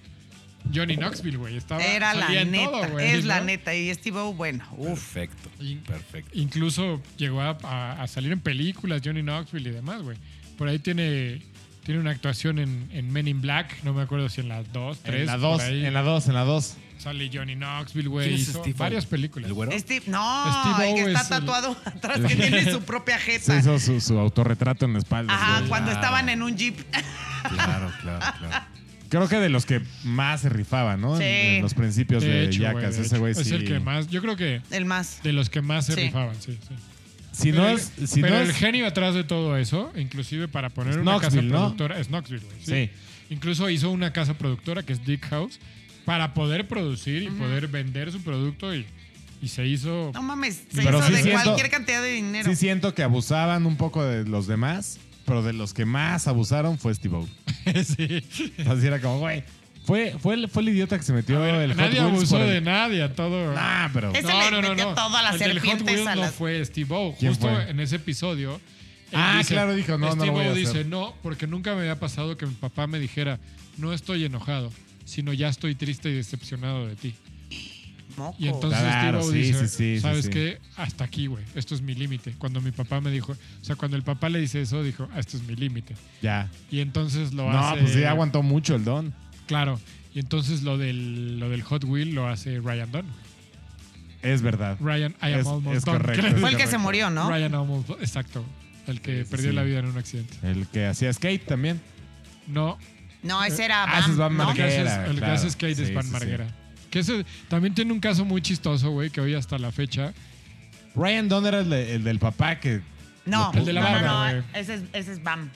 Speaker 3: Johnny Knoxville, güey. Estaba
Speaker 5: Era
Speaker 3: salía
Speaker 5: la
Speaker 3: en
Speaker 5: neta,
Speaker 3: todo, güey,
Speaker 5: es la
Speaker 3: ¿no?
Speaker 5: neta. Y Steve O, bueno, uff.
Speaker 2: Perfecto.
Speaker 3: Y-
Speaker 2: Perfecto.
Speaker 3: Incluso llegó a, a- a salir en películas, Johnny Knoxville y demás, güey. Por ahí tiene, tiene una actuación en, en Men in Black, no me acuerdo si en las dos, tres.
Speaker 4: En la
Speaker 3: por
Speaker 4: 2,
Speaker 3: ahí
Speaker 4: en la 2, en la 2.
Speaker 3: Sale Johnny Knoxville, güey.
Speaker 2: ¿Quién es
Speaker 3: hizo
Speaker 2: Steve O?
Speaker 3: varias películas.
Speaker 2: ¿El güero?
Speaker 5: Steve, no,
Speaker 3: Steve
Speaker 5: el
Speaker 3: O
Speaker 5: que
Speaker 3: es
Speaker 5: está
Speaker 3: el-
Speaker 5: tatuado atrás, que tiene su propia
Speaker 4: Se
Speaker 5: jeta.
Speaker 4: hizo su, su autorretrato en la espalda.
Speaker 5: Ajá,
Speaker 4: güey.
Speaker 5: cuando
Speaker 2: Claro.
Speaker 5: estaban en un jeep.
Speaker 2: Claro, claro, claro.
Speaker 4: Creo que de los que más se rifaba, ¿no? En-
Speaker 5: Sí.
Speaker 4: En, los principios de,
Speaker 3: hecho, güey,
Speaker 4: Yacas.
Speaker 3: de
Speaker 4: Ese
Speaker 3: hecho.
Speaker 4: güey
Speaker 3: Es
Speaker 4: sí.
Speaker 3: el que más, yo creo que
Speaker 5: El más.
Speaker 3: de los que más se
Speaker 5: Sí.
Speaker 3: rifaban, sí, sí.
Speaker 4: Si
Speaker 3: pero
Speaker 4: no
Speaker 3: el-
Speaker 4: es. Si
Speaker 3: pero
Speaker 4: no
Speaker 3: el
Speaker 4: es-
Speaker 3: genio atrás de todo eso, inclusive para poner
Speaker 4: Es
Speaker 3: una casa
Speaker 4: Knoxville, ¿no?
Speaker 3: productora, es Knoxville, güey.
Speaker 4: Sí.
Speaker 3: Incluso hizo una casa productora que es Dick House para poder producir y poder vender su producto y, y se hizo.
Speaker 5: No mames, se
Speaker 4: Pero
Speaker 5: hizo
Speaker 4: sí
Speaker 5: de
Speaker 4: siento-
Speaker 5: cualquier cantidad de dinero.
Speaker 4: Sí siento que abusaban un poco de los demás, pero de los que más abusaron fue Steve O.
Speaker 3: Sí.
Speaker 4: Así era como, güey. Fue, fue, el, fue el idiota que se metió el Hot
Speaker 3: nadie
Speaker 4: Wheels
Speaker 3: abusó
Speaker 4: por el-
Speaker 3: de nadie, a todo.
Speaker 4: Ah, pero.
Speaker 5: Ese le metió todo a las
Speaker 3: El del Hot
Speaker 5: serpientes,
Speaker 3: Wheels
Speaker 5: a
Speaker 3: no
Speaker 5: las-
Speaker 3: fue Steve O.
Speaker 4: ¿Quién
Speaker 3: Justo
Speaker 4: fue?
Speaker 3: en ese episodio. él
Speaker 4: Ah, claro, dijo, no, no lo
Speaker 3: Steve-O
Speaker 4: voy a
Speaker 3: dice,
Speaker 4: hacer.
Speaker 3: no, porque nunca me había pasado que mi papá me dijera, no estoy enojado, sino ya estoy triste y decepcionado de ti.
Speaker 5: Moco.
Speaker 3: Y entonces este
Speaker 4: Claro,
Speaker 3: Steve-O
Speaker 4: sí,
Speaker 3: dice,
Speaker 4: sí, sí, sí,
Speaker 3: ¿sabes
Speaker 4: sí.
Speaker 3: qué? Hasta aquí, güey. Esto es mi límite. Cuando mi papá me dijo, o sea, cuando el papá le dice eso, dijo, "Ah, esto es mi límite.
Speaker 4: Ya.
Speaker 3: Y entonces lo
Speaker 4: No,
Speaker 3: hace...
Speaker 4: pues sí, aguantó mucho el don.
Speaker 3: Claro. Y entonces lo del, lo del Hot Wheel lo hace Ryan Dunn.
Speaker 4: Es verdad.
Speaker 3: Ryan, I am
Speaker 4: Es-
Speaker 3: almost
Speaker 4: es
Speaker 3: done.
Speaker 4: correcto,
Speaker 3: Creo.
Speaker 4: es
Speaker 5: Fue el que
Speaker 4: correcto.
Speaker 5: se murió, ¿no?
Speaker 3: Ryan almost, exacto. El que
Speaker 4: Sí, sí,
Speaker 3: perdió
Speaker 4: sí.
Speaker 3: la vida en un accidente.
Speaker 4: El que hacía skate también.
Speaker 3: No,
Speaker 5: No, ese era
Speaker 4: Ah, ese es Van
Speaker 5: ¿no?
Speaker 3: el que hace
Speaker 4: Marguera,
Speaker 3: Eh, es- el que
Speaker 4: claro.
Speaker 3: hace es Kate
Speaker 4: Sí,
Speaker 3: es Van
Speaker 4: sí, sí.
Speaker 3: Marguera. Que ese también tiene un caso muy chistoso, güey, que hoy hasta la fecha.
Speaker 4: Ryan Don era el, de- el del papá que.
Speaker 5: No,
Speaker 3: El de la
Speaker 5: no,
Speaker 3: barba,
Speaker 5: no,
Speaker 3: güey.
Speaker 5: ese es, ese es Bam.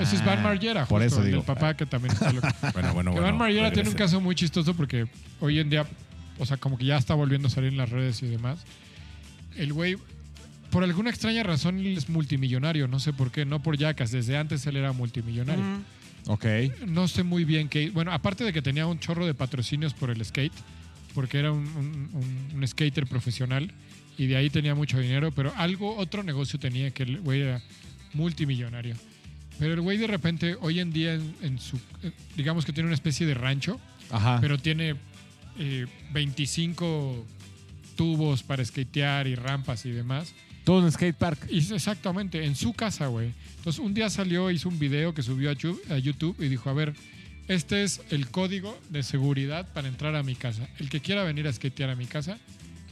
Speaker 3: ese es Van
Speaker 4: Ah,
Speaker 3: Marguera,
Speaker 4: Por eso digo.
Speaker 3: El papá que también está loco.
Speaker 2: Bueno, bueno,
Speaker 3: Que
Speaker 2: bueno.
Speaker 3: Van Marguera tiene un
Speaker 2: regrese.
Speaker 3: caso muy chistoso porque hoy en día, o sea, como que ya está volviendo a salir en las redes y demás. El güey, por alguna extraña razón, él es multimillonario, no sé por qué, no por Yacas, desde antes él era multimillonario.
Speaker 5: Ujú.
Speaker 4: Ok.
Speaker 3: No sé muy bien qué. Bueno, aparte de que tenía un chorro de patrocinios por el skate, porque era un, un- un- un skater profesional y de ahí tenía mucho dinero, pero algo, otro negocio tenía que el güey era multimillonario. Pero el güey de repente, hoy en día, en, en su. eh, Digamos que tiene una especie de rancho,
Speaker 4: Ajá.
Speaker 3: pero tiene eh, 25 tubos para skatear y rampas y demás.
Speaker 4: Todo un skate park.
Speaker 3: Y es exactamente, en su casa, güey. Entonces, un día salió, hizo un video que subió a Chu- a YouTube y dijo, a ver, este es el código de seguridad para entrar a mi casa. El que quiera venir a skatear a mi casa,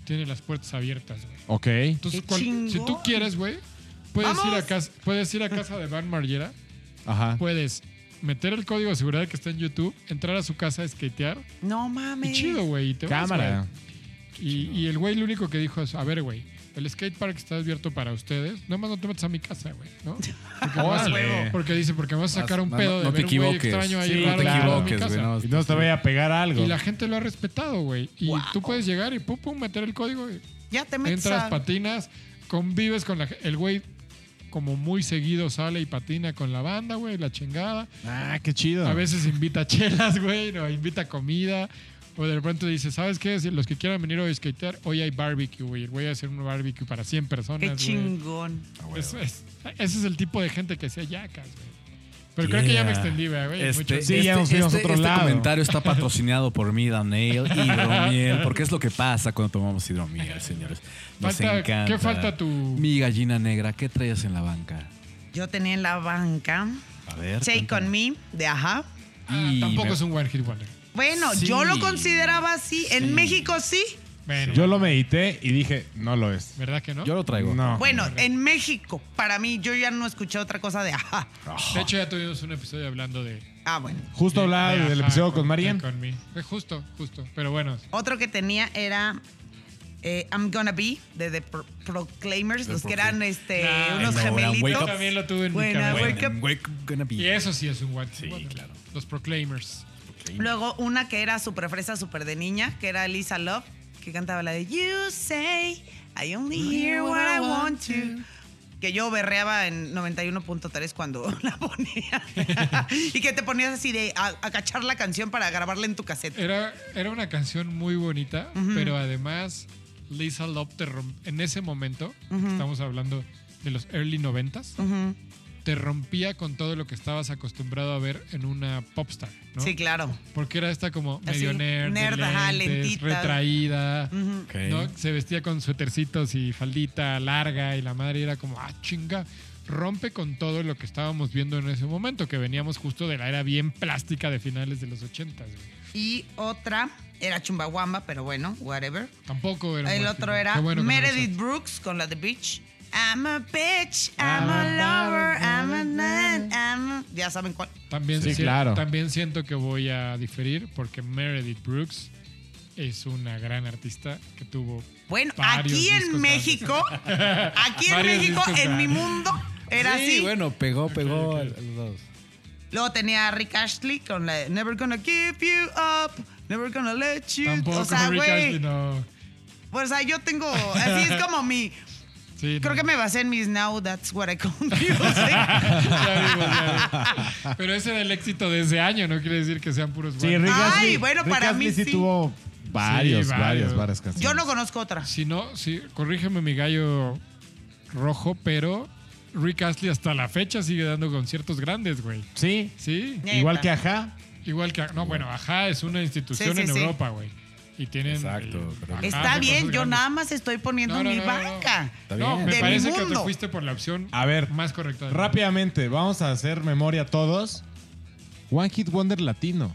Speaker 3: tiene las puertas abiertas, güey.
Speaker 4: Ok.
Speaker 3: Entonces,
Speaker 5: ¡Qué
Speaker 3: cual-
Speaker 5: chingón!
Speaker 3: si tú quieres, güey, puedes ir, a
Speaker 5: ¡Vamos!
Speaker 3: casa, puedes ir a casa de Van Margiela,
Speaker 4: Ajá.
Speaker 3: puedes meter el código de seguridad que está en YouTube, entrar a su casa a skatear.
Speaker 5: No
Speaker 3: Y
Speaker 5: mames.
Speaker 3: chido, güey. y te vas,
Speaker 4: Cámara.
Speaker 3: güey. Y, y el güey lo único que dijo es, a ver, güey, el skatepark está abierto para ustedes. Nada más no te metas a mi casa, güey, ¿no? Porque, me vas-
Speaker 4: Órale.
Speaker 3: porque dice, porque me vas a sacar un
Speaker 2: No,
Speaker 3: pedo de
Speaker 2: no
Speaker 3: ver
Speaker 2: te
Speaker 3: un güey
Speaker 2: equivoques.
Speaker 3: extraño ahí
Speaker 4: Sí,
Speaker 3: raro
Speaker 4: claro.
Speaker 3: entrando a mi
Speaker 2: equivoques,
Speaker 3: casa.
Speaker 2: güey, no,
Speaker 4: Y no te voy a pegar algo.
Speaker 3: Y la gente lo ha respetado, güey. Y tú puedes llegar y pum, pum, meter el código. y
Speaker 5: Ya te metes
Speaker 3: Entras,
Speaker 5: a-
Speaker 3: patinas, convives con la ge- El güey como muy seguido sale y patina con la banda, güey, la chingada.
Speaker 4: Ah, qué chido.
Speaker 3: A veces invita chelas, güey, o invita comida. O de repente dice, ¿sabes qué? Si los que quieran venir hoy a skatear, hoy hay barbecue, güey. Voy a hacer un barbecue para 100 personas,
Speaker 5: Qué
Speaker 3: güey".
Speaker 5: chingón.
Speaker 2: Ah, güey,
Speaker 3: Es-
Speaker 2: güey.
Speaker 3: es- ese es el tipo de gente que hacía yacas, güey. Pero creo que ya me
Speaker 2: Yeah.
Speaker 3: extendí, güey. güey,
Speaker 2: Este,
Speaker 3: mucho.
Speaker 4: Sí, ya nos
Speaker 2: este-
Speaker 4: fuimos a
Speaker 2: este-
Speaker 4: otro
Speaker 2: este
Speaker 4: lado.
Speaker 2: comentario está patrocinado por Midanail y Hidromiel, porque es lo que pasa cuando tomamos hidromiel, señores. Nos
Speaker 3: Falta-
Speaker 2: encanta.
Speaker 3: ¿Qué falta tu...?
Speaker 2: Mi gallina negra, ¿qué traías en la banca?
Speaker 5: Yo tenía en la banca
Speaker 2: A ver.
Speaker 5: Take
Speaker 2: cuéntame.
Speaker 5: on Me de Ajá.
Speaker 3: Ah,
Speaker 2: Y
Speaker 3: tampoco
Speaker 2: me-
Speaker 3: es un one hit wonder.
Speaker 5: Bueno,
Speaker 2: Sí.
Speaker 5: yo lo consideraba así. En México sí.
Speaker 3: Bueno,
Speaker 4: Yo lo medité y dije, no lo es.
Speaker 3: ¿verdad que no?
Speaker 2: Yo lo traigo.
Speaker 4: No.
Speaker 5: Bueno, en México, para mí, yo ya no escuché otra cosa de Ajá.
Speaker 3: De hecho, ya tuvimos un episodio hablando de...
Speaker 5: Ah, bueno.
Speaker 4: Justo hablaba
Speaker 3: de
Speaker 4: del
Speaker 3: Ajá
Speaker 4: episodio con Marian.
Speaker 3: Take On Me. Fue Justo, justo. Pero bueno,
Speaker 5: Otro que tenía era eh, I'm Gonna Be de The Pro- Proclaimers, los que eran este,
Speaker 3: Nah,
Speaker 5: unos
Speaker 2: no, eran
Speaker 5: gemelitos.
Speaker 2: Wake
Speaker 3: Yo
Speaker 2: Up.
Speaker 3: también lo tuve en mi
Speaker 5: Buena,
Speaker 3: cabeza.
Speaker 5: Wake Up.
Speaker 2: Wake up gonna be.
Speaker 3: Y eso sí es un What
Speaker 2: Sí, claro.
Speaker 3: Los Proclaimers.
Speaker 5: Luego una que era súper fresa, súper de niña, que era Lisa Love, que cantaba la de You say I only hear what I want to. Que yo berreaba en 91.3 cuando la ponía. y que te ponías así de a, a cachar la canción para grabarla en tu cassette.
Speaker 3: Era, era una canción muy bonita, pero además Lisa Love te rom- en ese momento, estamos hablando de los early 90s,
Speaker 5: Ujú.
Speaker 3: te rompía con todo lo que estabas acostumbrado a ver en una popstar, ¿no?
Speaker 5: Sí, claro.
Speaker 3: Porque era esta como
Speaker 5: Así,
Speaker 3: medio nerd, de
Speaker 5: nerd, ajá,
Speaker 3: lentes,
Speaker 5: lentita.
Speaker 3: retraída,
Speaker 5: Ujú.
Speaker 2: Ok.
Speaker 3: ¿no? Se vestía con suetercitos y faldita larga y la madre era como, ah, chinga, rompe con todo lo que estábamos viendo en ese momento, que veníamos justo de la era bien plástica de finales de los 80, güey.
Speaker 5: Y otra era Chumbawamba, pero bueno, whatever.
Speaker 3: Tampoco era...
Speaker 5: El
Speaker 3: muy
Speaker 5: otro
Speaker 3: activo.
Speaker 5: era
Speaker 3: Qué bueno que no lo
Speaker 5: Meredith
Speaker 3: usaste.
Speaker 5: Brooks con la de Beach. I'm a bitch, I'm a
Speaker 3: Ah,
Speaker 5: lover, I'm a man, I'm a... Ya saben cuál.
Speaker 3: También,
Speaker 4: Sí,
Speaker 3: sí,
Speaker 4: claro.
Speaker 3: también siento que voy a diferir porque Meredith Brooks es una gran artista que tuvo...
Speaker 5: Bueno,
Speaker 3: varios
Speaker 5: aquí
Speaker 3: discos
Speaker 5: en
Speaker 3: grandes.
Speaker 5: México, aquí en
Speaker 3: Varios
Speaker 5: México,
Speaker 3: discos
Speaker 5: en mi
Speaker 3: grandes.
Speaker 5: mundo, era
Speaker 2: sí,
Speaker 5: así.
Speaker 2: bueno, pegó, pegó a- a los dos.
Speaker 5: Luego tenía a Rick Ashley con la de Never gonna give you up, never gonna let you...
Speaker 3: Tampoco
Speaker 5: o sea,
Speaker 3: Rick Astley,
Speaker 5: güey,
Speaker 3: no.
Speaker 5: o sea, yo tengo... Así es como mi...
Speaker 3: Sí,
Speaker 5: Creo
Speaker 3: no.
Speaker 5: que me basé en mis Now That's What I ¿eh? Call Music.
Speaker 3: Ya vimos, ya vimos. Pero ese era el éxito de ese año, no quiere decir que sean puros
Speaker 4: Sí,
Speaker 3: buenos.
Speaker 4: Rick
Speaker 5: Ay,
Speaker 4: Astley-
Speaker 5: bueno,
Speaker 4: Rick
Speaker 5: para
Speaker 4: Astley
Speaker 5: mí
Speaker 4: sí
Speaker 5: sí.
Speaker 4: tuvo varios,
Speaker 3: Sí, varios.
Speaker 4: varias, varias canciones.
Speaker 5: Yo no conozco otra.
Speaker 3: Si no, sí, corrígeme mi gallo rojo, pero Rick Astley hasta la fecha sigue dando conciertos grandes, güey.
Speaker 4: Sí,
Speaker 3: Sí,
Speaker 5: Neta.
Speaker 4: igual que Ajá.
Speaker 3: igual que. No, bueno, Ajá es una institución
Speaker 5: Sí, sí,
Speaker 3: en
Speaker 5: sí.
Speaker 3: Europa, güey. Y tienen.
Speaker 2: Exacto,
Speaker 3: eh,
Speaker 2: pero-
Speaker 3: Ajá,
Speaker 5: Está
Speaker 3: hacen
Speaker 5: bien,
Speaker 3: cosas
Speaker 5: yo
Speaker 3: grandes.
Speaker 5: nada más estoy poniendo
Speaker 3: No, no,
Speaker 5: mi
Speaker 3: no, no, no.
Speaker 5: banca.
Speaker 3: No,
Speaker 5: bien.
Speaker 3: me
Speaker 5: De mi
Speaker 3: parece que te
Speaker 5: mundo.
Speaker 3: fuiste por la opción
Speaker 4: A ver,
Speaker 3: más correcta. del
Speaker 4: Rápidamente, vamos a hacer memoria todos. One Hit Wonder Latino.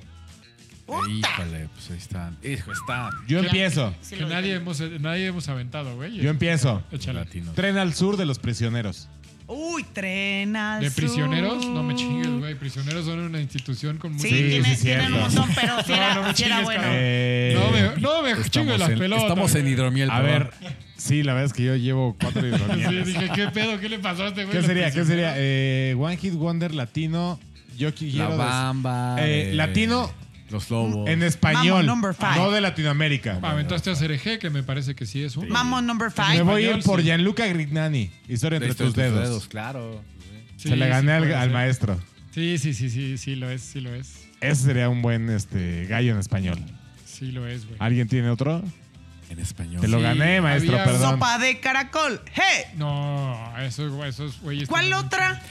Speaker 5: ¡Puta!
Speaker 2: Híjole, pues ahí está. Hijo, está.
Speaker 4: Yo
Speaker 3: Claro.
Speaker 4: empiezo.
Speaker 3: mundo. Que nadie hemos, nadie hemos aventado, güey.
Speaker 4: Yo empiezo.
Speaker 3: Échale.
Speaker 2: Latino.
Speaker 4: Tren al sur de los prisioneros.
Speaker 5: Uy, trena.
Speaker 3: ¿De prisioneros? No me chingues, güey. Prisioneros son una institución con
Speaker 5: Sí,
Speaker 3: muchos.
Speaker 4: Sí,
Speaker 5: tiene-
Speaker 4: sí,
Speaker 5: tienen un
Speaker 4: cierto.
Speaker 5: montón, pero sí
Speaker 3: No,
Speaker 5: era,
Speaker 3: no me
Speaker 5: Ah, sí era
Speaker 3: chingues,
Speaker 5: bueno.
Speaker 3: cabrón.
Speaker 4: Eh,
Speaker 3: No me, no me chingues las
Speaker 2: en,
Speaker 3: pelotas.
Speaker 2: estamos en
Speaker 3: güey.
Speaker 2: hidromiel.
Speaker 4: a
Speaker 2: perdón.
Speaker 4: ver, sí, la verdad es que yo llevo cuatro
Speaker 3: Sí,
Speaker 4: hidronieles.
Speaker 3: dije, ¿qué pedo? ¿Qué le pasó a este güey?
Speaker 4: ¿Qué
Speaker 3: Los
Speaker 4: sería? ¿Qué
Speaker 3: prisioneros.
Speaker 4: sería? Eh, One Hit Wonder Latino. Yo quiero.
Speaker 2: La
Speaker 4: des-
Speaker 2: Bamba.
Speaker 4: Eh,
Speaker 2: de-
Speaker 4: latino
Speaker 2: Los Lobos.
Speaker 4: en español.
Speaker 5: Mambo number five.
Speaker 4: No de Latinoamérica.
Speaker 3: Aventaste a Cereje, que me parece que sí es un.
Speaker 5: Mambo number
Speaker 4: Me
Speaker 5: five.
Speaker 4: voy a ir
Speaker 3: español,
Speaker 4: por
Speaker 3: sí.
Speaker 4: Gianluca Grignani. Historia
Speaker 2: La
Speaker 4: entre
Speaker 2: historia
Speaker 4: tus
Speaker 2: de
Speaker 4: dedos.
Speaker 2: Claro.
Speaker 3: Sí,
Speaker 4: Se la
Speaker 3: sí
Speaker 4: gané al,
Speaker 3: puede
Speaker 4: al
Speaker 3: ser.
Speaker 4: maestro.
Speaker 3: Sí, sí, sí, sí, sí lo es, sí lo es.
Speaker 4: Ese sería un buen este, gallo en español.
Speaker 3: Sí lo es, güey.
Speaker 4: ¿Alguien tiene otro?
Speaker 2: En español.
Speaker 4: Te lo
Speaker 3: Sí,
Speaker 4: gané, maestro,
Speaker 3: había-
Speaker 4: perdón.
Speaker 5: Sopa de caracol. ¡Hey!
Speaker 3: No, eso- esos güeyes.
Speaker 5: ¿Cuál
Speaker 3: tienen-
Speaker 5: otra?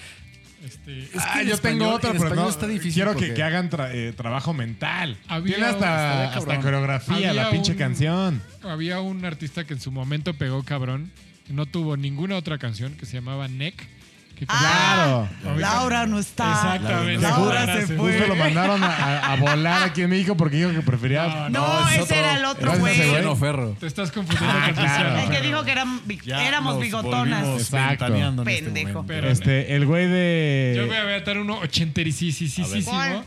Speaker 3: Este,
Speaker 2: Es que
Speaker 4: Ah,
Speaker 2: en
Speaker 4: yo
Speaker 2: español-
Speaker 4: tengo otra,
Speaker 2: en
Speaker 4: pero
Speaker 2: español
Speaker 4: no,
Speaker 2: está difícil
Speaker 4: Quiero que,
Speaker 2: porque-
Speaker 4: que hagan tra- eh, trabajo mental.
Speaker 3: Había
Speaker 4: Tiene
Speaker 3: un-
Speaker 4: hasta,
Speaker 2: estaría
Speaker 4: hasta
Speaker 2: cabrón.
Speaker 4: coreografía
Speaker 3: Había
Speaker 4: la pinche
Speaker 3: un-
Speaker 4: canción.
Speaker 3: había un artista que en su momento pegó cabrón. que No tuvo ninguna otra canción que se llamaba Neck. que
Speaker 5: Ah,
Speaker 3: cantaba-
Speaker 5: Laura no está.
Speaker 3: Exactamente.
Speaker 5: Laura
Speaker 3: Laura
Speaker 5: se
Speaker 3: se
Speaker 5: fue.
Speaker 4: Justo lo mandaron a, a- a volar aquí en México porque dijo que prefería.
Speaker 3: No,
Speaker 5: No, ese era el otro
Speaker 4: Gracias,
Speaker 5: güey.
Speaker 4: güey.
Speaker 2: Luciano Ferro.
Speaker 3: Te estás confundiendo
Speaker 4: Ah,
Speaker 3: con
Speaker 4: claro.
Speaker 3: Cristiano.
Speaker 5: El que
Speaker 3: Ferro.
Speaker 5: dijo que eran bi-
Speaker 2: Ya
Speaker 5: éramos
Speaker 2: nos volvimos
Speaker 5: bigotonas.
Speaker 4: Exacto.
Speaker 2: ventaneando en este
Speaker 5: Pendejo.
Speaker 2: momento.
Speaker 3: Pero-
Speaker 4: Este, el güey
Speaker 3: Yo voy a
Speaker 4: de.
Speaker 3: aventar uno
Speaker 5: A ver.
Speaker 3: ochentericisísimo.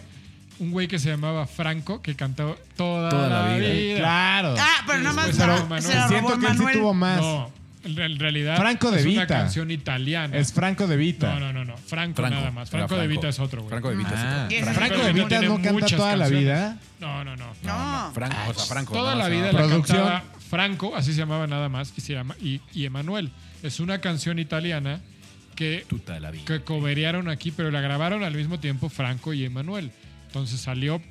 Speaker 3: Un güey que se llamaba Franco, que cantó toda,
Speaker 2: Toda
Speaker 3: la,
Speaker 2: la
Speaker 3: vida.
Speaker 2: vida.
Speaker 4: Claro.
Speaker 5: Ah, pero nada más
Speaker 3: Pues,
Speaker 5: para-
Speaker 3: pero
Speaker 5: se la robó
Speaker 4: Siento
Speaker 5: el
Speaker 4: que él sí
Speaker 5: Manuel.
Speaker 4: tuvo más.
Speaker 3: No, en en realidad
Speaker 4: Franco De
Speaker 3: es una
Speaker 4: Vita.
Speaker 3: canción italiana.
Speaker 4: Es Franco de Vita.
Speaker 3: no, no, no, no. Franco,
Speaker 2: Franco.
Speaker 3: nada más.
Speaker 2: Era
Speaker 3: Franco, De Vita es otro, güey.
Speaker 2: Franco de Vita es
Speaker 4: Ah.
Speaker 2: otro.
Speaker 5: Y ese
Speaker 4: Franco
Speaker 5: sí
Speaker 4: de
Speaker 5: fue-
Speaker 4: Vita
Speaker 3: tiene
Speaker 4: no canta
Speaker 3: muchas
Speaker 4: toda la
Speaker 3: canciones.
Speaker 4: vida.
Speaker 3: No, no, no.
Speaker 5: No.
Speaker 2: Franco, o sea, Franco.
Speaker 3: Toda
Speaker 2: no,
Speaker 3: la
Speaker 2: se
Speaker 3: vida
Speaker 2: llama-
Speaker 3: la
Speaker 4: Producción.
Speaker 3: cantaba Franco, así se llamaba nada más, y se llama y, y Emanuel. Es una canción italiana que,
Speaker 2: Tuta de la vida.
Speaker 3: que coberearon aquí, pero la grabaron al mismo tiempo Franco y Emanuel. Entonces salió.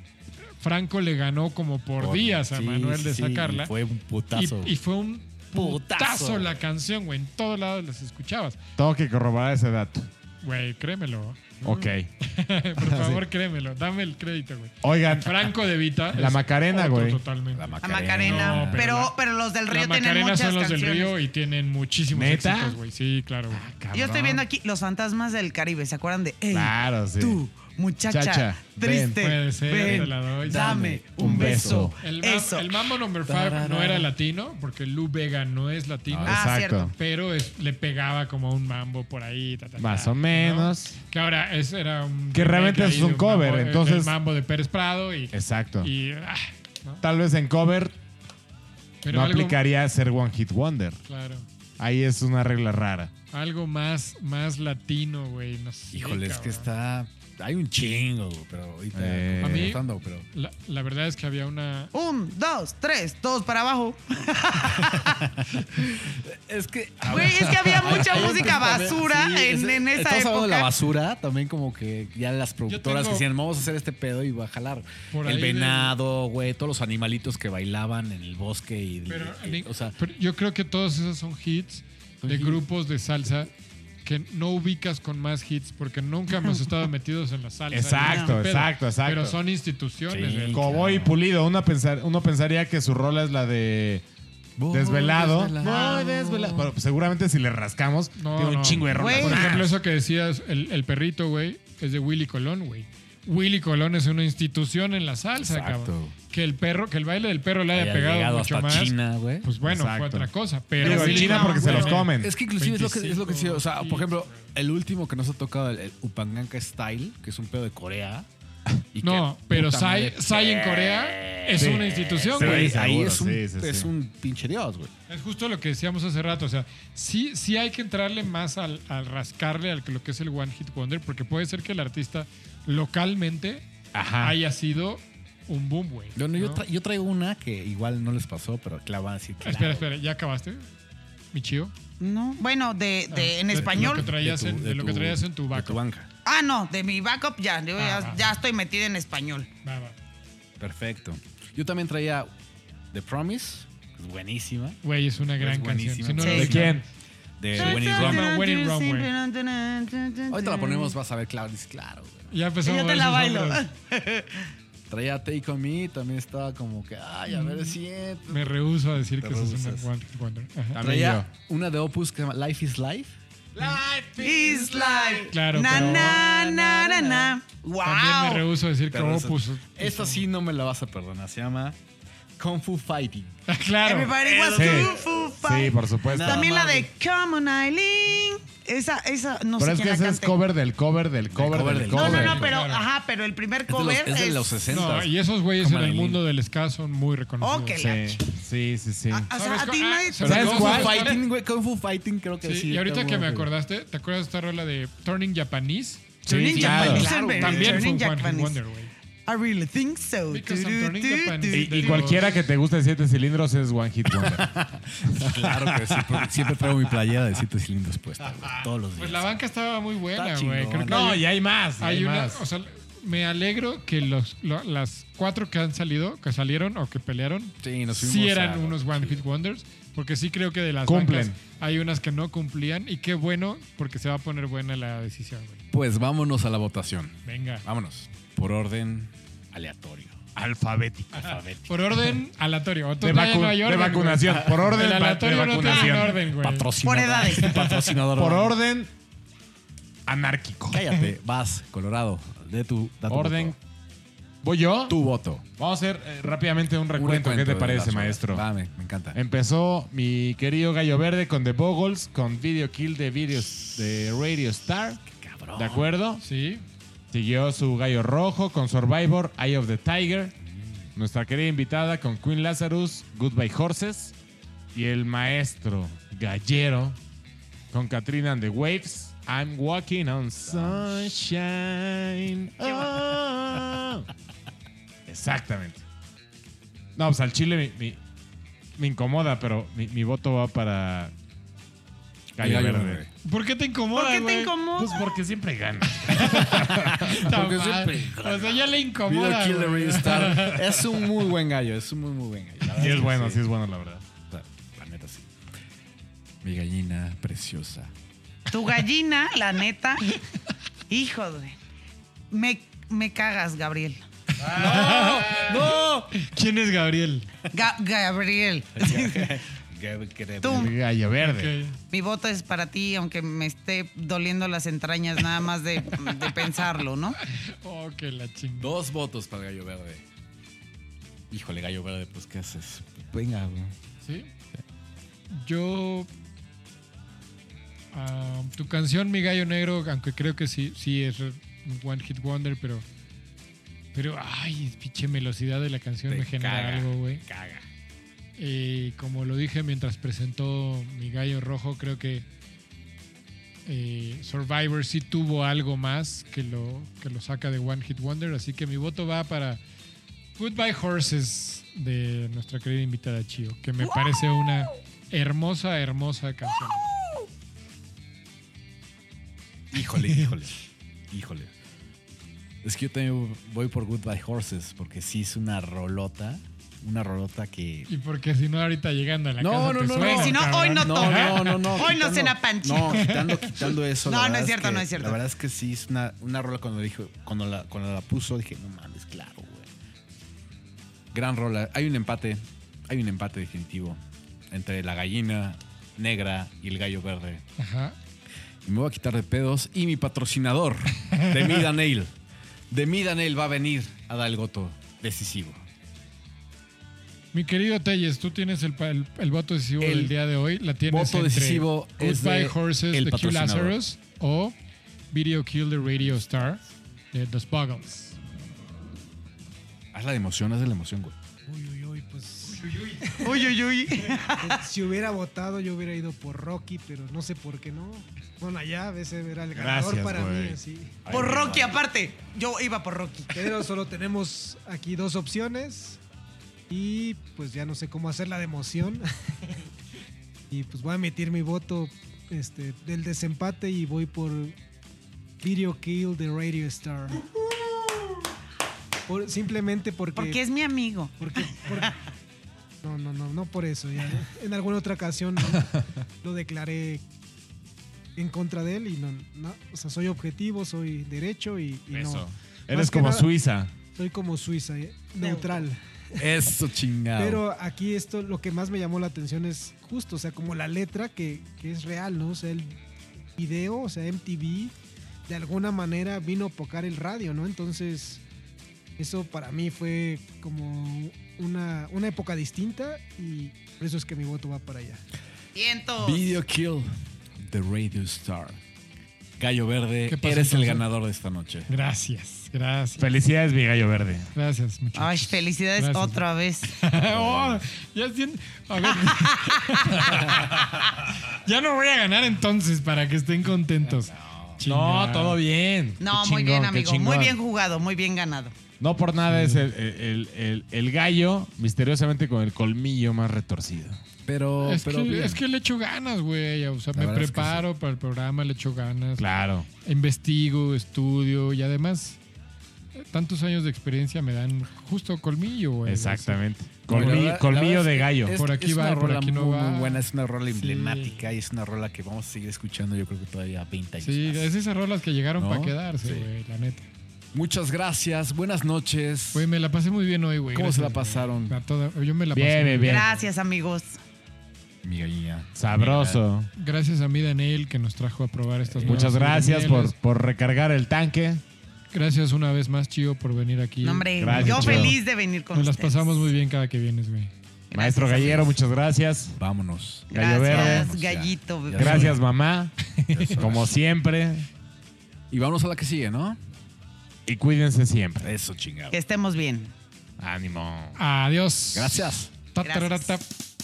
Speaker 3: Franco le ganó como por, días a
Speaker 2: Sí,
Speaker 3: Emanuel de
Speaker 2: sí,
Speaker 3: sacarla.
Speaker 2: Fue un putazo.
Speaker 3: Y, y fue un putazo,
Speaker 2: Putazo.
Speaker 3: la canción, güey. En todos lados las escuchabas.
Speaker 4: Tengo que corroborar ese dato.
Speaker 3: Güey, créemelo. ¿eh?
Speaker 4: Ok.
Speaker 3: Por favor, créemelo. Dame el crédito, güey.
Speaker 4: Oigan,
Speaker 3: Franco de Vita.
Speaker 4: La
Speaker 3: es
Speaker 4: Macarena,
Speaker 3: otro
Speaker 4: güey.
Speaker 3: Totalmente.
Speaker 2: La
Speaker 3: La,
Speaker 5: A
Speaker 2: Macarena.
Speaker 5: Macarena.
Speaker 3: No,
Speaker 5: pero,
Speaker 3: pero
Speaker 5: pero,
Speaker 3: la-
Speaker 5: los del río tienen
Speaker 3: Macarena
Speaker 5: muchas
Speaker 3: son los
Speaker 5: canciones.
Speaker 3: del Río y tienen muchísimos
Speaker 4: ¿Neta?
Speaker 3: éxitos, güey. Sí, claro, güey.
Speaker 4: Ah,
Speaker 5: Yo estoy viendo aquí Los Fantasmas del Caribe. ¿Se acuerdan de Ey,
Speaker 4: Claro, sí.
Speaker 5: Tú, muchacha,
Speaker 4: Chacha,
Speaker 5: triste.
Speaker 3: ven, puede ser,
Speaker 5: ven,
Speaker 3: te la doy.
Speaker 5: Dame un
Speaker 4: Un
Speaker 5: beso.
Speaker 4: beso.
Speaker 3: El, ma-
Speaker 5: Eso.
Speaker 3: el Mambo Number 5 no era latino, porque Lou Vega no es latino.
Speaker 5: Ah,
Speaker 4: Exacto.
Speaker 3: Pero es- le pegaba como un mambo por ahí. ta, ta, ta,
Speaker 4: Más o
Speaker 3: ¿no?
Speaker 4: menos.
Speaker 3: Que ahora es, era un.
Speaker 4: Que realmente
Speaker 3: remake ahí
Speaker 4: es un
Speaker 3: de
Speaker 4: cover,
Speaker 3: mambo, eh,
Speaker 4: entonces-
Speaker 3: del mambo de Pérez Prado y.
Speaker 4: Exacto.
Speaker 3: y, ah, ¿no?
Speaker 4: Tal vez en cover
Speaker 3: Pero
Speaker 4: no
Speaker 3: algo-
Speaker 4: aplicaría ser One Hit Wonder.
Speaker 3: Claro.
Speaker 4: Ahí es una regla rara.
Speaker 3: Algo más, más latino, güey. no sé,
Speaker 2: Híjole, es que
Speaker 3: cabrón.
Speaker 2: está. Hay un chingo, güey, pero ahorita.
Speaker 4: Eh.
Speaker 2: como
Speaker 3: A mí-
Speaker 2: contando, pero.
Speaker 3: La, la verdad es que había una.
Speaker 5: Un, dos, tres, todos para abajo.
Speaker 2: Es que.
Speaker 3: Ah,
Speaker 5: Güey, es que había mucha
Speaker 2: Hay un
Speaker 5: música
Speaker 2: tema de-
Speaker 5: basura
Speaker 2: sí,
Speaker 5: en,
Speaker 2: ese-
Speaker 5: en esa
Speaker 2: estamos hablando de la
Speaker 5: época.
Speaker 2: basura, también como que ya las productoras
Speaker 3: tengo-
Speaker 2: que decían, vamos a hacer este pedo y va a jalar.
Speaker 3: Por ahí
Speaker 2: el
Speaker 3: de-
Speaker 2: venado, güey, todos los animalitos que bailaban en el bosque y...
Speaker 3: Pero,
Speaker 2: y- Eh, o sea,
Speaker 3: pero yo creo que todos esos son hits
Speaker 2: Son
Speaker 3: de
Speaker 2: hits.
Speaker 3: grupos de salsa que no ubicas con más hits porque nunca hemos estado metidos en la salsa.
Speaker 4: Exacto,
Speaker 3: Pero-
Speaker 4: exacto, exacto.
Speaker 3: Pero son instituciones.
Speaker 2: Sí.
Speaker 3: güey.
Speaker 4: Cowboy
Speaker 2: claro.
Speaker 4: Pulido, uno, pensar, uno pensaría que su rola es la de
Speaker 2: Voy
Speaker 4: Desvelado.
Speaker 2: desvelado.
Speaker 4: Voy desvelado. Pero seguramente si le rascamos,
Speaker 3: No,
Speaker 4: tiene un
Speaker 3: no.
Speaker 4: chingo de rolas.
Speaker 5: Güey.
Speaker 3: Por
Speaker 4: Ah,
Speaker 3: ejemplo, eso que decías, el, el perrito, güey, es de Willy Colón, güey. Willy Colón es una institución en la salsa,
Speaker 2: Exacto.
Speaker 3: cabrón. Que el perro, que el baile del perro le haya,
Speaker 2: Haya
Speaker 3: pegado
Speaker 2: llegado
Speaker 3: mucho
Speaker 2: hasta
Speaker 3: más.
Speaker 2: China, güey.
Speaker 3: Pues bueno,
Speaker 4: Exacto.
Speaker 3: fue otra cosa. Pero
Speaker 4: Digo, en
Speaker 3: Willy
Speaker 4: China
Speaker 3: Colón,
Speaker 4: porque se
Speaker 3: güey,
Speaker 4: los comen.
Speaker 2: Es que inclusive es lo que, es lo que sí, o sea,
Speaker 3: 25,
Speaker 2: por ejemplo, el último que nos ha tocado, el, el Upanganka Style, que es un pedo de Corea. y
Speaker 3: No,
Speaker 2: que-
Speaker 3: pero
Speaker 2: puta
Speaker 3: Sai,
Speaker 2: madre,
Speaker 3: Sai en Corea es
Speaker 4: Sí.
Speaker 3: una institución,
Speaker 4: Sí.
Speaker 3: güey.
Speaker 2: Ahí,
Speaker 4: seguro,
Speaker 2: ahí es, un,
Speaker 4: sí, sí, sí.
Speaker 2: es un pinche dios, güey.
Speaker 3: Es justo lo que decíamos hace rato. O sea, sí, sí hay que entrarle más al, al rascarle al que lo que es el One Hit Wonder, porque puede ser que el artista localmente
Speaker 2: Ah.
Speaker 4: Ajá.
Speaker 3: haya sido un boom, güey.
Speaker 2: Bueno, Yo,
Speaker 3: ¿no?
Speaker 2: tra- yo traigo una que igual no les pasó, pero que la van a decir. claro.
Speaker 3: Espera, espera, ¿ya acabaste? Michio.
Speaker 5: No, bueno, de, de- en
Speaker 3: De
Speaker 5: español.
Speaker 3: Ah, Lo que traías,
Speaker 2: tu-
Speaker 3: en, de lo que
Speaker 2: tu-
Speaker 3: traías en tu
Speaker 2: de
Speaker 3: vaca.
Speaker 2: banca.
Speaker 5: Ah, no, de mi backup ya. yo ya,
Speaker 3: Ah.
Speaker 5: ya estoy metida en español.
Speaker 3: Va, va.
Speaker 2: Perfecto. Yo también traía The Promise, que es buenísima.
Speaker 3: Güey, es una gran canción.
Speaker 2: buenísima.
Speaker 3: Si no
Speaker 2: Sí.
Speaker 3: la
Speaker 4: ¿De
Speaker 3: ubican,
Speaker 4: quién?
Speaker 2: De
Speaker 3: Sí,
Speaker 2: Winnie
Speaker 3: sí,
Speaker 2: Roma.
Speaker 3: llama Wedding Eh, Rum,
Speaker 2: Ahorita la ponemos, vas a ver, claro, dice, claro. güey.
Speaker 3: Ya
Speaker 5: Y
Speaker 3: empezamos.
Speaker 5: Yo
Speaker 3: a
Speaker 5: te
Speaker 3: ver
Speaker 5: la
Speaker 3: sus
Speaker 5: bailo.
Speaker 3: nombres.
Speaker 2: Traía Take On Me, también estaba como que, ay, a ver, siento.
Speaker 3: Me rehuso a decir
Speaker 2: Te
Speaker 3: que eso es una
Speaker 2: rehusas.
Speaker 3: One Hit Wonder. Ajá.
Speaker 2: Traía una de Opus que se llama Life is Life.
Speaker 5: Is life.
Speaker 3: Claro,
Speaker 5: na,
Speaker 3: pero-
Speaker 5: na, na, na, na. Wow.
Speaker 3: También me rehuso a decir que
Speaker 2: Pero esa-
Speaker 3: Opus.
Speaker 2: Esta sí no me la vas a perdonar, se llama Kung Fu Fighting.
Speaker 3: Ah, Claro.
Speaker 5: Everybody was
Speaker 4: Eh, Sí.
Speaker 5: kung fu
Speaker 4: Sí,
Speaker 5: fight.
Speaker 4: por supuesto.
Speaker 2: Nada
Speaker 5: También la
Speaker 2: más,
Speaker 5: de Come on Eileen. Esa, esa, no
Speaker 4: pero
Speaker 5: sé
Speaker 4: es que
Speaker 5: quién
Speaker 4: ese
Speaker 5: la
Speaker 4: es
Speaker 5: cante.
Speaker 4: cover del cover del cover
Speaker 2: cover
Speaker 4: del
Speaker 2: del
Speaker 5: No,
Speaker 4: cover.
Speaker 5: no, no, pero,
Speaker 3: Claro.
Speaker 5: ajá, pero el primer
Speaker 2: Es de, los,
Speaker 5: cover
Speaker 2: es de los 60.
Speaker 3: No, y esos güeyes en
Speaker 2: Como
Speaker 3: el
Speaker 2: Marilyn.
Speaker 3: mundo del ska son muy reconocidos.
Speaker 5: Ok.
Speaker 4: Sí, sí, sí. sí.
Speaker 5: Ah, O sea,
Speaker 3: ¿Sabes
Speaker 5: a ti
Speaker 3: cuál?
Speaker 5: nadie-
Speaker 3: Ah,
Speaker 4: ¿Sabes
Speaker 2: Kung
Speaker 3: ¿sabes
Speaker 2: Fu
Speaker 4: cuál?
Speaker 2: Fighting, güey, Kung Fu Fighting creo que sí.
Speaker 3: Sí, y ahorita
Speaker 2: está
Speaker 3: que me
Speaker 2: bueno, pero-
Speaker 3: acordaste, ¿te acuerdas de esta rola de Turning Japanese?
Speaker 5: Turning
Speaker 4: Sí,
Speaker 5: Japanese,
Speaker 4: claro.
Speaker 5: and very
Speaker 3: También fue un
Speaker 5: Turning
Speaker 3: One Hit
Speaker 5: Japanese.
Speaker 3: Wonder, güey.
Speaker 5: I really think so.
Speaker 3: Because I'm
Speaker 5: Du-
Speaker 3: turning
Speaker 5: du-
Speaker 3: Japanese.
Speaker 5: du-
Speaker 4: Y, y
Speaker 3: de
Speaker 4: cualquiera
Speaker 3: los-
Speaker 4: que te guste siete cilindros es One Hit Wonder.
Speaker 2: Claro que sí, porque siempre traigo mi playera de 7 cilindros puesta, güey, todos los días.
Speaker 3: Pues la banca estaba muy buena,
Speaker 2: Está
Speaker 3: güey.
Speaker 2: chingón.
Speaker 3: Creo que
Speaker 4: no,
Speaker 3: hay-
Speaker 4: y hay más. y
Speaker 3: hay
Speaker 4: hay
Speaker 3: una,
Speaker 4: más.
Speaker 3: o sea, me alegro que los, lo- las cuatro que han salido, que salieron o que pelearon,
Speaker 2: Sí, nos fuimos
Speaker 3: sí eran
Speaker 2: a-
Speaker 3: unos One Hit Wonders, porque sí creo que de las
Speaker 4: Cumplen.
Speaker 3: bancas hay unas que no cumplían y qué bueno, porque se va a poner buena la decisión, güey.
Speaker 2: Pues vámonos a la votación.
Speaker 3: Venga.
Speaker 2: Vámonos. Por orden aleatorio.
Speaker 7: Alfabético.
Speaker 2: Alfabético.
Speaker 3: Por orden aleatorio.
Speaker 4: de, vacu- de vacunación. Por orden
Speaker 3: El
Speaker 4: pa- de
Speaker 3: aleatorio no tiene
Speaker 4: vacunación.
Speaker 3: orden, güey.
Speaker 2: Patrocinador.
Speaker 5: Por edades.
Speaker 2: Patrocinador.
Speaker 4: Por orden anárquico.
Speaker 2: Cállate, vas, Colorado. De tu da tu
Speaker 4: Orden.
Speaker 2: voto.
Speaker 4: ¿Voy yo?
Speaker 2: Tu voto.
Speaker 4: Vamos a hacer eh, rápidamente un
Speaker 2: Un
Speaker 4: recuento. ¿Qué
Speaker 2: recuento
Speaker 4: te
Speaker 2: de
Speaker 4: parece,
Speaker 2: las
Speaker 4: maestro?
Speaker 2: horas. Va, me, me encanta.
Speaker 4: Empezó mi querido Gallo Verde con The Bogles, con Video Kill de, videos, de Radio Star.
Speaker 2: Cabrón.
Speaker 4: ¿De acuerdo?
Speaker 3: Sí.
Speaker 4: Siguió su Gallo Rojo con Survivor, Eye of the Tiger. Nuestra querida invitada con Queen Lazarus, Goodbye Horses. Y el maestro Gallero con Katrina and the Waves, I'm Walking on Sunshine. Oh. Exactamente. No, pues al chile me, me- me incomoda, pero mi, mi voto va para Gallo,
Speaker 2: Gallo
Speaker 4: Verde.
Speaker 2: Verde.
Speaker 3: ¿Por qué te incomoda,
Speaker 5: ¿Por qué te
Speaker 3: güey?
Speaker 5: incomoda?
Speaker 4: Pues porque siempre gana.
Speaker 3: Puta
Speaker 2: Porque
Speaker 3: madre.
Speaker 2: siempre-
Speaker 3: O sea, ya le
Speaker 2: Video
Speaker 3: incomoda.
Speaker 2: Kill the
Speaker 3: güey.
Speaker 2: Radio Star. Es un muy buen gallo, es un muy, muy buen gallo. La verdad
Speaker 4: Y es
Speaker 2: que
Speaker 4: bueno,
Speaker 2: sí.
Speaker 4: sí es bueno, la verdad.
Speaker 2: La, la neta sí. Mi gallina preciosa.
Speaker 5: Tu gallina, la neta. Hijo de. Me, me cagas, Gabriel.
Speaker 2: ¡No!
Speaker 3: ¿Quién es Gabriel?
Speaker 5: Ga- Gabriel, Tú.
Speaker 4: El gallo verde.
Speaker 5: mi voto es para ti, aunque me esté doliendo las entrañas nada más de, de pensarlo, ¿no?
Speaker 3: Ok. Oh, que la chingada.
Speaker 2: Dos votos para el gallo verde. Híjole, gallo verde, pues ¿qué haces? Venga, güey.
Speaker 3: ¿Sí? Yo. ah, tu canción, Mi Gallo Negro, aunque creo que sí, sí es un One Hit Wonder, pero. Pero, ay, pinche velocidad de la canción
Speaker 2: Te
Speaker 3: me genera
Speaker 2: caga.
Speaker 3: algo, güey.
Speaker 2: Caga.
Speaker 3: Eh, como lo dije mientras presentó mi gallo rojo, creo que eh, Survivor sí tuvo algo más que lo, que lo saca de One Hit Wonder. Así que mi voto va para Goodbye Horses de nuestra querida invitada Chio, que me parece una hermosa, hermosa canción.
Speaker 2: Híjole, híjole, híjole. Es que yo también voy por Goodbye Horses porque sí es una rolota, una rolota que...
Speaker 3: Y porque si no, ahorita llegando a la
Speaker 2: No,
Speaker 3: casa.
Speaker 2: no,
Speaker 3: te
Speaker 2: no,
Speaker 3: suena,
Speaker 2: no.
Speaker 5: Si no,
Speaker 3: cabrón.
Speaker 5: hoy no toca.
Speaker 2: No, no, no.
Speaker 5: Hoy no
Speaker 2: quitando-
Speaker 5: cena panchi.
Speaker 2: No, quitando, quitando eso. la
Speaker 5: No, no
Speaker 2: verdad
Speaker 5: es cierto,
Speaker 2: que-
Speaker 5: no es cierto.
Speaker 2: La verdad es que sí, es una, una rola cuando, dijo, cuando, la, cuando la puso, dije, no mames, claro, güey. Gran rola. Hay un empate, hay un empate definitivo entre la gallina negra y el gallo verde.
Speaker 3: Ajá.
Speaker 2: Y me voy a quitar de pedos. Y mi patrocinador, de Mida Nail. De Mida Nail va a venir a dar el goto decisivo.
Speaker 3: Mi querido Telles, tú tienes el, pa- el- el voto decisivo
Speaker 2: El
Speaker 3: del día de hoy. La tienes
Speaker 2: voto
Speaker 3: entre
Speaker 2: decisivo es
Speaker 3: Goodbye
Speaker 2: de
Speaker 3: Horses
Speaker 2: el
Speaker 3: de Q
Speaker 2: patrocinador.
Speaker 3: Lazarus o Video Kill the Radio Star de Los Buggles.
Speaker 2: Haz la de emoción, haz de la emoción, güey.
Speaker 6: Uy, uy, uy, pues.
Speaker 5: Uy, uy, uy.
Speaker 6: Ah, Si hubiera votado, yo hubiera ido por Rocky, pero no sé por qué no. Bueno, allá a veces era el ganador
Speaker 7: Gracias,
Speaker 6: para
Speaker 7: güey.
Speaker 6: mí, así.
Speaker 5: Por Rocky, aparte. Yo iba por Rocky.
Speaker 6: Pero solo tenemos aquí dos opciones. Y pues ya no sé cómo hacerla de emoción. y pues voy a emitir mi voto este, del desempate y voy por Video Kill de Radio Star. Por- simplemente porque.
Speaker 5: Porque es mi amigo.
Speaker 6: porque- porque- no, no, no, no por eso. ya. En alguna otra ocasión lo declaré en contra de él y no, no, o sea, soy objetivo, soy derecho y, y no.
Speaker 7: Eso.
Speaker 6: Más
Speaker 7: Eres
Speaker 6: que
Speaker 7: como
Speaker 6: nada-
Speaker 7: Suiza.
Speaker 6: Soy como Suiza, eh, neutral.
Speaker 2: Eso chingado.
Speaker 6: Pero aquí esto, lo que más me llamó la atención es justo, o sea, como la letra que, que es real, ¿no? O sea, el video, o sea, MTV, de alguna manera vino a pocar el radio, ¿no? Entonces, eso para mí fue como una, una época distinta y por eso es que mi voto va para allá.
Speaker 5: Cientos.
Speaker 2: Video Kill, The Radio Star. Gallo Verde,
Speaker 3: ¿Qué pasó
Speaker 2: eres el
Speaker 3: entonces?
Speaker 2: ganador de esta noche.
Speaker 3: Gracias, gracias.
Speaker 7: Felicidades, mi gallo verde.
Speaker 3: Gracias, muchachos.
Speaker 5: Ay, felicidades
Speaker 3: Gracias.
Speaker 5: otra vez.
Speaker 3: Oh, ya, sien- a ver. ya no voy a ganar entonces para que estén contentos. Chingada.
Speaker 4: No, todo bien.
Speaker 5: No,
Speaker 4: Qué
Speaker 5: muy
Speaker 4: chingón,
Speaker 5: bien,
Speaker 4: qué
Speaker 5: amigo. Muy
Speaker 4: chingón.
Speaker 5: bien jugado, muy bien ganado.
Speaker 4: No por nada es el, el- el- el gallo misteriosamente con el colmillo más retorcido.
Speaker 2: Pero,
Speaker 3: Es
Speaker 2: pero
Speaker 3: que,
Speaker 2: bien.
Speaker 3: es que le echo ganas, güey. O sea,
Speaker 2: La
Speaker 3: me
Speaker 2: verdad es que
Speaker 3: preparo para el programa, le echo ganas.
Speaker 4: Claro.
Speaker 3: investigo, estudio y además eh, tantos años de experiencia me dan justo colmillo, güey.
Speaker 4: Exactamente.
Speaker 2: Bueno, la
Speaker 4: Colmi-
Speaker 2: verdad- la
Speaker 4: colmillo
Speaker 2: verdad
Speaker 4: de
Speaker 2: es que
Speaker 4: gallo.
Speaker 2: es-
Speaker 3: Por aquí
Speaker 2: es
Speaker 3: va,
Speaker 2: una
Speaker 3: por
Speaker 2: rola
Speaker 3: aquí no
Speaker 2: muy,
Speaker 3: va.
Speaker 2: muy buena, es una rola emblemática
Speaker 3: Sí.
Speaker 2: y es una rola que vamos a seguir escuchando yo creo que todavía 20 años
Speaker 3: Sí,
Speaker 2: más.
Speaker 3: es esas rolas que llegaron
Speaker 2: ¿No?
Speaker 3: para quedarse,
Speaker 2: Sí.
Speaker 3: güey, la neta.
Speaker 2: Muchas gracias, buenas noches.
Speaker 3: Güey, me la pasé muy bien hoy, güey.
Speaker 2: ¿Cómo se la
Speaker 3: Gracias,
Speaker 2: pasaron?
Speaker 3: güey. A toda- yo me la
Speaker 4: Bien,
Speaker 3: pasé. muy
Speaker 4: bien, bien.
Speaker 5: Gracias, amigos.
Speaker 2: Mi gallina.
Speaker 4: Sabroso.
Speaker 3: Gracias a Mida Neil que nos trajo a probar estas nuevas
Speaker 4: Muchas gracias por,
Speaker 3: ceremonias.
Speaker 4: por recargar el tanque.
Speaker 3: Gracias una vez más, Chío, por venir aquí.
Speaker 5: No, hombre,
Speaker 4: Gracias,
Speaker 5: yo
Speaker 4: chido.
Speaker 5: feliz de venir con
Speaker 3: Nos las
Speaker 5: ustedes.
Speaker 3: pasamos muy bien cada que vienes, güey.
Speaker 5: Gracias,
Speaker 4: Maestro Gallero,
Speaker 5: amigos.
Speaker 4: muchas gracias.
Speaker 2: Vámonos.
Speaker 4: Gallo
Speaker 5: Gracias,
Speaker 2: Verde.
Speaker 5: gallito.
Speaker 2: Ya.
Speaker 4: Gracias,
Speaker 2: soy.
Speaker 4: mamá.
Speaker 2: Ya es hora.
Speaker 4: Como siempre.
Speaker 2: Y vámonos a la que sigue, ¿no?
Speaker 4: Y cuídense siempre.
Speaker 2: Eso chingado.
Speaker 5: Que estemos bien.
Speaker 4: Ánimo.
Speaker 3: Adiós.
Speaker 2: Gracias.
Speaker 3: Ta, tarara, ta.
Speaker 5: Gracias.